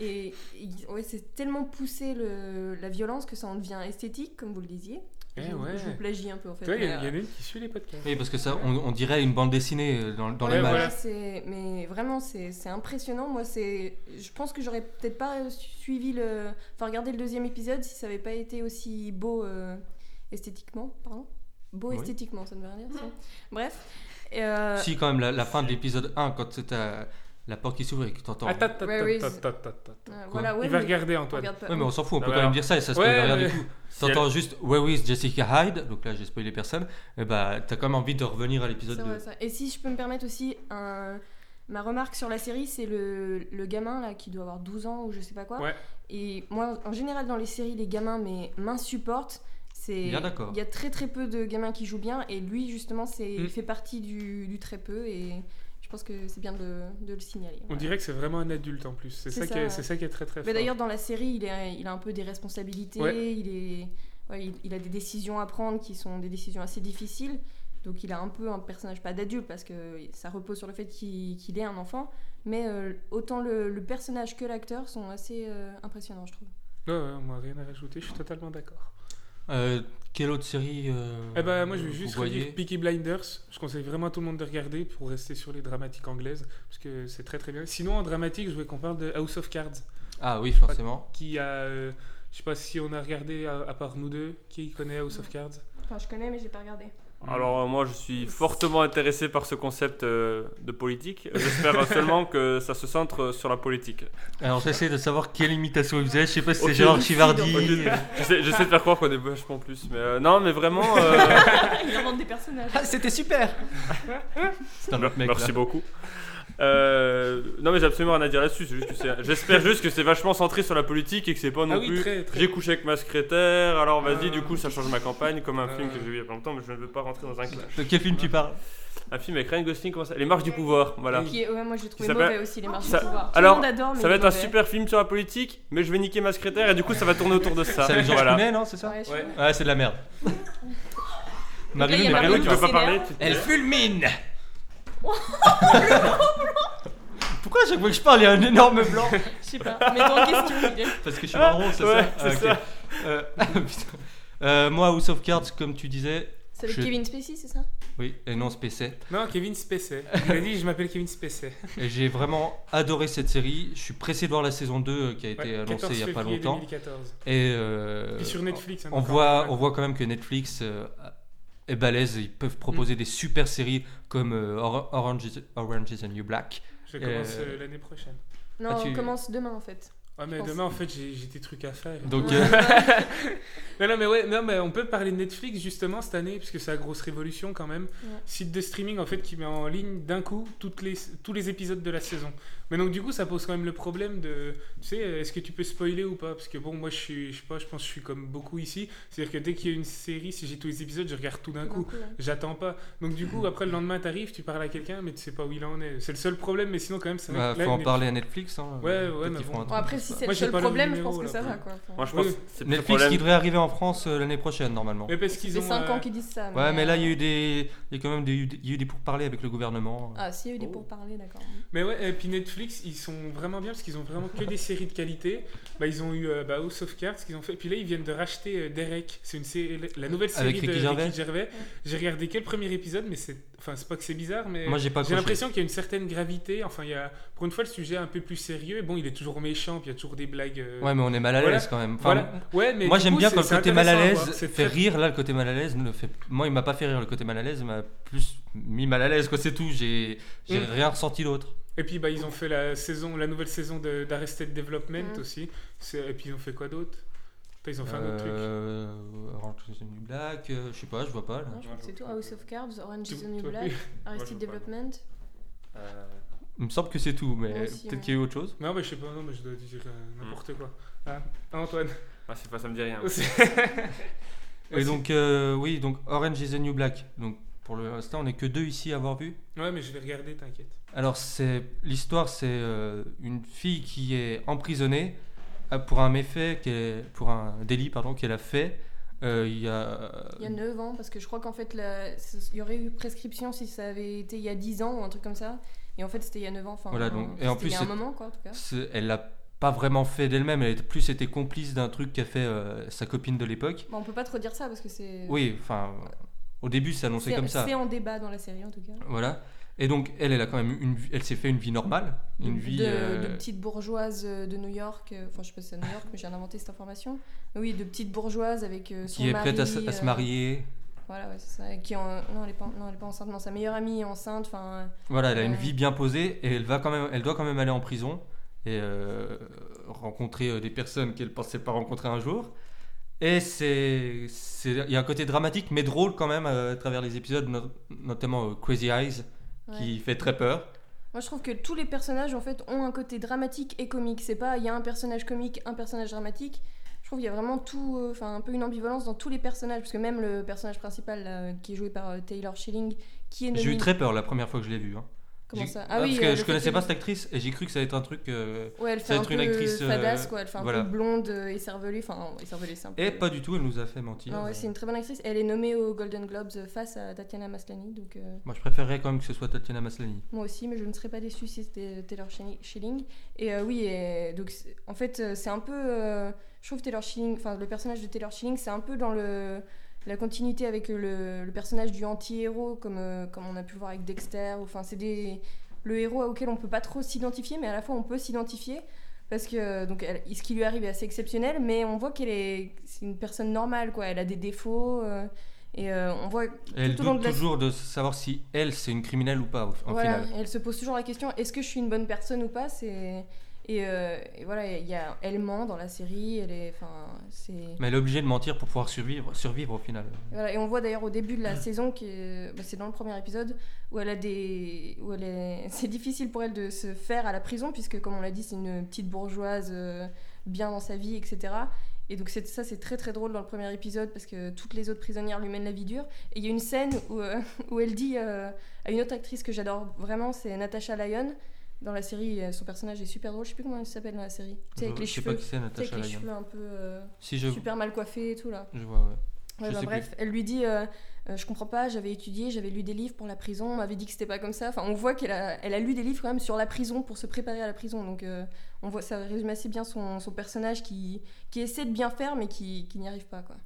Speaker 6: Et, et ouais, c'est tellement poussé le, la violence que ça en devient esthétique, comme vous le disiez.
Speaker 5: Eh
Speaker 6: je,
Speaker 5: ouais.
Speaker 6: je vous plagie un peu en fait.
Speaker 5: Tu vois, il y
Speaker 6: mais,
Speaker 5: a- il y
Speaker 6: euh,
Speaker 5: en a une qui suit les podcasts.
Speaker 3: Oui, parce que ça, on, on dirait une bande dessinée euh, dans, dans
Speaker 5: Ouais,
Speaker 6: Ouais,
Speaker 3: l'image.
Speaker 5: voilà.
Speaker 6: voilà, c'est- mais vraiment, c'est c'est impressionnant. Moi, c'est, je pense que j'aurais peut-être pas suivi le, enfin regardé le deuxième épisode si ça avait pas été aussi beau euh, esthétiquement, pardon. Beau
Speaker 3: Oui.
Speaker 6: esthétiquement, ça ne veut rien dire. Ça. Bref. Et, euh,
Speaker 3: Si, quand même, la, la fin de l'épisode 1, quand c'est euh, la porte qui s'ouvre et que t'entends.
Speaker 5: Attends, attends,
Speaker 6: Ouais, oui,
Speaker 5: attends,
Speaker 6: c'est-
Speaker 5: attends, attends, attends.
Speaker 6: euh, voilà, ouais,
Speaker 5: Il va
Speaker 6: mais
Speaker 5: regarder,
Speaker 6: on
Speaker 5: Antoine.
Speaker 6: regarde pas.
Speaker 3: Ouais, mais on s'en fout, on
Speaker 4: Ah,
Speaker 3: peut
Speaker 4: voilà.
Speaker 3: quand même dire ça et ça se
Speaker 5: Bah Ouais,
Speaker 3: peut regarder
Speaker 5: ouais.
Speaker 3: du coup.
Speaker 4: Si elle-
Speaker 3: T'entends juste Where is Jessica Hyde Donc là, j'ai spoilé personne. Et bah, t'as quand même envie de revenir à l'épisode
Speaker 6: C'est
Speaker 3: 2.
Speaker 6: vrai, ça. Et si je peux me permettre aussi un- ma remarque sur la série, c'est le, le gamin là qui doit avoir 12 ans ou je sais pas quoi.
Speaker 5: Ouais.
Speaker 6: Et moi, en général, dans les séries, les gamins mais m'insupportent. C'est
Speaker 3: Bien d'accord. Hmm.
Speaker 6: Il y a très très peu de gamins qui jouent bien et lui justement, c'est
Speaker 5: Mm.
Speaker 6: il fait partie du, du très peu et je pense que c'est bien de, de le signaler.
Speaker 5: On
Speaker 6: voilà.
Speaker 5: dirait que c'est vraiment un adulte en plus. C'est
Speaker 6: C'est
Speaker 5: ça, qui
Speaker 6: ça,
Speaker 5: est-
Speaker 6: ouais.
Speaker 5: c'est ça qui est très très
Speaker 6: Mais
Speaker 5: fort.
Speaker 6: Bah, d'ailleurs, dans la série, il, est- il a un peu des responsabilités,
Speaker 5: Ouais.
Speaker 6: il, est, ouais, il, il a des décisions à prendre qui sont des décisions assez difficiles. Donc il a un peu un personnage, pas d'adulte, parce que ça repose sur le fait qu'il qu'il est un enfant. Mais euh, autant le, le personnage que l'acteur sont assez euh, impressionnants, je trouve.
Speaker 5: Ouais, ouais, moi, rien à rajouter, je suis totalement d'accord.
Speaker 3: Euh, quelle autre série euh,
Speaker 5: Eh ben, moi, je vais
Speaker 3: vous
Speaker 5: juste
Speaker 3: voyez
Speaker 5: redire Peaky Blinders. Je conseille vraiment à tout le monde de regarder pour rester sur les dramatiques anglaises, parce que c'est très très bien. Sinon, en dramatique, je voulais qu'on parle de House of Cards,
Speaker 3: Ah oui, forcément.
Speaker 5: qui a. euh, je sais pas si on a regardé, à, à part nous deux, qui connaît House of Cards
Speaker 6: Enfin, je connais, mais j'ai pas regardé.
Speaker 4: Alors euh, moi je suis fortement intéressé par ce concept euh, de politique. J'espère seulement que ça se centre euh, sur la politique.
Speaker 3: Alors j'essaie de savoir quelle imitation il faisait. Je sais pas si
Speaker 4: Ok,
Speaker 3: c'est Gérard
Speaker 4: ok,
Speaker 3: Chivardi.
Speaker 4: ok.
Speaker 3: euh,
Speaker 4: J'essaie j'essaie de faire croire qu'on est vachement plus, mais euh, non mais vraiment. euh,
Speaker 6: Il invente des personnages.
Speaker 1: C'était super
Speaker 3: C'est un
Speaker 4: mer-
Speaker 3: autre mec.
Speaker 4: merci
Speaker 3: là.
Speaker 4: beaucoup. Euh, non mais j'ai absolument rien à dire là-dessus. c'est juste que c'est- J'espère juste que c'est vachement centré sur la politique et que c'est pas non
Speaker 5: Ah oui,
Speaker 4: plus.
Speaker 5: très très.
Speaker 4: J'ai couché avec ma secrétaire, alors vas-y,
Speaker 5: Euh.
Speaker 4: du coup ça change ma campagne, comme un film
Speaker 5: Euh.
Speaker 4: que j'ai vu il y a pas longtemps, mais je ne veux pas rentrer dans un clash.
Speaker 3: De quel film tu parles
Speaker 4: Un film avec Ryan Gosling, comment ça Les marches du pouvoir, voilà.
Speaker 6: Qui est- ouais, moi j'ai trouvé
Speaker 4: Ça s'appelle-
Speaker 6: mauvais aussi les marches
Speaker 4: Ça-
Speaker 6: du pouvoir.
Speaker 4: alors,
Speaker 6: Tout le monde adore, mais
Speaker 4: Ça
Speaker 6: il
Speaker 4: va
Speaker 6: est
Speaker 4: être un
Speaker 6: mauvais.
Speaker 4: super film sur la politique, mais je vais niquer ma secrétaire et du coup ça va tourner autour de ça.
Speaker 3: C'est avec Jean
Speaker 4: voilà.
Speaker 3: Genet, non C'est ça
Speaker 6: Ouais, je-
Speaker 5: Ouais.
Speaker 3: Ouais, c'est de la merde.
Speaker 6: il y
Speaker 3: Marilou
Speaker 6: a
Speaker 3: n'est pas
Speaker 4: Marilou,
Speaker 6: Marilou
Speaker 4: tu
Speaker 6: qui
Speaker 4: veux
Speaker 3: d'accord.
Speaker 4: pas parler
Speaker 6: s'énerve.
Speaker 4: tu te-
Speaker 1: Elle fulmine
Speaker 3: Pourquoi à chaque fois que je parle, il y a un énorme blanc
Speaker 6: Je sais pas. Mais dans question, il est.
Speaker 3: Parce que je suis marron, c'est
Speaker 4: Ouais,
Speaker 3: ça Ah,
Speaker 4: c'est
Speaker 3: ok.
Speaker 4: ça.
Speaker 3: Euh, putain. Euh, moi, House of Cards, comme tu disais,
Speaker 6: C'est avec
Speaker 3: Je-
Speaker 6: Kevin Spacey, c'est ça
Speaker 3: oui, et non Spacey,
Speaker 5: Non, Kevin Spacey. Il a dit, je m'appelle Kevin Spacey.
Speaker 3: et j'ai vraiment adoré cette série. Je suis pressé de voir la saison 2 euh, qui a été
Speaker 5: Ouais,
Speaker 3: annoncée il n'y a pas
Speaker 5: février
Speaker 3: longtemps.
Speaker 5: 2014.
Speaker 3: Et euh,
Speaker 5: Puis sur Netflix. hein,
Speaker 3: on,
Speaker 5: encore.
Speaker 3: voit, on voit quand même que Netflix euh, est balèze, ils peuvent proposer des super séries comme euh, Or- Orange, is, Orange is the New Black.
Speaker 5: Je commence
Speaker 3: Euh,
Speaker 5: euh, l'année prochaine.
Speaker 6: Non,
Speaker 3: Ah, tu-
Speaker 6: on commence demain en fait.
Speaker 5: Ouais, mais
Speaker 6: pense.
Speaker 5: demain, en fait, j'ai j'ai des trucs à faire.
Speaker 3: Donc,
Speaker 6: Ouais.
Speaker 3: euh,
Speaker 5: Non, non, mais ouais, non, mais on peut parler de Netflix justement cette année, puisque c'est la grosse révolution quand même.
Speaker 6: Ouais.
Speaker 5: Site de streaming en fait qui met en ligne d'un coup toutes les, tous les épisodes de la saison. Mais donc du coup, ça pose quand même le problème de, tu sais, est-ce que tu peux spoiler ou pas Parce que bon, moi je suis, je sais pas, je pense que je suis comme beaucoup ici. C'est-à-dire que dès qu'il y a une série, si j'ai tous les épisodes, je regarde tout d'un coup. J'attends pas. Donc du coup, après le lendemain, t'arrives, tu parles à quelqu'un, mais tu sais pas où il en est. C'est le seul problème, mais sinon quand même, ça
Speaker 3: bah,
Speaker 5: là,
Speaker 3: faut en
Speaker 5: Netflix-
Speaker 3: parler à Netflix. Hein,
Speaker 5: Ouais,
Speaker 3: euh,
Speaker 5: ouais,
Speaker 3: peut-être
Speaker 5: mais
Speaker 3: qu'ils feront
Speaker 5: bon.
Speaker 3: un
Speaker 6: Bon,
Speaker 3: truc.
Speaker 6: après, si c'est le
Speaker 5: Moi, j'ai
Speaker 6: seul
Speaker 5: pas le
Speaker 6: problème, je
Speaker 5: numéro,
Speaker 6: pense que
Speaker 5: là,
Speaker 6: ça
Speaker 5: pour
Speaker 6: va
Speaker 5: le
Speaker 6: quoi. Enfin,
Speaker 4: Moi je pense
Speaker 5: Oui.
Speaker 4: que c'est plus le
Speaker 3: Netflix
Speaker 4: problème.
Speaker 3: qui devrait arriver en France euh, l'année prochaine normalement.
Speaker 5: Mais parce
Speaker 6: Ça
Speaker 5: qu'ils
Speaker 6: fait
Speaker 5: ont.
Speaker 6: 5
Speaker 5: euh,
Speaker 6: ans qu'ils disent ça.
Speaker 3: Ouais, mais là il y a
Speaker 6: euh,
Speaker 3: eu des, il y a quand même des, il y a eu des pourparlers avec le gouvernement.
Speaker 6: Ah, si, il y a eu des pourparlers, d'accord.
Speaker 5: Mais ouais, et puis Netflix, ils sont vraiment bien parce qu'ils ont vraiment que des séries de qualité. Bah, ils ont eu euh, bah, House of Cards qu'ils ont fait. Puis là, ils viennent de racheter euh, Derek. C'est une série, la nouvelle série
Speaker 3: Avec
Speaker 5: de
Speaker 3: Ricky Gervais.
Speaker 5: J'ai regardé que le premier épisode, mais c'est, enfin, c'est pas que c'est bizarre, mais
Speaker 3: Moi j'ai pas.
Speaker 5: euh, j'ai
Speaker 3: accroché.
Speaker 5: l'impression qu'il y a une certaine gravité. Enfin, il y a pour une fois le sujet est un peu plus sérieux. Bon, il est toujours méchant, puis il y a toujours des blagues. euh,
Speaker 3: Ouais, mais on est mal à
Speaker 5: Voilà.
Speaker 3: l'aise quand même. Enfin,
Speaker 5: voilà. Ouais, mais
Speaker 3: moi
Speaker 5: du
Speaker 3: j'aime
Speaker 5: coup,
Speaker 3: bien
Speaker 5: c'est-
Speaker 3: quand le
Speaker 5: c'est
Speaker 3: côté mal à
Speaker 5: intéressant voir.
Speaker 3: l'aise
Speaker 5: C'est
Speaker 3: fait
Speaker 5: très-
Speaker 3: rire. Là, le côté mal à l'aise ne fait. Moi, il m'a pas fait rire. Le côté mal à l'aise m'a plus mis mal à l'aise. Quoi, c'est tout. J'ai, j'ai
Speaker 5: Mm.
Speaker 3: rien ressenti d'autre.
Speaker 5: Et puis bah, ils ont fait la saison, la nouvelle saison de- d'Arrested Development
Speaker 6: Mm.
Speaker 5: aussi. C'est- Et puis ils ont fait quoi d'autre Putain, Ils ont fait un autre truc.
Speaker 3: Euh, Orange is the New Black. euh, je sais pas. Je vois pas. là.
Speaker 6: Non, je crois que c'est tout. House of Cards, Orange is the
Speaker 5: Tout-
Speaker 6: New
Speaker 5: tout-
Speaker 6: Black,
Speaker 4: je
Speaker 6: Arrested
Speaker 4: vois pas.
Speaker 6: Development.
Speaker 4: Euh,
Speaker 3: Il me semble que c'est tout, mais
Speaker 6: Moi aussi,
Speaker 3: peut-être
Speaker 6: ouais.
Speaker 3: qu'il y a eu autre chose.
Speaker 5: Non, mais je sais pas, non, mais je dois dire
Speaker 3: Hmm.
Speaker 5: euh, n'importe quoi. Ah, Antoine.
Speaker 4: ah, c'est pas, ça me dit rien.
Speaker 3: Et
Speaker 5: Aussi.
Speaker 3: donc, euh, oui, donc Orange is the New Black. Donc, pour l'instant, on est que deux ici à avoir vu.
Speaker 5: ouais, mais je vais regarder, t'inquiète.
Speaker 3: Alors, c'est l'histoire, c'est euh, une fille qui est emprisonnée euh, pour un méfait, qu'elle- pour un délit, pardon, qu'elle a fait. Euh, il y a,
Speaker 6: Il y a 9 ans, parce que je crois qu'en fait, la- il y aurait eu prescription si ça avait été il y a 10 ans ou un truc comme ça. Et en fait, c'était il y a 9 ans. Enfin,
Speaker 3: Voilà, donc- et en
Speaker 6: c'était il y a un
Speaker 3: plus, c'est-
Speaker 6: moment, quoi, en tout cas.
Speaker 3: c'est- elle l'a pas vraiment fait d'elle-même. Elle a plus été complice d'un truc qu'a fait euh, sa copine de l'époque.
Speaker 6: Bon, on peut pas trop dire ça parce que c'est.
Speaker 3: Oui, enfin, au début, c'est annoncé
Speaker 6: C'est-
Speaker 3: comme ça.
Speaker 6: C'est en débat dans la série, en tout cas.
Speaker 3: Voilà. Et donc, elle, elle a quand même une, vie- elle s'est fait une vie normale, une
Speaker 6: de,
Speaker 3: vie.
Speaker 6: de,
Speaker 3: euh,
Speaker 6: de petite bourgeoise euh, de New York, euh, enfin je sais pas si c'est à New York, mais j'ai inventé cette information. Mais Oui, de petite bourgeoise avec euh, son
Speaker 3: qui est
Speaker 6: mari.
Speaker 3: prête à, se- à se
Speaker 6: euh,
Speaker 3: marier.
Speaker 6: Voilà, ouais, c'est ça. Et qui est en- non, elle est pas, non, elle est pas enceinte, non, sa meilleure amie est enceinte. Enfin, euh.
Speaker 3: Voilà, elle a une
Speaker 6: Ouais.
Speaker 3: vie bien posée et elle, va quand même, elle doit quand même aller en prison et euh, rencontrer euh, des personnes qu'elle pensait pas rencontrer un jour. Et c'est, c'est- il y a un côté dramatique mais drôle quand même euh, à travers les épisodes, no- notamment euh, Crazy Eyes
Speaker 6: euh, ouais.
Speaker 3: qui fait très peur.
Speaker 6: Moi je trouve que tous les personnages en fait ont un côté dramatique et comique. C'est pas il y a un personnage comique, un personnage dramatique. Je trouve qu'il y a vraiment tout, euh, enfin un peu une ambivalence dans tous les personnages, parce que même le personnage principal là, euh, qui est joué par euh, Taylor Schilling, qui est
Speaker 3: J'ai eu
Speaker 6: nommé-
Speaker 3: très peur la première fois que je l'ai vu. hein.
Speaker 6: Comment
Speaker 3: J'ai-
Speaker 6: ça
Speaker 3: Ah,
Speaker 6: oui,
Speaker 3: parce que
Speaker 6: euh, le
Speaker 3: je
Speaker 6: fait
Speaker 3: connaissais
Speaker 6: qu'elle-
Speaker 3: pas cette actrice et j'ai cru que ça allait être un truc. euh,
Speaker 6: Ouais, elle
Speaker 3: ça
Speaker 6: fait
Speaker 3: va
Speaker 6: un
Speaker 3: être
Speaker 6: peu
Speaker 3: une actrice, euh,
Speaker 6: badass, quoi. Elle fait un
Speaker 3: voilà.
Speaker 6: peu blonde, euh, écervelée. Enfin, écervelée, c'est un peu.
Speaker 3: Et pas du tout, elle nous a fait mentir.
Speaker 6: Non, Ah ouais, c'est une très bonne actrice. Elle est nommée aux Golden Globes euh, face à Tatiana Maslany. Donc, euh,
Speaker 3: Moi, je préférerais quand même que ce soit Tatiana Maslany.
Speaker 6: moi aussi, mais je ne serais pas déçue si c'était Taylor Shilling- Schilling. Et euh, oui, et donc, c'est- en fait, euh, c'est un peu. euh, je trouve Taylor Schilling, enfin, le personnage de Taylor Schilling, c'est un peu dans le. La continuité avec le, le personnage du anti-héros, comme, euh, comme on a pu le voir avec Dexter, ou- enfin, c'est des- le héros auquel on peut pas trop s'identifier, mais à la fois on peut s'identifier, parce que euh, donc, elle- ce qui lui arrive est assez exceptionnel, mais on voit qu'elle est, c'est une personne normale, quoi. Elle a des défauts, euh, et euh, on voit
Speaker 3: Et elle
Speaker 6: tout au long
Speaker 3: doute
Speaker 6: de la
Speaker 3: toujours de savoir si elle, c'est une criminelle ou pas, au- en
Speaker 6: voilà,
Speaker 3: final.
Speaker 6: elle se pose toujours la question est-ce que je suis une bonne personne ou pas C'est et, euh, et voilà, il y a elle ment dans la série, elle est, enfin, c'est
Speaker 3: Mais elle est obligée de mentir pour pouvoir survivre, survivre au final.
Speaker 6: et voilà. Et on voit d'ailleurs au début de la saison que euh, bah, c'est dans le premier épisode où elle a des, où elle est, c'est difficile pour elle de se faire à la prison puisque comme on l'a dit, c'est une petite bourgeoise euh, bien dans sa vie, etc. Et donc c'est- ça c'est très très drôle dans le premier épisode parce que toutes les autres prisonnières lui mènent la vie dure. Et il y a une scène où, euh, où elle dit euh, à une autre actrice que j'adore vraiment, c'est Natasha Lyon. Dans la série, euh, son personnage est super drôle. Je sais plus comment elle s'appelle dans la série. Tu sais, avec
Speaker 3: Euh, Je-
Speaker 6: les
Speaker 3: je sais
Speaker 6: cheveux,
Speaker 3: pas qui c'est,
Speaker 6: tu sais,
Speaker 3: Natasha
Speaker 6: avec les
Speaker 3: Lyon.
Speaker 6: cheveux un peu euh,
Speaker 3: Si je,
Speaker 6: super mal coiffés et tout là.
Speaker 3: je vois, ouais.
Speaker 6: Ouais,
Speaker 3: Je
Speaker 6: bah
Speaker 3: sais
Speaker 6: bref, elle lui dit euh, euh, Je comprends pas, j'avais étudié, j'avais lu des livres pour la prison, on m'avait dit que c'était pas comme ça. Enfin, on voit qu'elle a, elle a lu des livres quand même sur la prison pour se préparer à la prison. Donc, euh, on voit, ça résume assez bien son, son personnage qui, qui essaie de bien faire mais qui, qui n'y arrive pas. Quoi.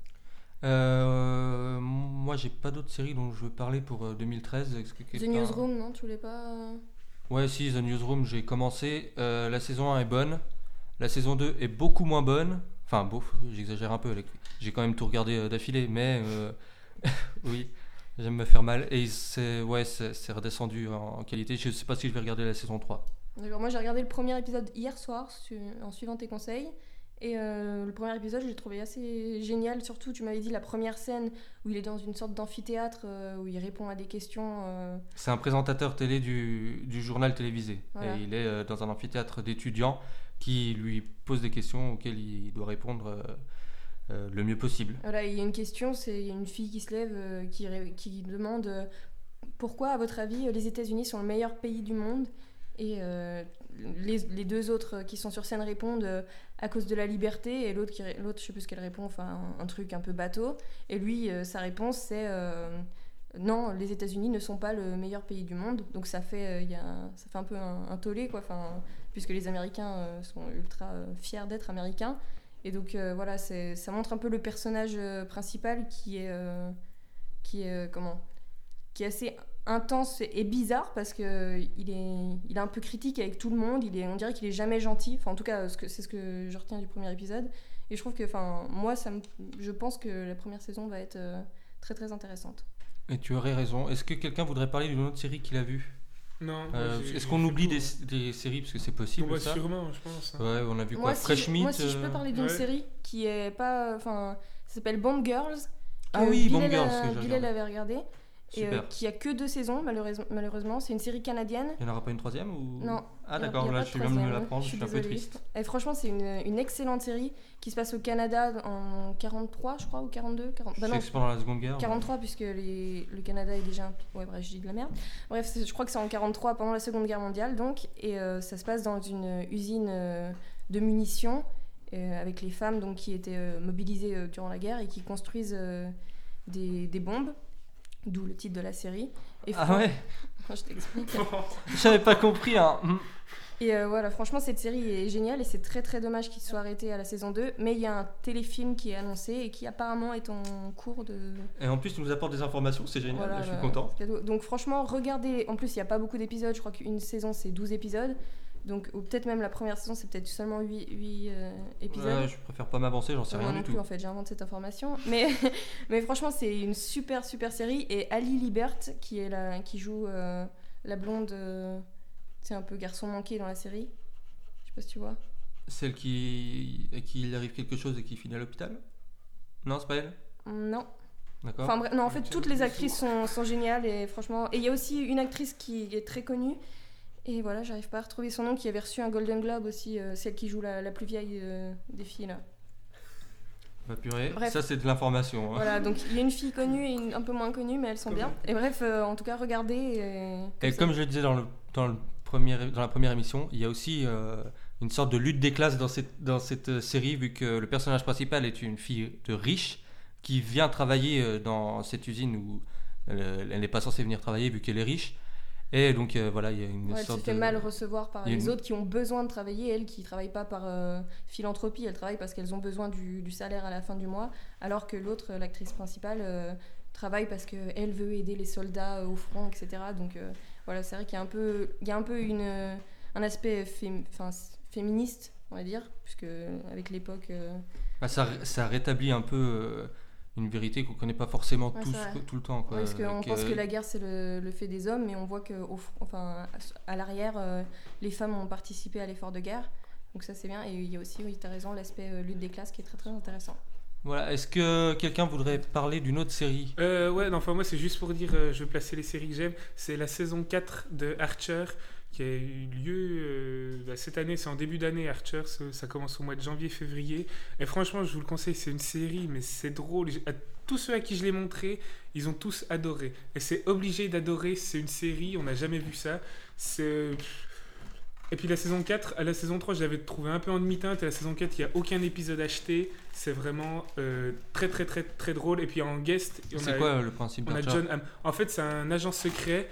Speaker 3: Euh, moi, j'ai pas d'autres séries dont je veux parler pour euh, 2013. Est-ce que
Speaker 6: The
Speaker 3: quelqu'un-
Speaker 6: Newsroom, non Tu voulais pas euh,
Speaker 3: Ouais, si, The Newsroom, j'ai commencé. Euh, la saison 1 est bonne. La saison 2 est beaucoup moins bonne. Enfin, bof, j'exagère un peu. avec- J'ai quand même tout regardé euh, d'affilée, mais euh, oui, j'aime me faire mal. Et c'est ouais, c'est c'est redescendu en, en qualité. Je sais pas si je vais regarder la saison 3.
Speaker 6: D'accord, Moi, j'ai regardé le premier épisode hier soir su- en suivant tes conseils. Et euh, le premier épisode, je l'ai trouvé assez génial. Surtout, tu m'avais dit la première scène où il est dans une sorte d'amphithéâtre euh, où il répond à des questions. euh,
Speaker 3: C'est un présentateur télé du, du journal télévisé.
Speaker 6: Voilà.
Speaker 3: Et il est euh, dans un amphithéâtre d'étudiants qui lui pose des questions auxquelles il doit répondre euh, euh, le mieux possible.
Speaker 6: Voilà, il y a une question, c'est il y a une fille qui se lève, euh, qui, ré- qui demande euh, pourquoi, à votre avis, les États-Unis sont le meilleur pays du monde Et euh, les, les deux autres qui sont sur scène répondent euh, à cause de la liberté, et l'autre, qui ré- l'autre, je sais plus ce qu'elle répond, enfin un, un truc un peu bateau. Et lui, euh, sa réponse, c'est euh, non, les États-Unis ne sont pas le meilleur pays du monde. Donc ça fait, euh, il y a, ça fait un peu un, un tollé, quoi, enfin, puisque les Américains euh, sont ultra euh, fiers d'être Américains. Et donc euh, voilà, c'est- ça montre un peu le personnage euh, principal qui est euh, qui est euh, comment qui est assez intense et bizarre parce que il est il est un peu critique avec tout le monde. Il est on dirait qu'il est jamais gentil. Enfin en tout cas ce que- c'est ce que je retiens du premier épisode. Et je trouve que enfin moi ça me, je pense que la première saison va être euh, très très intéressante.
Speaker 3: Et tu aurais raison. Est-ce que quelqu'un voudrait parler d'une autre série qu'il a vue
Speaker 5: Non. moi,
Speaker 3: Euh,
Speaker 5: j'ai-
Speaker 3: Est-ce
Speaker 5: j'ai
Speaker 3: qu'on
Speaker 5: fait
Speaker 3: oublie
Speaker 5: le
Speaker 3: des,
Speaker 5: tour.
Speaker 3: des séries parce que c'est
Speaker 5: Bon,
Speaker 3: possible
Speaker 5: bah,
Speaker 3: ça
Speaker 5: sûrement, je pense. hein.
Speaker 3: Ouais, on a vu quoi
Speaker 6: moi, si,
Speaker 3: Fresh
Speaker 6: je-
Speaker 3: Meat.
Speaker 6: moi si je peux
Speaker 3: euh,
Speaker 6: parler d'une
Speaker 5: Ouais.
Speaker 6: série qui est pas enfin ça s'appelle Bomb Girls.
Speaker 3: Ah
Speaker 6: que
Speaker 3: oui,
Speaker 6: Bill
Speaker 3: Bomb
Speaker 6: elle
Speaker 3: Girls,
Speaker 6: a-
Speaker 3: que j'ai
Speaker 6: Bill,
Speaker 3: regardé.
Speaker 6: elle avait regardé. et, euh,
Speaker 3: Super.
Speaker 6: qui a que deux saisons malheureusement. malheureusement. C'est une série canadienne.
Speaker 3: Il n'y en aura pas une troisième ou
Speaker 6: Non,
Speaker 3: Ah
Speaker 6: Il y a- il y
Speaker 3: d'accord,
Speaker 6: a
Speaker 3: là
Speaker 6: pas
Speaker 3: je
Speaker 6: de
Speaker 3: suis même venu
Speaker 6: troisième,
Speaker 3: l'apprendre,
Speaker 6: je
Speaker 3: je suis un peu
Speaker 6: désolée.
Speaker 3: triste.
Speaker 6: Et franchement, c'est une, une excellente série qui se passe au Canada en 43, je crois, ou 42, 40, bah
Speaker 3: je
Speaker 6: non,
Speaker 3: sais que c'est pendant la Seconde Guerre.
Speaker 6: 43 puisque les- le Canada est déjà un- ouais bref je dis de la merde bref c'est- je crois que c'est en 43 pendant la Seconde Guerre mondiale donc et euh, ça se passe dans une usine euh, de munitions euh, avec les femmes donc qui étaient euh, mobilisées euh, durant la guerre et qui construisent euh, des, des bombes d'où le titre de la série et
Speaker 3: Ah
Speaker 6: fran-
Speaker 3: ouais
Speaker 6: je t'explique
Speaker 3: J'avais pas compris. Hein. Hmm.
Speaker 6: et euh, voilà, franchement, cette série est géniale et c'est très très dommage qu'il soit arrêté à la saison 2. Mais il y a un téléfilm qui est annoncé et qui apparemment est en cours de.
Speaker 3: Et en plus tu nous apportes des informations, c'est génial,
Speaker 6: Voilà,
Speaker 3: je suis
Speaker 6: bah,
Speaker 3: content.
Speaker 6: c'est cadeau. Donc franchement, regardez. En plus, il n'y a pas beaucoup d'épisodes. Je crois qu'une saison c'est 12 épisodes. Donc, ou peut-être même la première saison c'est peut-être seulement 8, épisodes.
Speaker 3: Ouais, je préfère pas m'avancer, j'en sais
Speaker 6: Moi
Speaker 3: rien
Speaker 6: non
Speaker 3: du
Speaker 6: plus,
Speaker 3: tout.
Speaker 6: en fait, j'invente cette information. Mais, mais franchement, c'est une super, super série. Et Ali Libert, qui, est la, qui joue euh, la blonde, euh, tu sais, un peu garçon manqué dans la série. Je sais pas si tu vois.
Speaker 3: Celle qui à qui il arrive quelque chose et qui finit à l'hôpital Non, c'est pas elle
Speaker 6: Non.
Speaker 3: D'accord.
Speaker 6: Enfin, bref, non, en
Speaker 5: Ok,
Speaker 6: fait, toutes les actrices sont, sont géniales et franchement. Et il y a aussi une actrice qui est très connue. Et voilà, j'arrive pas à retrouver son nom, qui avait reçu un Golden Globe aussi, euh, celle qui joue la, la plus vieille euh, des filles là.
Speaker 3: Bah, purée,
Speaker 6: bref.
Speaker 3: ça c'est de l'information. hein.
Speaker 6: Voilà, donc il y a une fille connue et une un peu moins connue, mais elles sont bien. Et bref, euh, en tout cas, regardez. Et,
Speaker 3: Et
Speaker 6: ça.
Speaker 3: comme je le disais dans le dans, le premier, dans la première émission, il y a aussi euh, une sorte de lutte des classes dans cette, dans cette euh, série, vu que le personnage principal est une fille de riche qui vient travailler euh, dans cette usine où euh, elle n'est pas censée venir travailler vu qu'elle est riche. Et donc euh, voilà, il y a une
Speaker 6: Ouais, elle se
Speaker 3: sorte
Speaker 6: fait
Speaker 3: de...
Speaker 6: mal recevoir par
Speaker 3: il y a
Speaker 6: les
Speaker 3: une-
Speaker 6: autres qui ont besoin de travailler, elles qui travaillent pas par euh, philanthropie, elles travaillent parce qu'elles ont besoin du, du salaire à la fin du mois, alors que l'autre, l'actrice principale, euh, travaille parce qu'elle veut aider les soldats euh, au front, etc. Donc euh, voilà, c'est vrai qu'il y a un peu, il y a un, peu une, euh, un aspect fém- enfin, s- féministe, on va dire, puisque avec l'époque... euh,
Speaker 3: Bah, ça, ça rétablit un peu euh, une vérité qu'on connaît pas forcément
Speaker 6: Ouais,
Speaker 3: tous,
Speaker 6: c'est vrai.
Speaker 3: tout le temps. Quoi.
Speaker 6: Ouais, parce qu'on
Speaker 3: Euh, Que-
Speaker 6: pense que la guerre c'est le, le fait des hommes, mais on voit que au fr- enfin, à l'arrière, euh, les femmes ont participé à l'effort de guerre. Donc ça c'est bien. Et il y a aussi, oui, tu as raison, l'aspect euh, lutte des classes qui est très très intéressant.
Speaker 3: Voilà, est-ce que quelqu'un voudrait parler d'une autre série
Speaker 5: Euh, ouais, non, enfin moi c'est juste pour dire, euh, je vais placer les séries que j'aime. C'est la saison 4 de Archer qui a eu lieu euh, bah, cette année, c'est en début d'année Archer, ça, ça commence au mois de janvier-février. Et franchement, je vous le conseille, c'est une série, mais c'est drôle. J'ai- à tous ceux à qui je l'ai montré, ils ont tous adoré. Et c'est obligé d'adorer, c'est une série, on n'a jamais vu ça. C'est... euh, Et puis la saison 4, à la saison 3, je l'avais trouvé un peu en demi-teinte. Et la saison 4, il n'y a aucun épisode acheté. C'est vraiment euh, très, très, très, très drôle. Et puis en guest, on
Speaker 3: C'est
Speaker 5: a-
Speaker 3: quoi euh, le principe
Speaker 5: on a
Speaker 3: d'Archer
Speaker 5: John Hamm. En fait, c'est un agent secret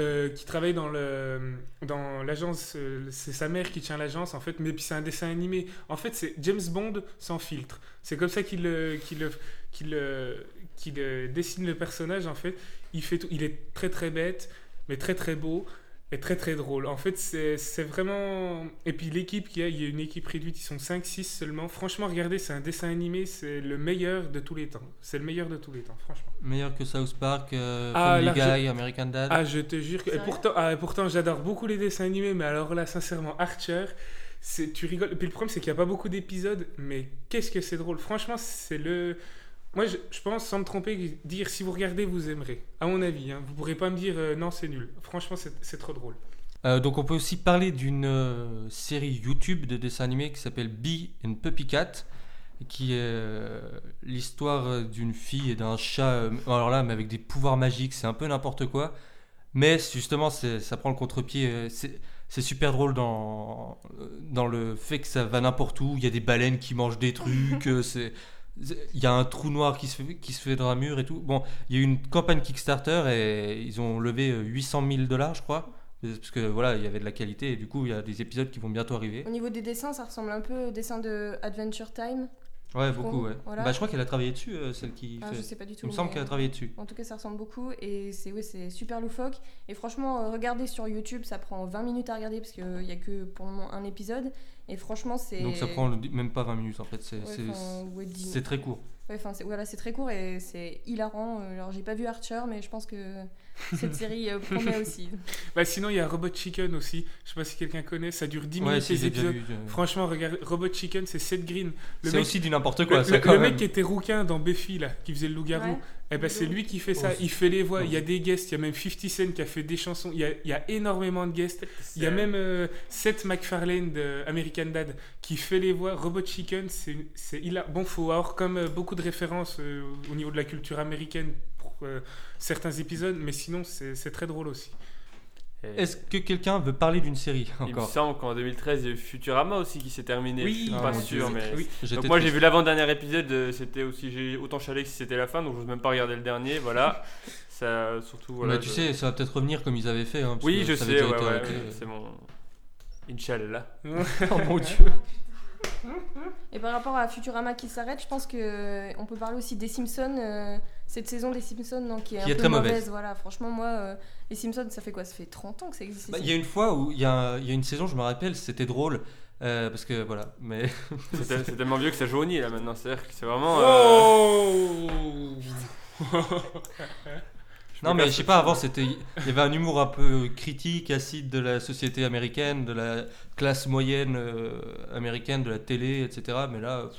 Speaker 5: euh, qui travaille dans le dans l'agence. euh, c'est sa mère qui tient l'agence, en fait. Mais puis c'est un dessin animé. En fait, c'est James Bond sans filtre. C'est comme ça qu'il euh, qu'il euh, qu'il euh, qu'il, euh, dessine le personnage. En fait, il fait tout- Il est très très bête, mais très très beau. Et très très drôle. En fait, c'est c'est vraiment. Et puis l'équipe qu'il y a, il y a une équipe réduite, ils sont 5-6 seulement. Franchement, regardez, c'est un dessin animé, c'est le meilleur de tous les temps. C'est le meilleur de tous les temps, franchement.
Speaker 3: Meilleur que South Park, euh,
Speaker 5: Ah,
Speaker 3: Family
Speaker 5: là,
Speaker 3: Guy, American Dad
Speaker 5: Ah, je te jure que. Et
Speaker 6: Sérieux
Speaker 5: pourtant, ah, et pourtant j'adore beaucoup les dessins animés, mais alors là, sincèrement, Archer, c'est, tu rigoles. Et puis le problème, c'est qu'il n'y a pas beaucoup d'épisodes, mais qu'est-ce que c'est drôle. Franchement, c'est le. Moi, je, je pense, sans me tromper, dire si vous regardez, vous aimerez. À mon avis, hein. vous pourrez pas me dire euh, non, c'est nul. Franchement, c'est, c'est trop drôle.
Speaker 3: Euh, donc on peut aussi parler d'une euh, série YouTube de dessins animés qui s'appelle Bee and Puppy Cat, qui est euh, l'histoire euh, d'une fille et d'un chat, euh, alors là, mais avec des pouvoirs magiques, c'est un peu n'importe quoi, mais c'est- justement, c'est- ça prend le contre-pied, euh, c'est c'est super drôle dans, euh, dans le fait que ça va n'importe où, il y a des baleines qui mangent des trucs, euh, c'est... c'est- Il y a un trou noir qui se, fait, qui se fait dans un mur et tout. Bon, il y a eu une campagne Kickstarter et ils ont levé euh, 800 000 dollars, je crois. Euh, Parce que voilà, il y avait de la qualité et du coup, il y a des épisodes qui vont bientôt arriver.
Speaker 6: Au niveau des dessins, ça ressemble un peu au dessin de Adventure Time.
Speaker 3: Ouais,
Speaker 6: trouve,
Speaker 3: beaucoup, ouais.
Speaker 6: voilà.
Speaker 3: Bah, je crois qu'elle a travaillé dessus, euh, celle qui
Speaker 6: Ah,
Speaker 3: fait.
Speaker 6: je sais pas du tout.
Speaker 3: Il me semble
Speaker 6: mais-
Speaker 3: qu'elle a travaillé dessus.
Speaker 6: En tout cas, ça ressemble beaucoup et c'est oui, c'est super loufoque. Et franchement, euh, regardez sur YouTube, ça prend 20 minutes à regarder parce qu'il n'y a que pour le moment un épisode. Et franchement, c'est.
Speaker 3: Donc ça prend le- même pas 20 minutes en fait, c'est
Speaker 6: Ouais,
Speaker 3: c'est-
Speaker 6: enfin, ouais, dix-
Speaker 3: c'est très court.
Speaker 6: Ouais, enfin, c'est, voilà, c'est très court et c'est hilarant. Euh, Alors, j'ai pas vu Archer, mais je pense que cette série euh, promet aussi.
Speaker 5: Bah, sinon, il y a Robot Chicken aussi. Je sais pas si quelqu'un connaît, ça dure 10
Speaker 3: Ouais,
Speaker 5: minutes
Speaker 3: si
Speaker 5: les
Speaker 3: j'ai bien
Speaker 5: épisodes.
Speaker 3: vu. euh,
Speaker 5: Franchement, regarde, Robot Chicken, c'est Seth Green. Le
Speaker 3: C'est
Speaker 5: mec-
Speaker 3: aussi du n'importe quoi,
Speaker 5: le,
Speaker 3: ça
Speaker 5: le-
Speaker 3: quand
Speaker 5: le
Speaker 3: même.
Speaker 5: mec qui était rouquin dans Buffy, là, qui faisait le loup-garou,
Speaker 6: Ouais.
Speaker 5: eh ben, c'est lui qui fait ça. Il fait les voix. Il y a des guests. Il y a même 50 Cent qui a fait des chansons. Il y a, il y a énormément de guests. Il y a même euh, Seth MacFarlane de American Dad qui fait les voix. Robot Chicken, c'est c'est hilar- Bon, faut avoir comme euh, beaucoup de références euh, au niveau de la culture américaine pour euh, certains épisodes, mais sinon, c'est c'est très drôle aussi.
Speaker 4: Et
Speaker 3: Est-ce que quelqu'un veut parler d'une série
Speaker 4: Il me
Speaker 3: encore
Speaker 4: semble qu'en 2013, il y a eu Futurama aussi qui s'est terminé.
Speaker 5: Oui,
Speaker 4: je suis
Speaker 3: ah,
Speaker 4: pas
Speaker 3: mon
Speaker 4: sûr,
Speaker 5: Dieu.
Speaker 4: mais.
Speaker 5: Oui.
Speaker 3: J'étais
Speaker 4: Donc moi j'ai
Speaker 3: triste.
Speaker 4: vu l'avant-dernier épisode, euh, c'était aussi j'ai autant chialé que si c'était la fin, donc je n'ose même pas regarder le dernier, voilà. Ça surtout voilà.
Speaker 3: Bah, tu
Speaker 4: je-
Speaker 3: sais, ça va peut-être revenir comme ils avaient fait. hein, parce
Speaker 4: Oui,
Speaker 3: que
Speaker 4: je
Speaker 3: ça
Speaker 4: sais,
Speaker 3: avait déjà
Speaker 4: ouais,
Speaker 3: été
Speaker 4: ouais,
Speaker 3: arrêté. euh.
Speaker 4: ouais, c'est mon Inch'Allah.
Speaker 3: oh mon dieu.
Speaker 6: Et par rapport à Futurama qui s'arrête, je pense que euh, on peut parler aussi des Simpsons. euh, cette saison des Simpsons, non, qui est,
Speaker 3: Qui
Speaker 6: un
Speaker 3: est
Speaker 6: peu
Speaker 3: très mauvaise.
Speaker 6: mauvaise. Voilà, franchement, moi, euh, les Simpsons, ça fait quoi Ça fait 30 ans que ça existe. les
Speaker 3: Bah, Il y a une fois où il y a, il y a une saison, je me rappelle, c'était drôle euh, parce que voilà, mais
Speaker 4: C'est tel- c'est tellement vieux que ça jaunit là maintenant, c'est-à-dire que c'est vraiment. euh,
Speaker 5: Oh
Speaker 4: je
Speaker 3: Non,
Speaker 4: me
Speaker 3: mais je
Speaker 4: casse
Speaker 3: sais
Speaker 4: le
Speaker 3: pas,
Speaker 4: cul.
Speaker 3: avant, c'était il y avait un humour un peu critique, acide de la société américaine, de la classe moyenne euh, américaine, de la télé, etc. Mais là, pff,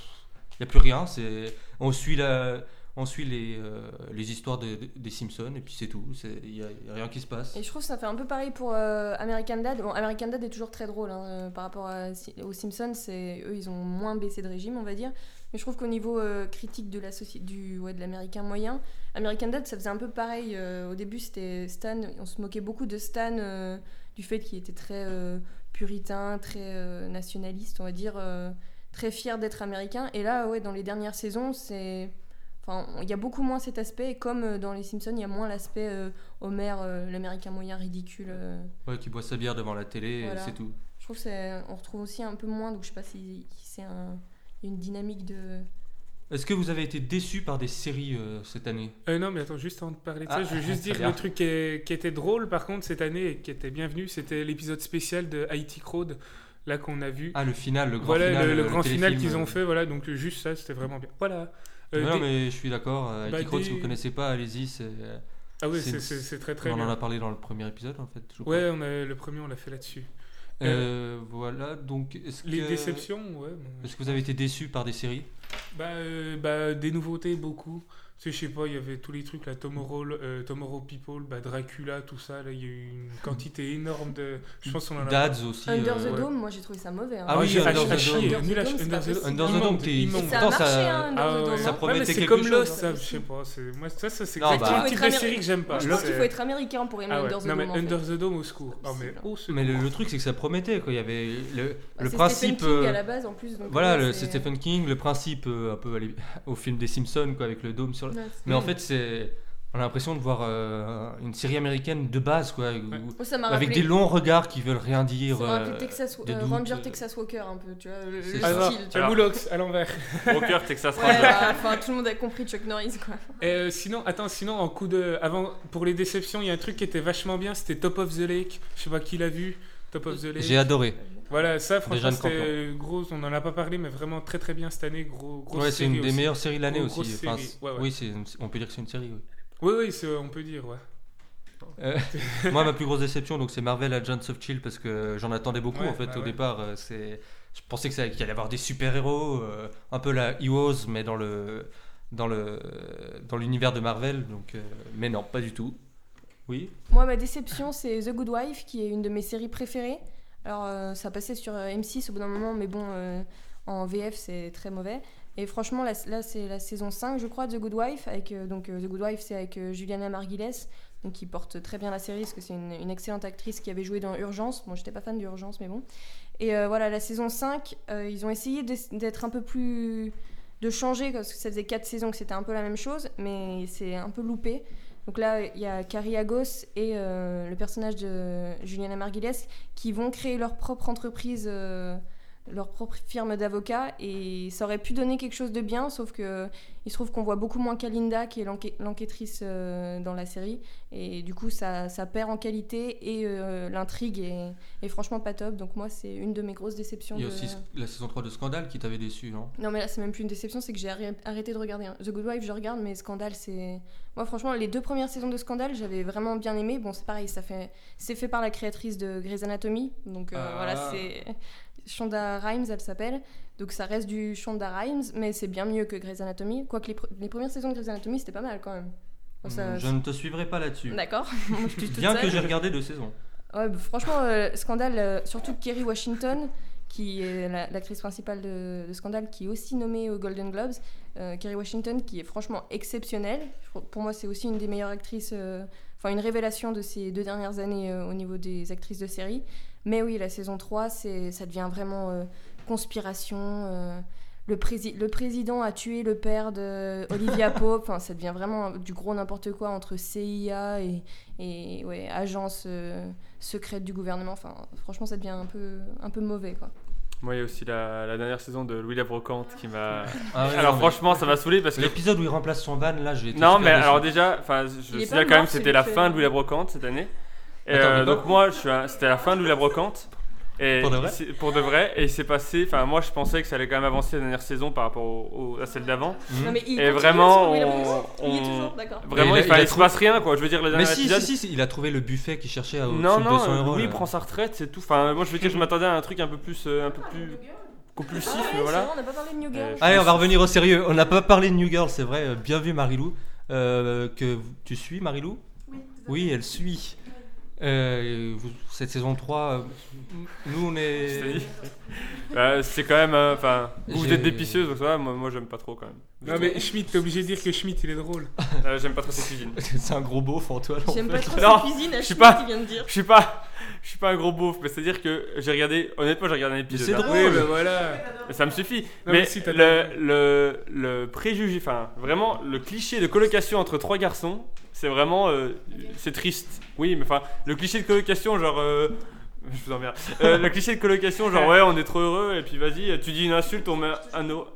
Speaker 3: il n'y a plus rien. C'est On suit, la, on suit les, euh, les histoires de- de- des Simpsons et puis c'est tout. C'est- Il n'y a, il y a rien qui se passe.
Speaker 6: Et je trouve que ça fait un peu pareil pour euh, American Dad. Bon, American Dad est toujours très drôle hein, euh, par rapport à Si- aux Simpsons. C'est eux, ils ont moins baissé de régime, on va dire. Mais je trouve qu'au niveau euh, critique de la soci- du ouais, de l'américain moyen, American Dad, ça faisait un peu pareil. euh, au début, c'était Stan. On se moquait beaucoup de Stan. euh, du fait qu'il était très euh, puritain, très euh, nationaliste, on va dire, euh, très fier d'être américain. Et là, ouais, dans les dernières saisons, c'est. Enfin, on- il y a beaucoup moins cet aspect, et comme euh, dans Les Simpsons, il y a moins l'aspect euh, Homer, euh, l'américain moyen ridicule. euh.
Speaker 3: Ouais, qui boit sa bière devant la télé, et
Speaker 6: Voilà.
Speaker 3: c'est tout.
Speaker 6: Je trouve qu'on retrouve aussi un peu moins, donc je sais pas si si c'est un- une dynamique de.
Speaker 3: Est-ce que vous avez été déçu par des séries euh, cette année
Speaker 5: Euh, non, mais attends, juste avant de parler de
Speaker 3: Ah,
Speaker 5: ça, je veux juste
Speaker 3: très
Speaker 5: dire
Speaker 3: bien.
Speaker 5: le truc qui, est- qui était drôle par contre cette année et qui était bienvenu, c'était l'épisode spécial de Haiti Crowd, là qu'on a vu.
Speaker 3: Ah, le final, le grand
Speaker 5: voilà
Speaker 3: final.
Speaker 5: le, le
Speaker 3: euh,
Speaker 5: grand final
Speaker 3: téléfilm,
Speaker 5: qu'ils
Speaker 3: euh.
Speaker 5: ont fait, voilà, donc euh, juste ça, c'était vraiment bien. Voilà. Euh,
Speaker 3: non,
Speaker 5: des-
Speaker 3: mais je suis d'accord. Euh,
Speaker 5: Bah,
Speaker 3: Heidi Crowd,
Speaker 5: des-
Speaker 3: si vous connaissez pas, allez-y. c'est-
Speaker 5: Ah oui,
Speaker 3: c'est-
Speaker 5: c'est c'est- c'est très très
Speaker 3: On en
Speaker 5: bien.
Speaker 3: a parlé dans le premier épisode, en fait. je crois.
Speaker 5: Ouais, on a, le premier on l'a fait là-dessus.
Speaker 3: Euh, voilà, donc. Est-ce
Speaker 5: Les
Speaker 3: que...
Speaker 5: déceptions, ouais. bon.
Speaker 3: Est-ce que vous avez été déçu par des séries
Speaker 5: Bah, euh, bah, des nouveautés, beaucoup. Tu sais, je sais pas, il y avait tous les trucs, là, Tomorrow, euh, Tomorrow People, bah, Dracula, tout ça, là, il y a eu une quantité énorme de... Je pense qu'on en a...
Speaker 3: Dads aussi.
Speaker 6: Under the
Speaker 3: euh,
Speaker 5: ouais.
Speaker 6: Dome, moi j'ai trouvé ça mauvais. hein.
Speaker 3: Ah oui,
Speaker 5: j'ai
Speaker 3: Under
Speaker 5: à-
Speaker 3: the
Speaker 5: à chier,
Speaker 3: Dome.
Speaker 5: nul à chier,
Speaker 6: Under the Dome, c'est pas
Speaker 3: Under the
Speaker 5: immonde,
Speaker 3: Dome, t'es-
Speaker 5: immonde.
Speaker 6: Et ça a
Speaker 3: Pourtant,
Speaker 6: marché,
Speaker 3: ça-
Speaker 6: hein, Under the
Speaker 5: Ah ouais,
Speaker 6: Dome. hein.
Speaker 3: ça
Speaker 5: Ouais, mais
Speaker 3: promettait
Speaker 5: c'est
Speaker 3: quelque
Speaker 5: comme
Speaker 3: chose,
Speaker 5: Lost,
Speaker 6: hein.
Speaker 5: ça, je sais pas. c'est- Moi, ça, ça c'est
Speaker 3: Non,
Speaker 5: exactement
Speaker 3: bah.
Speaker 5: le type de série que j'aime pas.
Speaker 6: Je pense qu'il
Speaker 5: C'est-
Speaker 6: faut être américain pour aimer
Speaker 5: Ah ouais,
Speaker 6: Under the
Speaker 5: Non,
Speaker 6: Dome.
Speaker 5: mais
Speaker 6: en fait.
Speaker 5: Under the Dome, au secours. Ah, mais
Speaker 6: C'est
Speaker 5: au secours.
Speaker 3: Mais le, le truc, c'est que ça promettait. Quoi. Il y avait le,
Speaker 6: Bah,
Speaker 3: le
Speaker 6: c'est
Speaker 3: principe.
Speaker 6: Stephen King
Speaker 3: euh,
Speaker 6: à la base en plus. donc
Speaker 3: voilà,
Speaker 6: ouais,
Speaker 3: le-
Speaker 6: c'est-
Speaker 3: c'est Stephen King. Le principe, euh, un peu à l'é- au film des Simpsons, quoi, avec le dôme sur. la-
Speaker 6: Ouais, c'est-
Speaker 3: Mais en fait, c'est. On a l'impression de voir euh, une série américaine de base, quoi, où-
Speaker 6: Oh, ça m'a
Speaker 3: avec
Speaker 6: rappelé-
Speaker 3: des longs regards qui veulent rien
Speaker 6: ça
Speaker 3: dire.
Speaker 6: m'a rappelé
Speaker 3: euh,
Speaker 6: Texas,
Speaker 3: des
Speaker 6: euh,
Speaker 3: doutes,
Speaker 6: Ranger
Speaker 3: euh.
Speaker 6: Texas Walker un peu, tu vois, le, le
Speaker 3: C'est
Speaker 6: style.
Speaker 3: ça. Ah
Speaker 5: Alors,
Speaker 6: tu vois.
Speaker 4: vois.
Speaker 5: Moulox, à l'envers.
Speaker 4: Broker, Texas
Speaker 6: Ouais,
Speaker 4: Ranger.
Speaker 6: bah, enfin tout le monde a compris Chuck Norris quoi.
Speaker 5: Et, euh, sinon, attends, sinon, en coup de. Avant, pour les déceptions, il y a un truc qui était vachement bien, c'était Top of the Lake. Je sais pas qui l'a vu. Top of the Lake.
Speaker 3: J'ai adoré.
Speaker 5: Voilà, ça,
Speaker 3: Déjà
Speaker 5: franchement,
Speaker 3: le
Speaker 5: c'était
Speaker 3: campion.
Speaker 5: euh, gros. On en a pas parlé, mais vraiment très très bien cette année. Gros, gros.
Speaker 3: Ouais, c'est une des meilleures séries de l'année
Speaker 5: Gros-
Speaker 3: aussi.
Speaker 5: grosse
Speaker 3: Enfin,
Speaker 5: série.
Speaker 3: c'est-
Speaker 5: Ouais, ouais.
Speaker 3: Oui, c'est une- on peut dire que c'est une série. oui.
Speaker 5: Oui, oui, c'est- on peut dire, ouais.
Speaker 3: Moi, ma plus grosse déception, donc c'est Marvel Agents of Chill parce que j'en attendais beaucoup
Speaker 5: Ouais,
Speaker 3: en fait
Speaker 5: bah
Speaker 3: au
Speaker 5: ouais.
Speaker 3: départ. euh, C'est, je pensais que ça qu'il allait y avoir des super héros, un peu la Heroes mais dans le dans le dans l'univers de Marvel. Donc, euh, mais non, pas du tout. Oui.
Speaker 6: Moi ma déception c'est The Good Wife qui est une de mes séries préférées. Alors euh, ça passait sur euh, M6 au bout d'un moment mais bon euh, en VF c'est très mauvais. Et franchement là, là, c'est la saison 5 je crois de The Good Wife avec euh, donc euh, The Good Wife c'est avec euh, Juliana Margulies donc qui porte très bien la série parce que c'est une, une excellente actrice qui avait joué dans Urgence. Bon, j'étais pas fan d'Urgence, mais bon. Et euh, voilà, la saison 5, euh, ils ont essayé d'ess- d'être un peu plus. de changer, parce que ça faisait 4 saisons que c'était un peu la même chose, mais c'est un peu loupé. Donc là, il y a Carrie Agos et euh, le personnage de Juliana Margulies qui vont créer leur propre entreprise. euh, leur propre firme d'avocats et ça aurait pu donner quelque chose de bien sauf que il se trouve qu'on voit beaucoup moins Kalinda qui est l'enquê- l'enquêtrice euh, dans la série et du coup, ça, ça perd en qualité et euh, l'intrigue est, est franchement pas top. Donc moi, c'est une de mes grosses déceptions.
Speaker 3: Il y a
Speaker 6: de-
Speaker 3: aussi la saison 3 de Scandale qui t'avait déçu, hein. non
Speaker 6: Non mais là, c'est même plus une déception, c'est que j'ai arrê- arrêté de regarder. hein. The Good Wife, je regarde, mais Scandale, c'est... Moi, franchement, les deux premières saisons de Scandale, j'avais vraiment bien aimé. Bon, c'est pareil, ça fait... c'est fait par la créatrice de Grey's Anatomy. Donc euh,
Speaker 3: Ah.
Speaker 6: voilà, c'est... Shonda Rhimes, elle s'appelle. Donc ça reste du Shonda Rhimes, mais c'est bien mieux que Grey's Anatomy. Quoique les, pr- les premières saisons de Grey's Anatomy, c'était pas mal quand même. Bon, Oh, ça-
Speaker 3: Hum, Je ne te suivrai pas là-dessus.
Speaker 6: D'accord. Je suis toute
Speaker 3: Bien que
Speaker 6: seule.
Speaker 3: j'ai regardé deux saisons.
Speaker 6: Ouais, bah, franchement, euh, Scandale, euh, surtout Kerry Washington, qui est la- l'actrice principale de, de Scandale, qui est aussi nommée aux Golden Globes. Euh, Kerry Washington, qui est franchement exceptionnelle. Je crois- Pour moi, c'est aussi une des meilleures actrices, euh, enfin une révélation de ces deux dernières années euh, au niveau des actrices de série. Mais oui, la saison 3, c'est- ça devient vraiment euh, conspiration. euh, le, prési- le président a tué le père de Olivia Pope. Enfin, ça devient vraiment du gros n'importe quoi entre CIA et, et ouais, agence euh, secrète du gouvernement. Enfin, franchement, ça devient un peu, un peu mauvais, quoi.
Speaker 4: Moi, il y a aussi la, la dernière saison de Louis la Brocante qui m'a.
Speaker 3: Ah ouais, non,
Speaker 4: alors,
Speaker 3: mais
Speaker 4: franchement, ça m'a saoulé parce que.
Speaker 3: l'épisode où il remplace son van, là, j'ai été
Speaker 4: Non,
Speaker 3: super
Speaker 4: mais
Speaker 3: déçu.
Speaker 4: alors déjà, enfin, je
Speaker 6: Il est
Speaker 4: sais
Speaker 6: pas
Speaker 4: quand
Speaker 6: mort,
Speaker 4: même, c'était
Speaker 6: celui
Speaker 4: la
Speaker 6: qui fait-
Speaker 4: fin de Louis la Brocante cette année. Et,
Speaker 3: Attends,
Speaker 4: euh,
Speaker 3: mais
Speaker 4: donc
Speaker 3: donc-
Speaker 4: moi, je suis un- c'était la fin de Louis la Brocante. Et
Speaker 3: Pour de vrai
Speaker 4: il s'est- pour de vrai, et il s'est passé. Enfin, moi, je pensais que ça allait quand même avancer la dernière saison par rapport au- au- à celle d'avant.
Speaker 3: Mhm.
Speaker 6: mais il
Speaker 4: Et
Speaker 6: continue
Speaker 4: vraiment,
Speaker 6: sur Will
Speaker 4: on-
Speaker 6: Robinson Il est
Speaker 4: on-
Speaker 6: toujours, d'accord.
Speaker 4: Vraiment,
Speaker 3: il a-
Speaker 4: il,
Speaker 3: il
Speaker 4: fallait-
Speaker 3: a
Speaker 4: il se
Speaker 3: trou-
Speaker 4: passe rien, quoi. Je veux dire, le
Speaker 3: Hmm. Mais
Speaker 4: dernier
Speaker 3: si,
Speaker 4: épisode.
Speaker 3: si, si, si, il a trouvé le buffet qu'il cherchait à au-dessus
Speaker 4: Non,
Speaker 3: de 200
Speaker 4: non,
Speaker 3: euros.
Speaker 4: Louis
Speaker 3: là.
Speaker 4: prend sa retraite, c'est tout. Enfin, moi, je veux dire, je m'attendais à un truc un peu plus, euh, un peu plus compulsif,
Speaker 6: Ah ouais,
Speaker 4: mais
Speaker 6: c'est
Speaker 4: voilà.
Speaker 6: vrai, on n'a pas parlé de New
Speaker 4: Euh,
Speaker 6: Girl.
Speaker 3: Allez, on va revenir au sérieux. On n'a pas parlé de New Girl, c'est vrai. Euh, Bien vu, Marilou. Euh, que v- tu suis, Marilou
Speaker 7: Oui,
Speaker 3: Oui, elle suit. Euh, vous- cette saison 3, euh, nous on est.
Speaker 4: C'est-à-dire Bah, c'est quand même. euh, Enfin, vous, vous
Speaker 3: J'ai-
Speaker 4: êtes des pisseuses, donc ça va, moi, moi, j'aime pas trop quand même.
Speaker 5: Non mais Schmitt, t'es obligé de dire que Schmitt il est drôle.
Speaker 4: Euh, j'aime pas trop cette cuisine.
Speaker 3: C'est un gros beauf, Antoine. en
Speaker 6: J'aime
Speaker 3: fait.
Speaker 6: pas trop
Speaker 4: Non,
Speaker 6: cette cuisine, à
Speaker 4: je suis
Speaker 6: Schmitt
Speaker 4: pas-
Speaker 6: qui vient de dire.
Speaker 4: Je suis pas. Je suis pas un gros beauf, mais c'est-à-dire que j'ai regardé. Honnêtement, j'ai regardé un épisode.
Speaker 3: c'est
Speaker 4: hein.
Speaker 3: drôle.
Speaker 5: Oui, ben voilà.
Speaker 4: Ça me suffit.
Speaker 5: Non,
Speaker 4: mais
Speaker 5: mais si, t'as
Speaker 4: le, le, le préjugé, enfin, vraiment, le cliché de colocation entre trois garçons, c'est vraiment. euh, c'est triste. Oui, mais enfin, le cliché de colocation, genre. euh, je vous emmerde. Euh, le cliché de colocation, genre, ouais, on est trop heureux, et puis vas-y, tu dis une insulte, on met un, euro-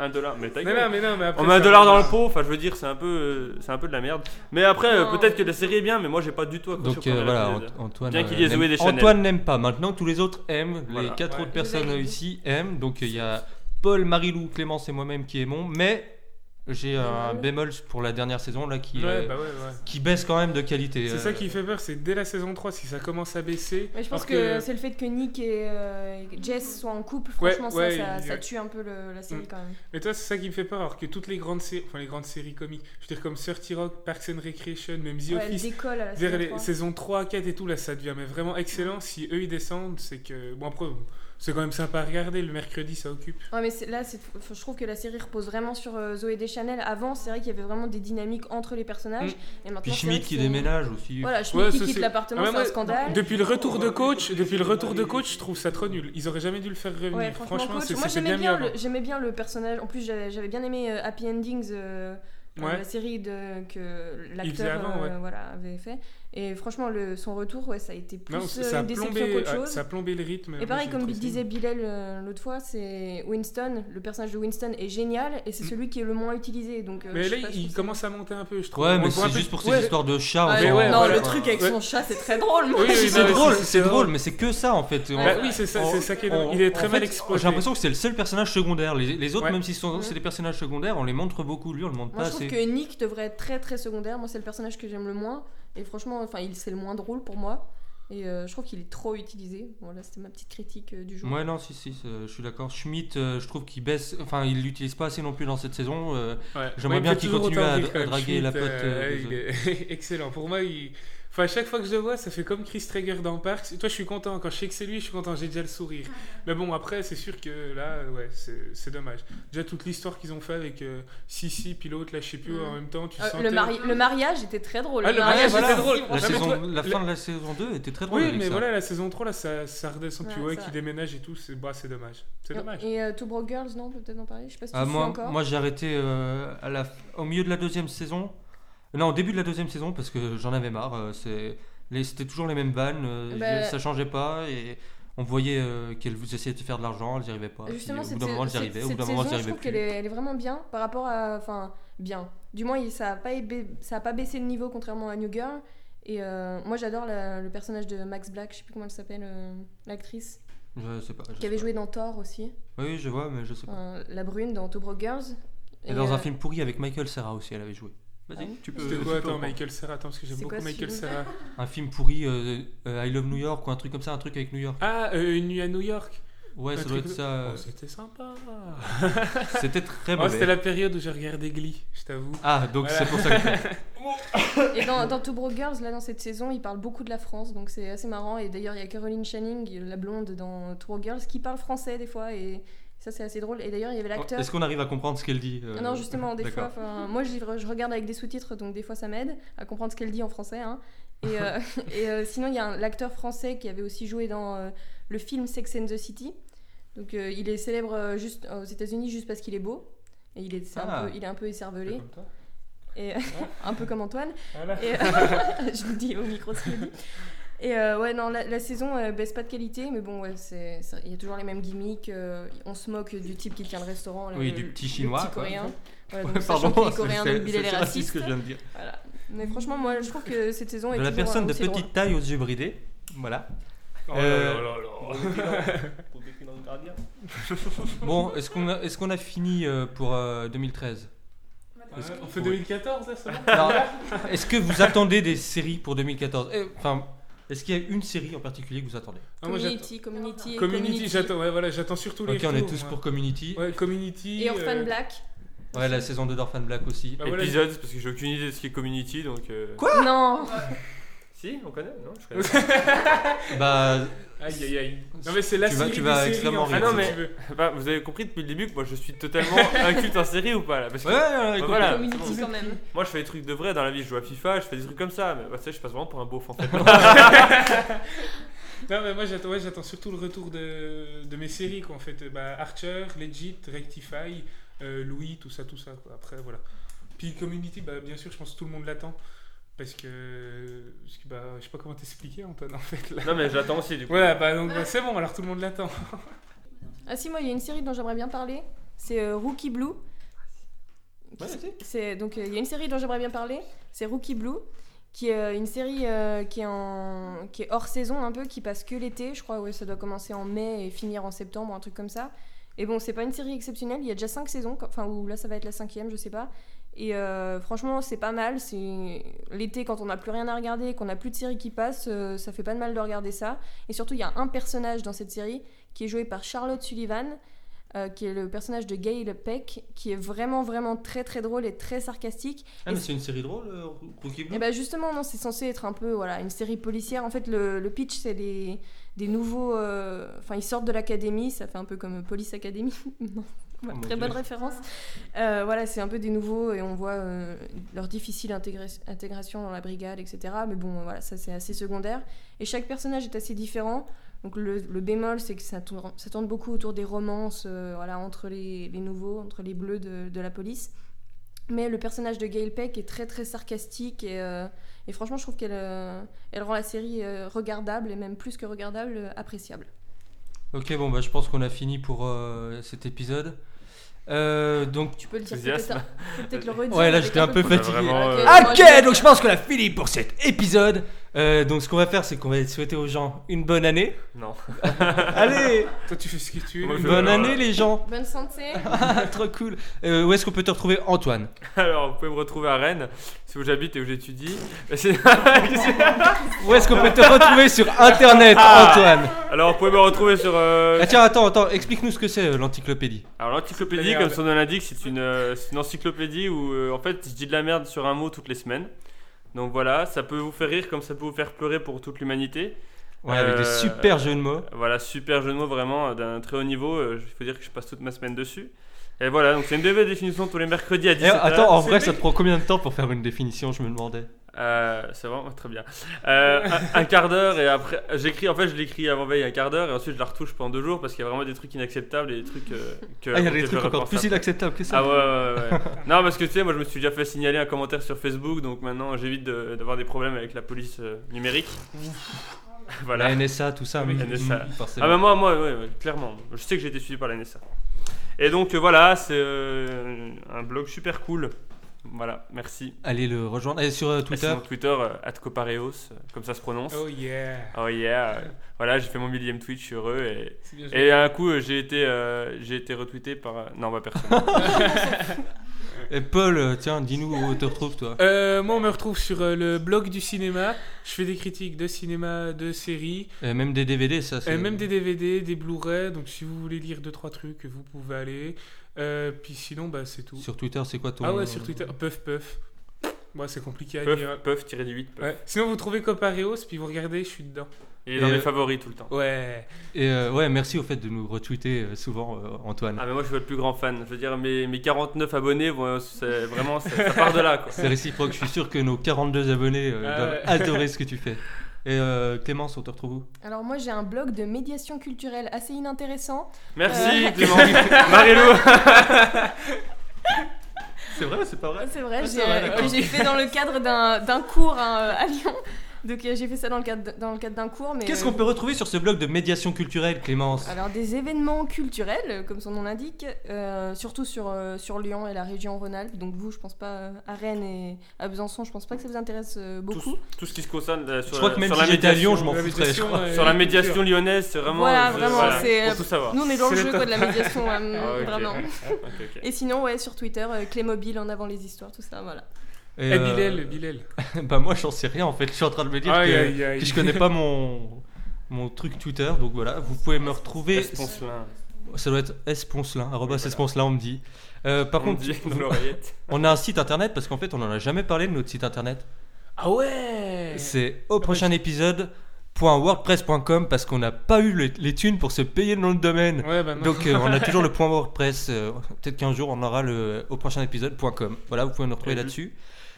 Speaker 4: un dollar. Mais ta
Speaker 5: Non,
Speaker 4: gueule.
Speaker 5: non, mais non, mais après,
Speaker 4: On met un
Speaker 5: ça-
Speaker 4: dollar dans le pot, enfin je veux dire c'est un peu euh, c'est un peu de la merde. Mais après euh,
Speaker 6: Non.
Speaker 4: peut-être que la série est bien, mais moi j'ai pas du tout accroché
Speaker 3: Donc
Speaker 4: au
Speaker 3: euh,
Speaker 4: premier
Speaker 3: voilà,
Speaker 4: épisode.
Speaker 3: Ant- Antoine.
Speaker 4: Bien
Speaker 3: euh,
Speaker 4: qu'il y ait
Speaker 3: n'aime-
Speaker 4: Zoé Deschanel.
Speaker 3: Antoine n'aime pas. Maintenant, tous les autres aiment.
Speaker 4: Voilà.
Speaker 3: Les quatre
Speaker 5: Ouais.
Speaker 3: autres personnes
Speaker 6: Désolé.
Speaker 3: ici aiment. Donc il y a Paul, Marie-Lou, Clémence et moi-même qui aimons. Mais j'ai un bémol pour la dernière saison là qui, euh,
Speaker 5: Ouais, bah ouais, ouais.
Speaker 3: qui baisse quand même de qualité.
Speaker 5: C'est
Speaker 3: euh.
Speaker 5: ça qui fait peur, c'est dès la saison 3, si ça commence à baisser.
Speaker 6: Mais je pense
Speaker 5: alors
Speaker 6: que, c'est le fait que Nick et euh, Jess soient en couple,
Speaker 5: Ouais,
Speaker 6: franchement, ça-
Speaker 5: ouais,
Speaker 6: ça,
Speaker 5: il-
Speaker 6: ça tue un peu le- la série
Speaker 5: Mm.
Speaker 6: quand même.
Speaker 5: Mais toi, c'est ça qui me fait peur, alors que toutes les grandes séries, enfin les grandes séries comiques, je veux dire comme Surty Rock, Parks and Recreation, même
Speaker 6: Ouais,
Speaker 5: The
Speaker 6: elle
Speaker 5: Office,
Speaker 6: décolle à la
Speaker 5: vers
Speaker 6: série.
Speaker 5: les saisons 3, 4 et tout, là ça devient mais vraiment excellent. Si eux ils descendent, c'est que. Bon, après, bon, c'est quand même sympa à regarder, le mercredi ça occupe.
Speaker 6: Ouais, mais c'est- là, c'est- faut- je trouve que la série repose vraiment sur euh, Zoé Deschanel. Avant, c'est vrai qu'il y avait vraiment des dynamiques entre les personnages. Et maintenant,
Speaker 3: Puis
Speaker 6: c'est vrai
Speaker 3: Schmidt
Speaker 6: que
Speaker 3: qui
Speaker 6: c'est-
Speaker 3: déménage aussi.
Speaker 6: Voilà, Schmidt
Speaker 5: Ouais,
Speaker 6: qui
Speaker 5: ça,
Speaker 6: quitte
Speaker 5: c'est-
Speaker 6: l'appartement,
Speaker 5: Ah, mais
Speaker 6: c'est
Speaker 5: moi,
Speaker 6: un scandale.
Speaker 5: Depuis le retour de coach, depuis le retour de coach, je trouve ça trop nul. Ils auraient jamais dû le faire revenir.
Speaker 6: Ouais, franchement, coach.
Speaker 5: c'est-
Speaker 6: Moi,
Speaker 5: c'était
Speaker 6: j'aimais
Speaker 5: bien
Speaker 6: bien,
Speaker 5: mieux
Speaker 6: le- j'aimais bien le personnage. En plus, j'avais j'avais bien aimé euh, Happy Endings, euh, euh,
Speaker 5: Ouais.
Speaker 6: la série de, que
Speaker 5: faisait
Speaker 6: l'acteur
Speaker 5: avant,
Speaker 6: euh,
Speaker 5: ouais.
Speaker 6: voilà, avait fait. Et franchement, le, son retour, ouais, ça a été plus
Speaker 5: Non,
Speaker 6: euh,
Speaker 5: ça a,
Speaker 6: une déception
Speaker 5: plombé,
Speaker 6: qu'autre
Speaker 5: ouais,
Speaker 6: chose.
Speaker 5: ça a plombé le rythme.
Speaker 6: Et
Speaker 5: Moi,
Speaker 6: pareil,
Speaker 5: j'ai
Speaker 6: comme
Speaker 5: trouvé ça
Speaker 6: disait Bilal euh, l'autre fois, c'est Winston, le personnage de Winston est génial et c'est
Speaker 5: Mm.
Speaker 6: celui qui est le moins utilisé. Donc, euh,
Speaker 5: Mais
Speaker 6: je
Speaker 5: là,
Speaker 6: sais pas, je trouve
Speaker 5: il
Speaker 6: ça-
Speaker 5: commence à monter un peu, je trouve.
Speaker 3: Ouais,
Speaker 5: On
Speaker 3: mais
Speaker 5: le voit un
Speaker 3: c'est
Speaker 5: peu-
Speaker 3: juste pour
Speaker 5: Ouais.
Speaker 3: ces histoires de chats.
Speaker 6: Ah,
Speaker 3: on
Speaker 5: mais
Speaker 3: s'en-
Speaker 5: ouais,
Speaker 6: non,
Speaker 5: voilà.
Speaker 6: le truc avec
Speaker 5: Ouais.
Speaker 6: son chat, c'est très drôle. moi.
Speaker 5: Oui, oui,
Speaker 3: C'est
Speaker 5: non, mais
Speaker 3: drôle,
Speaker 5: c'est-
Speaker 3: c'est
Speaker 5: c'est
Speaker 3: drôle,
Speaker 5: drôle.
Speaker 3: mais c'est que ça en fait. On-
Speaker 5: Bah oui, c'est ça, c'est ça qui est drôle.
Speaker 3: on-
Speaker 5: Il est
Speaker 3: en
Speaker 5: très mal
Speaker 3: fait,
Speaker 5: exploité.
Speaker 3: J'ai l'impression que c'est le seul personnage secondaire. Les, les autres,
Speaker 5: Ouais.
Speaker 3: même si sont- c'est des personnages secondaires, on les montre beaucoup. Lui, on le montre
Speaker 6: Moi, je
Speaker 3: pas
Speaker 6: trouve
Speaker 3: assez.
Speaker 6: que Nick devrait être très très secondaire. Moi, c'est le personnage que j'aime le moins. Et franchement, enfin, il c'est le moins drôle pour moi. Et euh, je trouve qu'il est trop utilisé. Voilà, c'était ma petite critique euh, du jour.
Speaker 3: Ouais, non, si, si, c'est- je suis d'accord. Schmidt, euh, je trouve qu'il baisse, enfin, il l'utilise pas assez non plus dans cette saison. euh,
Speaker 5: Ouais.
Speaker 3: J'aimerais
Speaker 5: Ouais,
Speaker 3: bien
Speaker 5: il fait
Speaker 3: qu'il
Speaker 5: toujours
Speaker 3: continue
Speaker 5: autant
Speaker 3: à
Speaker 5: rire,
Speaker 3: dra-
Speaker 5: quand même,
Speaker 3: draguer la
Speaker 5: Schmitt,
Speaker 3: pote, euh,
Speaker 5: il est excellent. Pour moi, il... enfin, à chaque fois que je le vois, ça fait comme Chris Traeger dans Parks. Toi, je suis content. Quand je sais que c'est lui, je suis content. J'ai déjà le sourire. Mais bon, après, c'est sûr que là, ouais, c'est c'est dommage. Déjà, toute l'histoire qu'ils ont fait avec euh, Sissi, pilote, là, je sais plus,
Speaker 6: Mm.
Speaker 5: en même temps, tu
Speaker 6: Euh,
Speaker 5: sentais...
Speaker 6: le, mari- le mariage était très drôle.
Speaker 5: Ah, le mariage
Speaker 3: voilà.
Speaker 5: était drôle.
Speaker 3: La,
Speaker 5: Non, mais
Speaker 3: saison-
Speaker 5: toi,
Speaker 3: la
Speaker 5: le-
Speaker 3: fin de la saison 2 était très drôle.
Speaker 5: Oui,
Speaker 3: avec
Speaker 5: mais
Speaker 3: ça.
Speaker 5: voilà, la saison 3, là, ça, ça redescend. Puis
Speaker 6: Ouais,
Speaker 5: ouais,
Speaker 6: ça-
Speaker 5: qui déménage et tout, c'est bah, c'est dommage. C'est dommage.
Speaker 6: Et euh, Two Broke Girls, non, on peut peut-être en parler. Je sais pas si tu
Speaker 3: Ah,
Speaker 6: le suis
Speaker 3: moi,
Speaker 6: encore.
Speaker 3: moi j'ai arrêté euh, à la, au milieu de la deuxième saison. Non, au début de la deuxième saison, parce que j'en avais marre. euh, c'est- les- C'était toujours les mêmes vannes, euh,
Speaker 6: Bah-
Speaker 3: ça changeait pas. Et on voyait euh, qu'elles vous essayaient de faire de l'argent, elles n'y arrivaient pas.
Speaker 6: Justement,
Speaker 3: Puis, au
Speaker 6: cette,
Speaker 3: bout d'un moment, elles y
Speaker 6: cette-
Speaker 3: arrivaient. Au bout
Speaker 6: cette
Speaker 3: d'un moment, elles y
Speaker 6: saison, je
Speaker 3: arrivaient
Speaker 6: trouve
Speaker 3: plus.
Speaker 6: qu'elle est, elle est vraiment bien par rapport à. Enfin, bien. Du moins, il- ça n'a pas, ébé- ça a pas baissé le niveau contrairement à New Girl. Et euh, moi, j'adore la- le personnage de Max Black, je sais plus comment elle s'appelle, euh, l'actrice,
Speaker 3: Je sais pas. je
Speaker 6: qui
Speaker 3: sais
Speaker 6: avait
Speaker 3: pas.
Speaker 6: joué dans Thor aussi,
Speaker 3: Oui, je vois, mais je sais pas.
Speaker 6: Enfin, la brune dans Two Broke Girls.
Speaker 3: Et dans
Speaker 6: euh,
Speaker 3: un film pourri avec Michael Serra aussi, elle avait joué. Vas-y,
Speaker 6: Ah oui
Speaker 3: tu peux.
Speaker 5: C'était
Speaker 3: tu
Speaker 5: quoi,
Speaker 3: peux
Speaker 5: attends,
Speaker 3: reprendre.
Speaker 5: Michael Serra Attends, parce que j'aime
Speaker 6: C'est
Speaker 5: beaucoup
Speaker 6: quoi ce
Speaker 5: Michael
Speaker 6: film
Speaker 5: Serra.
Speaker 3: Un film pourri, euh, euh, I Love New York ou un truc comme ça, un truc avec New York.
Speaker 5: Ah, euh, Une nuit à New York
Speaker 3: Ouais,
Speaker 5: Un
Speaker 3: ça doit
Speaker 5: truc-
Speaker 3: être ça. euh,
Speaker 5: Oh, C'était sympa
Speaker 3: C'était très
Speaker 5: Oh, C'était
Speaker 3: mauvais.
Speaker 5: la période où j'ai regardé Glee, je t'avoue.
Speaker 3: Ah, donc
Speaker 5: Voilà.
Speaker 3: c'est pour ça que.
Speaker 6: Et dans, dans Two Broke Girls, là, dans cette saison, il parle beaucoup de la France, donc c'est assez marrant. Et d'ailleurs, il y a Caroline Channing, la blonde dans Two Broke Girls, qui parle français des fois, et ça, c'est assez drôle. Et d'ailleurs, il y avait l'acteur.
Speaker 3: Oh, Est-ce qu'on arrive à comprendre ce qu'elle dit euh,
Speaker 6: Ah Non, justement, des fois,
Speaker 3: d'accord.
Speaker 6: enfin, moi j'y re- je regarde avec des sous-titres, donc des fois ça m'aide à comprendre ce qu'elle dit en français. hein. Et, euh, et, euh, sinon, il y a un- l'acteur français qui avait aussi joué dans euh, le film Sex and the City. Donc euh, il est célèbre euh, juste aux États-Unis juste parce qu'il est beau. Et il est, c'est un,
Speaker 3: Ah.
Speaker 6: peu, il est un peu écervelé,
Speaker 5: Comme toi.
Speaker 6: et, un peu comme Antoine.
Speaker 5: Voilà.
Speaker 6: Et- je le dis au micro ce qu'il dit. Et euh, ouais, non, la, la saison euh, baisse pas de qualité, mais bon, ouais, c'est- c'est- il y a toujours les mêmes gimmicks. euh, on se moque du type qui tient le restaurant. le-
Speaker 3: Oui, du petit Chinois,
Speaker 6: Le petit
Speaker 3: quoi.
Speaker 6: coréen. Voilà, donc,
Speaker 3: Ouais,
Speaker 6: sachant
Speaker 3: pardon,
Speaker 6: qu'il est coréen,
Speaker 3: c'est-
Speaker 6: donc il est
Speaker 3: c'est raciste
Speaker 6: raciste.
Speaker 3: ce que je viens de dire.
Speaker 6: Voilà. Mais franchement, moi, je trouve que cette saison est
Speaker 3: De la
Speaker 6: toujours,
Speaker 3: personne
Speaker 6: euh,
Speaker 3: de
Speaker 6: aussi
Speaker 3: petite
Speaker 6: drôle.
Speaker 3: taille aux yeux bridés. Voilà.
Speaker 5: Oh
Speaker 3: Euh,
Speaker 5: là là là
Speaker 3: Bon, est-ce qu'on a, est-ce qu'on a fini euh, pour euh, 2013
Speaker 5: là. Ouais, Ah, On fait 2014, ça, ça va
Speaker 3: Non. Est-ce que vous attendez des séries pour 2014 Eh, Enfin, est-ce qu'il y a une série en particulier que vous attendez
Speaker 5: Ah, moi, j'attends-
Speaker 6: Community, community, et
Speaker 5: Community, j'attends ouais, voilà, j'attends surtout les
Speaker 3: Ok, on est
Speaker 5: retours,
Speaker 3: tous
Speaker 5: moi.
Speaker 3: pour Community.
Speaker 5: Ouais, Community.
Speaker 6: Et Orphan
Speaker 5: euh,
Speaker 6: Black.
Speaker 3: Ouais, la saison de Orphan Black aussi.
Speaker 5: bah voilà,
Speaker 4: Épisodes, parce que j'ai aucune idée de ce qui est community donc. euh,
Speaker 6: Non
Speaker 4: Si, on connaît Non, je connais. pas.
Speaker 3: Bah,
Speaker 5: Aïe aïe aïe. Non mais c'est la
Speaker 3: Tu vas-
Speaker 5: série
Speaker 3: tu vas
Speaker 5: des séries,
Speaker 3: extrêmement
Speaker 5: en fait,
Speaker 3: rire,
Speaker 5: si
Speaker 4: c'est
Speaker 5: tu
Speaker 4: ça.
Speaker 5: veux.
Speaker 4: Bah, vous avez compris depuis le début que moi je suis totalement inculte en série ou pas là Parce que
Speaker 3: ouais, ouais, ouais,
Speaker 4: Bah,
Speaker 3: écoute,
Speaker 4: voilà,
Speaker 6: Community,
Speaker 4: c'est
Speaker 6: quand même.
Speaker 4: moi je fais des trucs de vrai dans la vie, je joue à FIFA, je fais des trucs comme ça, mais bah, tu sais, je passe vraiment pour un beauf en fait.
Speaker 5: Non, mais moi j'attends ouais, j'attends surtout le retour de, de mes séries quoi en fait. Euh, Bah, Archer, Legit, Rectify, euh, Louis, tout ça, tout ça. quoi. Après voilà. Puis Community, bah, bien sûr, je pense que tout le monde l'attend. Parce que. Parce que, bah, je sais pas comment t'expliquer, Antoine, en fait. Là.
Speaker 4: non, mais j'attends aussi du coup.
Speaker 5: Voilà, bah, donc bah, c'est bon, alors tout le monde l'attend.
Speaker 6: Ah si, moi, il y a une série dont j'aimerais bien parler. C'est euh, Rookie Blue. C'est donc euh, il y a une série dont j'aimerais bien parler. C'est Rookie Blue, qui est euh, une série euh, qui est en qui est hors saison un peu, qui passe que l'été. Je crois ouais, ça doit commencer en mai et finir en septembre, un truc comme ça. Et bon, c'est pas une série exceptionnelle. Il y a déjà cinq saisons, quand- enfin ou là ça va être la cinquième, je sais pas. Et euh, franchement, c'est pas mal. C'est l'été quand on n'a plus rien à regarder, et qu'on n'a plus de séries qui passent, euh, ça fait pas de mal de regarder ça. Et surtout, il y a un personnage dans cette série qui est joué par Charlotte Sullivan, euh, qui est le personnage de Gail Peck, qui est vraiment, vraiment très, très drôle et très sarcastique.
Speaker 3: Ah, mais c'est une série drôle, euh, Rookie Blue
Speaker 6: Et ben justement, non, c'est censé être un peu voilà, une série policière. En fait, le, le pitch, c'est des, des nouveaux. euh, Enfin, ils sortent de l'académie, ça fait un peu comme Police Academy. Non, voilà,
Speaker 3: Oh mon
Speaker 6: très bonne
Speaker 3: Dieu.
Speaker 6: référence. Euh, voilà, c'est un peu des nouveaux et on voit euh, leur difficile intégra- intégration dans la brigade, etc. Mais bon, voilà, ça c'est assez secondaire. Et chaque personnage est assez différent. Donc le, le bémol, c'est que ça tourne, ça tourne beaucoup autour des romances euh, voilà, entre les, les nouveaux, entre les bleus de, de la police. Mais le personnage de Gail Peck est très très sarcastique et, euh, et franchement je trouve qu'elle euh, elle rend la série euh, regardable et même plus que regardable, euh, appréciable.
Speaker 3: Ok, bon, bah, je pense qu'on a fini pour euh, cet épisode. Euh, donc,
Speaker 6: Tu peux le dire
Speaker 4: Enthousiasme.
Speaker 6: peut-être peut-être le redire.
Speaker 3: ouais, là,
Speaker 6: avec
Speaker 3: j'étais
Speaker 6: un
Speaker 3: un peu
Speaker 6: de-
Speaker 4: Ouais,
Speaker 3: fatigué.
Speaker 4: vraiment, euh,
Speaker 6: Ah,
Speaker 3: Ok, donc je pense qu'on a fini pour cet épisode. Euh, donc, ce qu'on va faire, c'est qu'on va souhaiter aux gens une bonne année.
Speaker 4: Non.
Speaker 3: Allez,
Speaker 5: Toi, tu fais ce que tu
Speaker 4: Moi,
Speaker 5: veux.
Speaker 4: je-
Speaker 3: bonne
Speaker 4: alors,
Speaker 3: année, les gens.
Speaker 6: Bonne santé.
Speaker 3: Ah, trop cool. Euh, où est-ce qu'on peut te retrouver, Antoine
Speaker 4: Alors, vous pouvez me retrouver à Rennes, c'est où j'habite et où j'étudie. Mais c'est-
Speaker 3: Où est-ce qu'on peut te retrouver sur Internet,
Speaker 4: Ah.
Speaker 3: Antoine
Speaker 4: Alors, vous pouvez me retrouver sur. euh,
Speaker 3: Ah, Tiens, attends, attends, explique-nous ce que c'est euh, l'encyclopédie.
Speaker 4: Alors, l'encyclopédie, comme son nom l'indique, c'est une, euh, c'est une encyclopédie où, euh, en fait, je dis de la merde sur un mot toutes les semaines. Donc voilà, ça peut vous faire rire comme ça peut vous faire pleurer pour toute l'humanité.
Speaker 3: Ouais, avec des
Speaker 4: Euh,
Speaker 3: super jeux de mots.
Speaker 4: Voilà, super jeu de mots vraiment euh, d'un très haut niveau. euh, Il faut dire que je passe toute ma semaine dessus. Et voilà, donc c'est une DV définition tous les mercredis à
Speaker 3: Eh,
Speaker 4: 17h.
Speaker 3: attends, en vrai,
Speaker 5: c'est-
Speaker 3: ça te prend combien de temps pour faire une définition Je me demandais.
Speaker 4: Euh, c'est vraiment très bien. Euh, un, un quart d'heure et après, j'écris. En fait, je l'écris avant veille un quart d'heure et ensuite je la retouche pendant deux jours parce qu'il y a vraiment des trucs inacceptables et des trucs euh, que.
Speaker 3: Ah, il y a
Speaker 4: auxquels
Speaker 3: des
Speaker 4: je
Speaker 3: trucs encore
Speaker 4: repense
Speaker 3: plus
Speaker 4: après.
Speaker 3: inacceptables que ça.
Speaker 4: Ah ouais, ouais, ouais, ouais. non, parce que tu sais, moi je me suis déjà fait signaler un commentaire sur Facebook, donc maintenant j'évite de- d'avoir des problèmes avec la police euh, numérique. voilà.
Speaker 3: La NSA, tout ça,
Speaker 4: Oui,
Speaker 3: mais
Speaker 4: NSA.
Speaker 3: forcément.
Speaker 4: Ah bah moi, moi, ouais, ouais, clairement. Je sais que j'ai été suivi par la NSA. Et donc euh, voilà, c'est euh, un blog super cool. Voilà, merci.
Speaker 3: Allez le rejoindre. Et sur euh,
Speaker 4: Et
Speaker 3: Twitter Ah
Speaker 4: sinon, Twitter, euh, @copareos, euh, comme ça se prononce.
Speaker 5: Oh yeah.
Speaker 4: Oh yeah. euh, Voilà, j'ai fait mon millième tweet, je suis heureux. Et,
Speaker 5: C'est bien joué.
Speaker 4: et à un coup, euh, j'ai été, euh, j'ai été retweeté par... euh, Non, bah personne.
Speaker 3: Et Paul, euh, tiens, dis-nous où te retrouves toi.
Speaker 5: Euh, moi, on me retrouve sur euh, le blog du cinéma. Je fais des critiques de cinéma, de séries,
Speaker 3: Et même des DVD, ça.
Speaker 5: euh,
Speaker 3: c'est-
Speaker 5: même des DVD, des Blu-ray. Donc, si vous voulez lire deux trois trucs, vous pouvez aller. Euh, puis sinon, bah, c'est tout.
Speaker 3: Sur Twitter, c'est quoi ton euh,
Speaker 5: Ah ouais, sur Twitter, puff puff. Moi, c'est compliqué
Speaker 3: Ah,
Speaker 5: à dire.
Speaker 4: Puff, puff, tiré du 8. Puff.
Speaker 5: Ouais. Sinon, vous trouvez Copareos, puis vous regardez, je suis dedans.
Speaker 4: Il est dans
Speaker 3: Et,
Speaker 4: mes
Speaker 3: euh,
Speaker 4: favoris tout le temps.
Speaker 5: Ouais.
Speaker 3: Et euh, ouais, merci au fait de nous retweeter euh, souvent, euh, Antoine.
Speaker 4: Ah mais moi je suis le plus grand fan. Je veux dire mes, mes 49 abonnés, vont- c'est vraiment ça, ça part de là quoi.
Speaker 3: C'est réciproque. Je suis sûr que nos 42 abonnés euh,
Speaker 5: Ah
Speaker 3: doivent
Speaker 5: ouais.
Speaker 3: adorer ce que tu fais. Et euh, Clémence, on te retrouve où
Speaker 6: Alors moi j'ai un blog de médiation culturelle assez inintéressant.
Speaker 4: Merci Clément, Marilou.
Speaker 3: C'est vrai, c'est pas vrai.
Speaker 6: C'est vrai, j'ai-
Speaker 3: vrai, d'accord.
Speaker 6: que j'ai fait dans le cadre d'un d'un cours hein, euh, à Lyon. Donc euh, j'ai fait ça dans le cadre d- dans le cadre d'un cours. mais,
Speaker 3: Qu'est-ce
Speaker 6: euh,
Speaker 3: qu'on peut retrouver sur ce blog de médiation culturelle, Clémence
Speaker 5: Ah,
Speaker 6: Alors des événements culturels, euh, comme son nom l'indique, euh, surtout sur, euh, sur Lyon et la région Rhône-Alpes. Donc vous, je pense pas euh, à Rennes et à Besançon, je pense pas que ça vous intéresse euh, beaucoup.
Speaker 4: Tout, tout ce qui se concerne euh, sur,
Speaker 3: Je crois
Speaker 4: la-
Speaker 3: que même
Speaker 4: sur
Speaker 3: si
Speaker 4: la
Speaker 3: j'étais à Lyon,
Speaker 4: médiation,
Speaker 3: je m'en
Speaker 5: La
Speaker 3: foutrais. je
Speaker 5: médiation,
Speaker 3: crois.
Speaker 5: euh,
Speaker 4: sur la
Speaker 5: culture.
Speaker 4: médiation lyonnaise, c'est vraiment
Speaker 6: Voilà,
Speaker 4: je-
Speaker 6: vraiment, c'est-
Speaker 4: pour tout savoir.
Speaker 6: Nous on est dans le
Speaker 5: C'est
Speaker 6: jeu
Speaker 5: le
Speaker 6: quoi, de la médiation, euh,
Speaker 4: Ah, ok.
Speaker 6: vraiment.
Speaker 4: Ok, ok.
Speaker 6: Et sinon ouais sur Twitter, euh, Clé Mobile en avant les histoires, tout ça, voilà.
Speaker 3: Et,
Speaker 5: Eh,
Speaker 3: euh,
Speaker 5: Bilal, Bilal.
Speaker 3: Bah moi, j'en sais rien en fait. Je suis en train de me dire
Speaker 5: Aïe,
Speaker 3: que,
Speaker 5: aïe, aïe.
Speaker 3: que je connais pas mon mon truc Twitter. Donc voilà, vous pouvez me retrouver.
Speaker 4: Esponcelin,
Speaker 3: Ça doit être esponcelin, arrobas
Speaker 4: voilà.
Speaker 3: esponcelin, on me dit. Euh, par
Speaker 4: on
Speaker 3: contre,
Speaker 4: dit dans l'oreillette.
Speaker 3: on a un site internet parce qu'en fait, on en a jamais parlé de notre site internet.
Speaker 5: Ah ouais
Speaker 3: C'est au prochain épisode. .wordpress.com parce qu'on n'a pas eu les, les thunes pour se payer le nom de domaine.
Speaker 5: Ouais, bah non.
Speaker 3: Donc euh, on a toujours le point WordPress. euh, Peut-être qu'un jour on aura le au prochain épisode .com. Voilà, vous pouvez nous retrouver
Speaker 4: Mhm.
Speaker 3: là-dessus.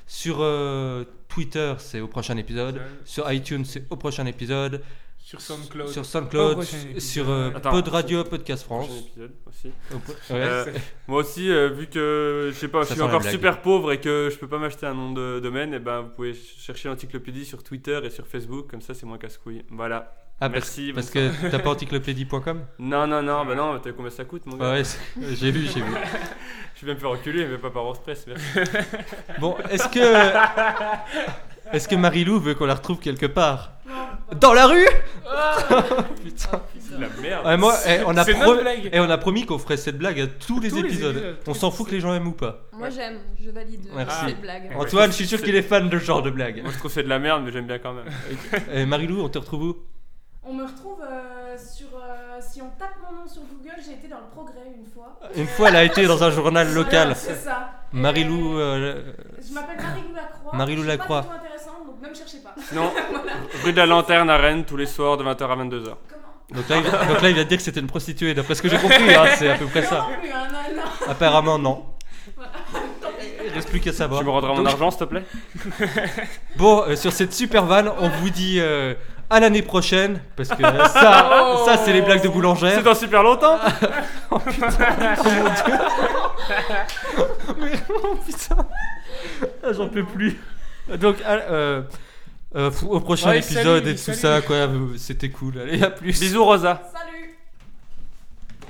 Speaker 3: Sur euh, Twitter, c'est au prochain épisode. Sur iTunes, c'est au prochain épisode.
Speaker 5: Sur SoundCloud.
Speaker 3: euh, Sur
Speaker 5: Au
Speaker 3: SoundCloud,
Speaker 5: prochain
Speaker 3: sur-
Speaker 5: épisode.
Speaker 3: sur euh,
Speaker 4: Attends.
Speaker 3: Pod Radio, Podcast France.
Speaker 4: Prochain épisode aussi.
Speaker 3: Au pro- ouais.
Speaker 4: Euh, moi aussi, euh, vu que je sais pas,
Speaker 3: Ça
Speaker 4: je suis
Speaker 3: sent la
Speaker 4: encore
Speaker 3: blague.
Speaker 4: super pauvre et que je peux pas m'acheter un nom de domaine, et ben vous pouvez ch- chercher l'encyclopédie sur Twitter et sur Facebook, comme ça c'est moins casse-couille. Voilà.
Speaker 3: Ah, parce-
Speaker 4: merci,
Speaker 3: Parce,
Speaker 4: bonne
Speaker 3: que t'as pas encyclopédie.com
Speaker 4: Non, non, non, bah non, t'as combien ça coûte, mon gars
Speaker 3: Ouais, c'est- j'ai vu, j'ai vu.
Speaker 4: Je suis bien fait reculer, mais pas par WordPress, merci.
Speaker 3: Bon, est-ce que. Est-ce que Marilou veut qu'on la retrouve quelque part Dans la rue Putain.
Speaker 4: C'est de la merde.
Speaker 3: Ouais, moi, eh, on a
Speaker 5: C'est
Speaker 3: pro-
Speaker 5: notre blague.
Speaker 3: Et on a promis qu'on ferait cette blague à tous les
Speaker 5: Tous les
Speaker 3: épisodes.
Speaker 5: épisodes.
Speaker 3: On s'en fout que les gens aiment ou pas.
Speaker 6: Moi j'aime, je valide euh,
Speaker 3: Merci.
Speaker 6: cette blague.
Speaker 4: Ouais.
Speaker 3: Antoine, je suis sûr
Speaker 4: C'est-
Speaker 3: qu'il est fan de ce genre de blague.
Speaker 4: Moi je trouve c'est de la merde, mais j'aime bien quand même.
Speaker 3: Et Marilou, on te retrouve où
Speaker 7: On me retrouve euh, sur. euh, si on tape mon nom sur Google, j'ai été dans le progrès une fois.
Speaker 3: Une fois, elle a été dans un journal
Speaker 7: Voilà,
Speaker 3: local.
Speaker 7: C'est ça.
Speaker 3: Marilou. euh,
Speaker 7: Je m'appelle Marie-Lou Lacroix.
Speaker 3: Marie-Lou
Speaker 7: Je suis
Speaker 3: Lacroix.
Speaker 7: Pas du tout intéressante, donc ne me cherchez pas.
Speaker 4: Sinon, rue de la Lanterne à Rennes, tous les soirs de 20h à 22h.
Speaker 7: Comment
Speaker 3: Donc, là, il... donc là, il vient de dire que c'était une prostituée. D'après ce que j'ai compris, hein, c'est à peu près ça.
Speaker 7: Non, non plus, hein, non, non.
Speaker 3: Apparemment, non. Il reste plus qu'à savoir.
Speaker 4: Tu me rendras mon
Speaker 3: Donc,
Speaker 4: argent, s'il te plaît
Speaker 3: Bon, euh, sur cette super vanne, on vous dit euh, à l'année prochaine. Parce que euh, ça, ça c'est les blagues de boulangère.
Speaker 4: C'est dans super longtemps
Speaker 3: Mais oh, putain, Ah, j'en peux plus. Donc, à- euh, euh, au prochain
Speaker 5: Ouais,
Speaker 3: épisode
Speaker 5: salut,
Speaker 3: et tout
Speaker 5: salut.
Speaker 3: ça, quoi, euh, c'était cool. Allez, à plus.
Speaker 4: Bisous, Rosa.
Speaker 7: Salut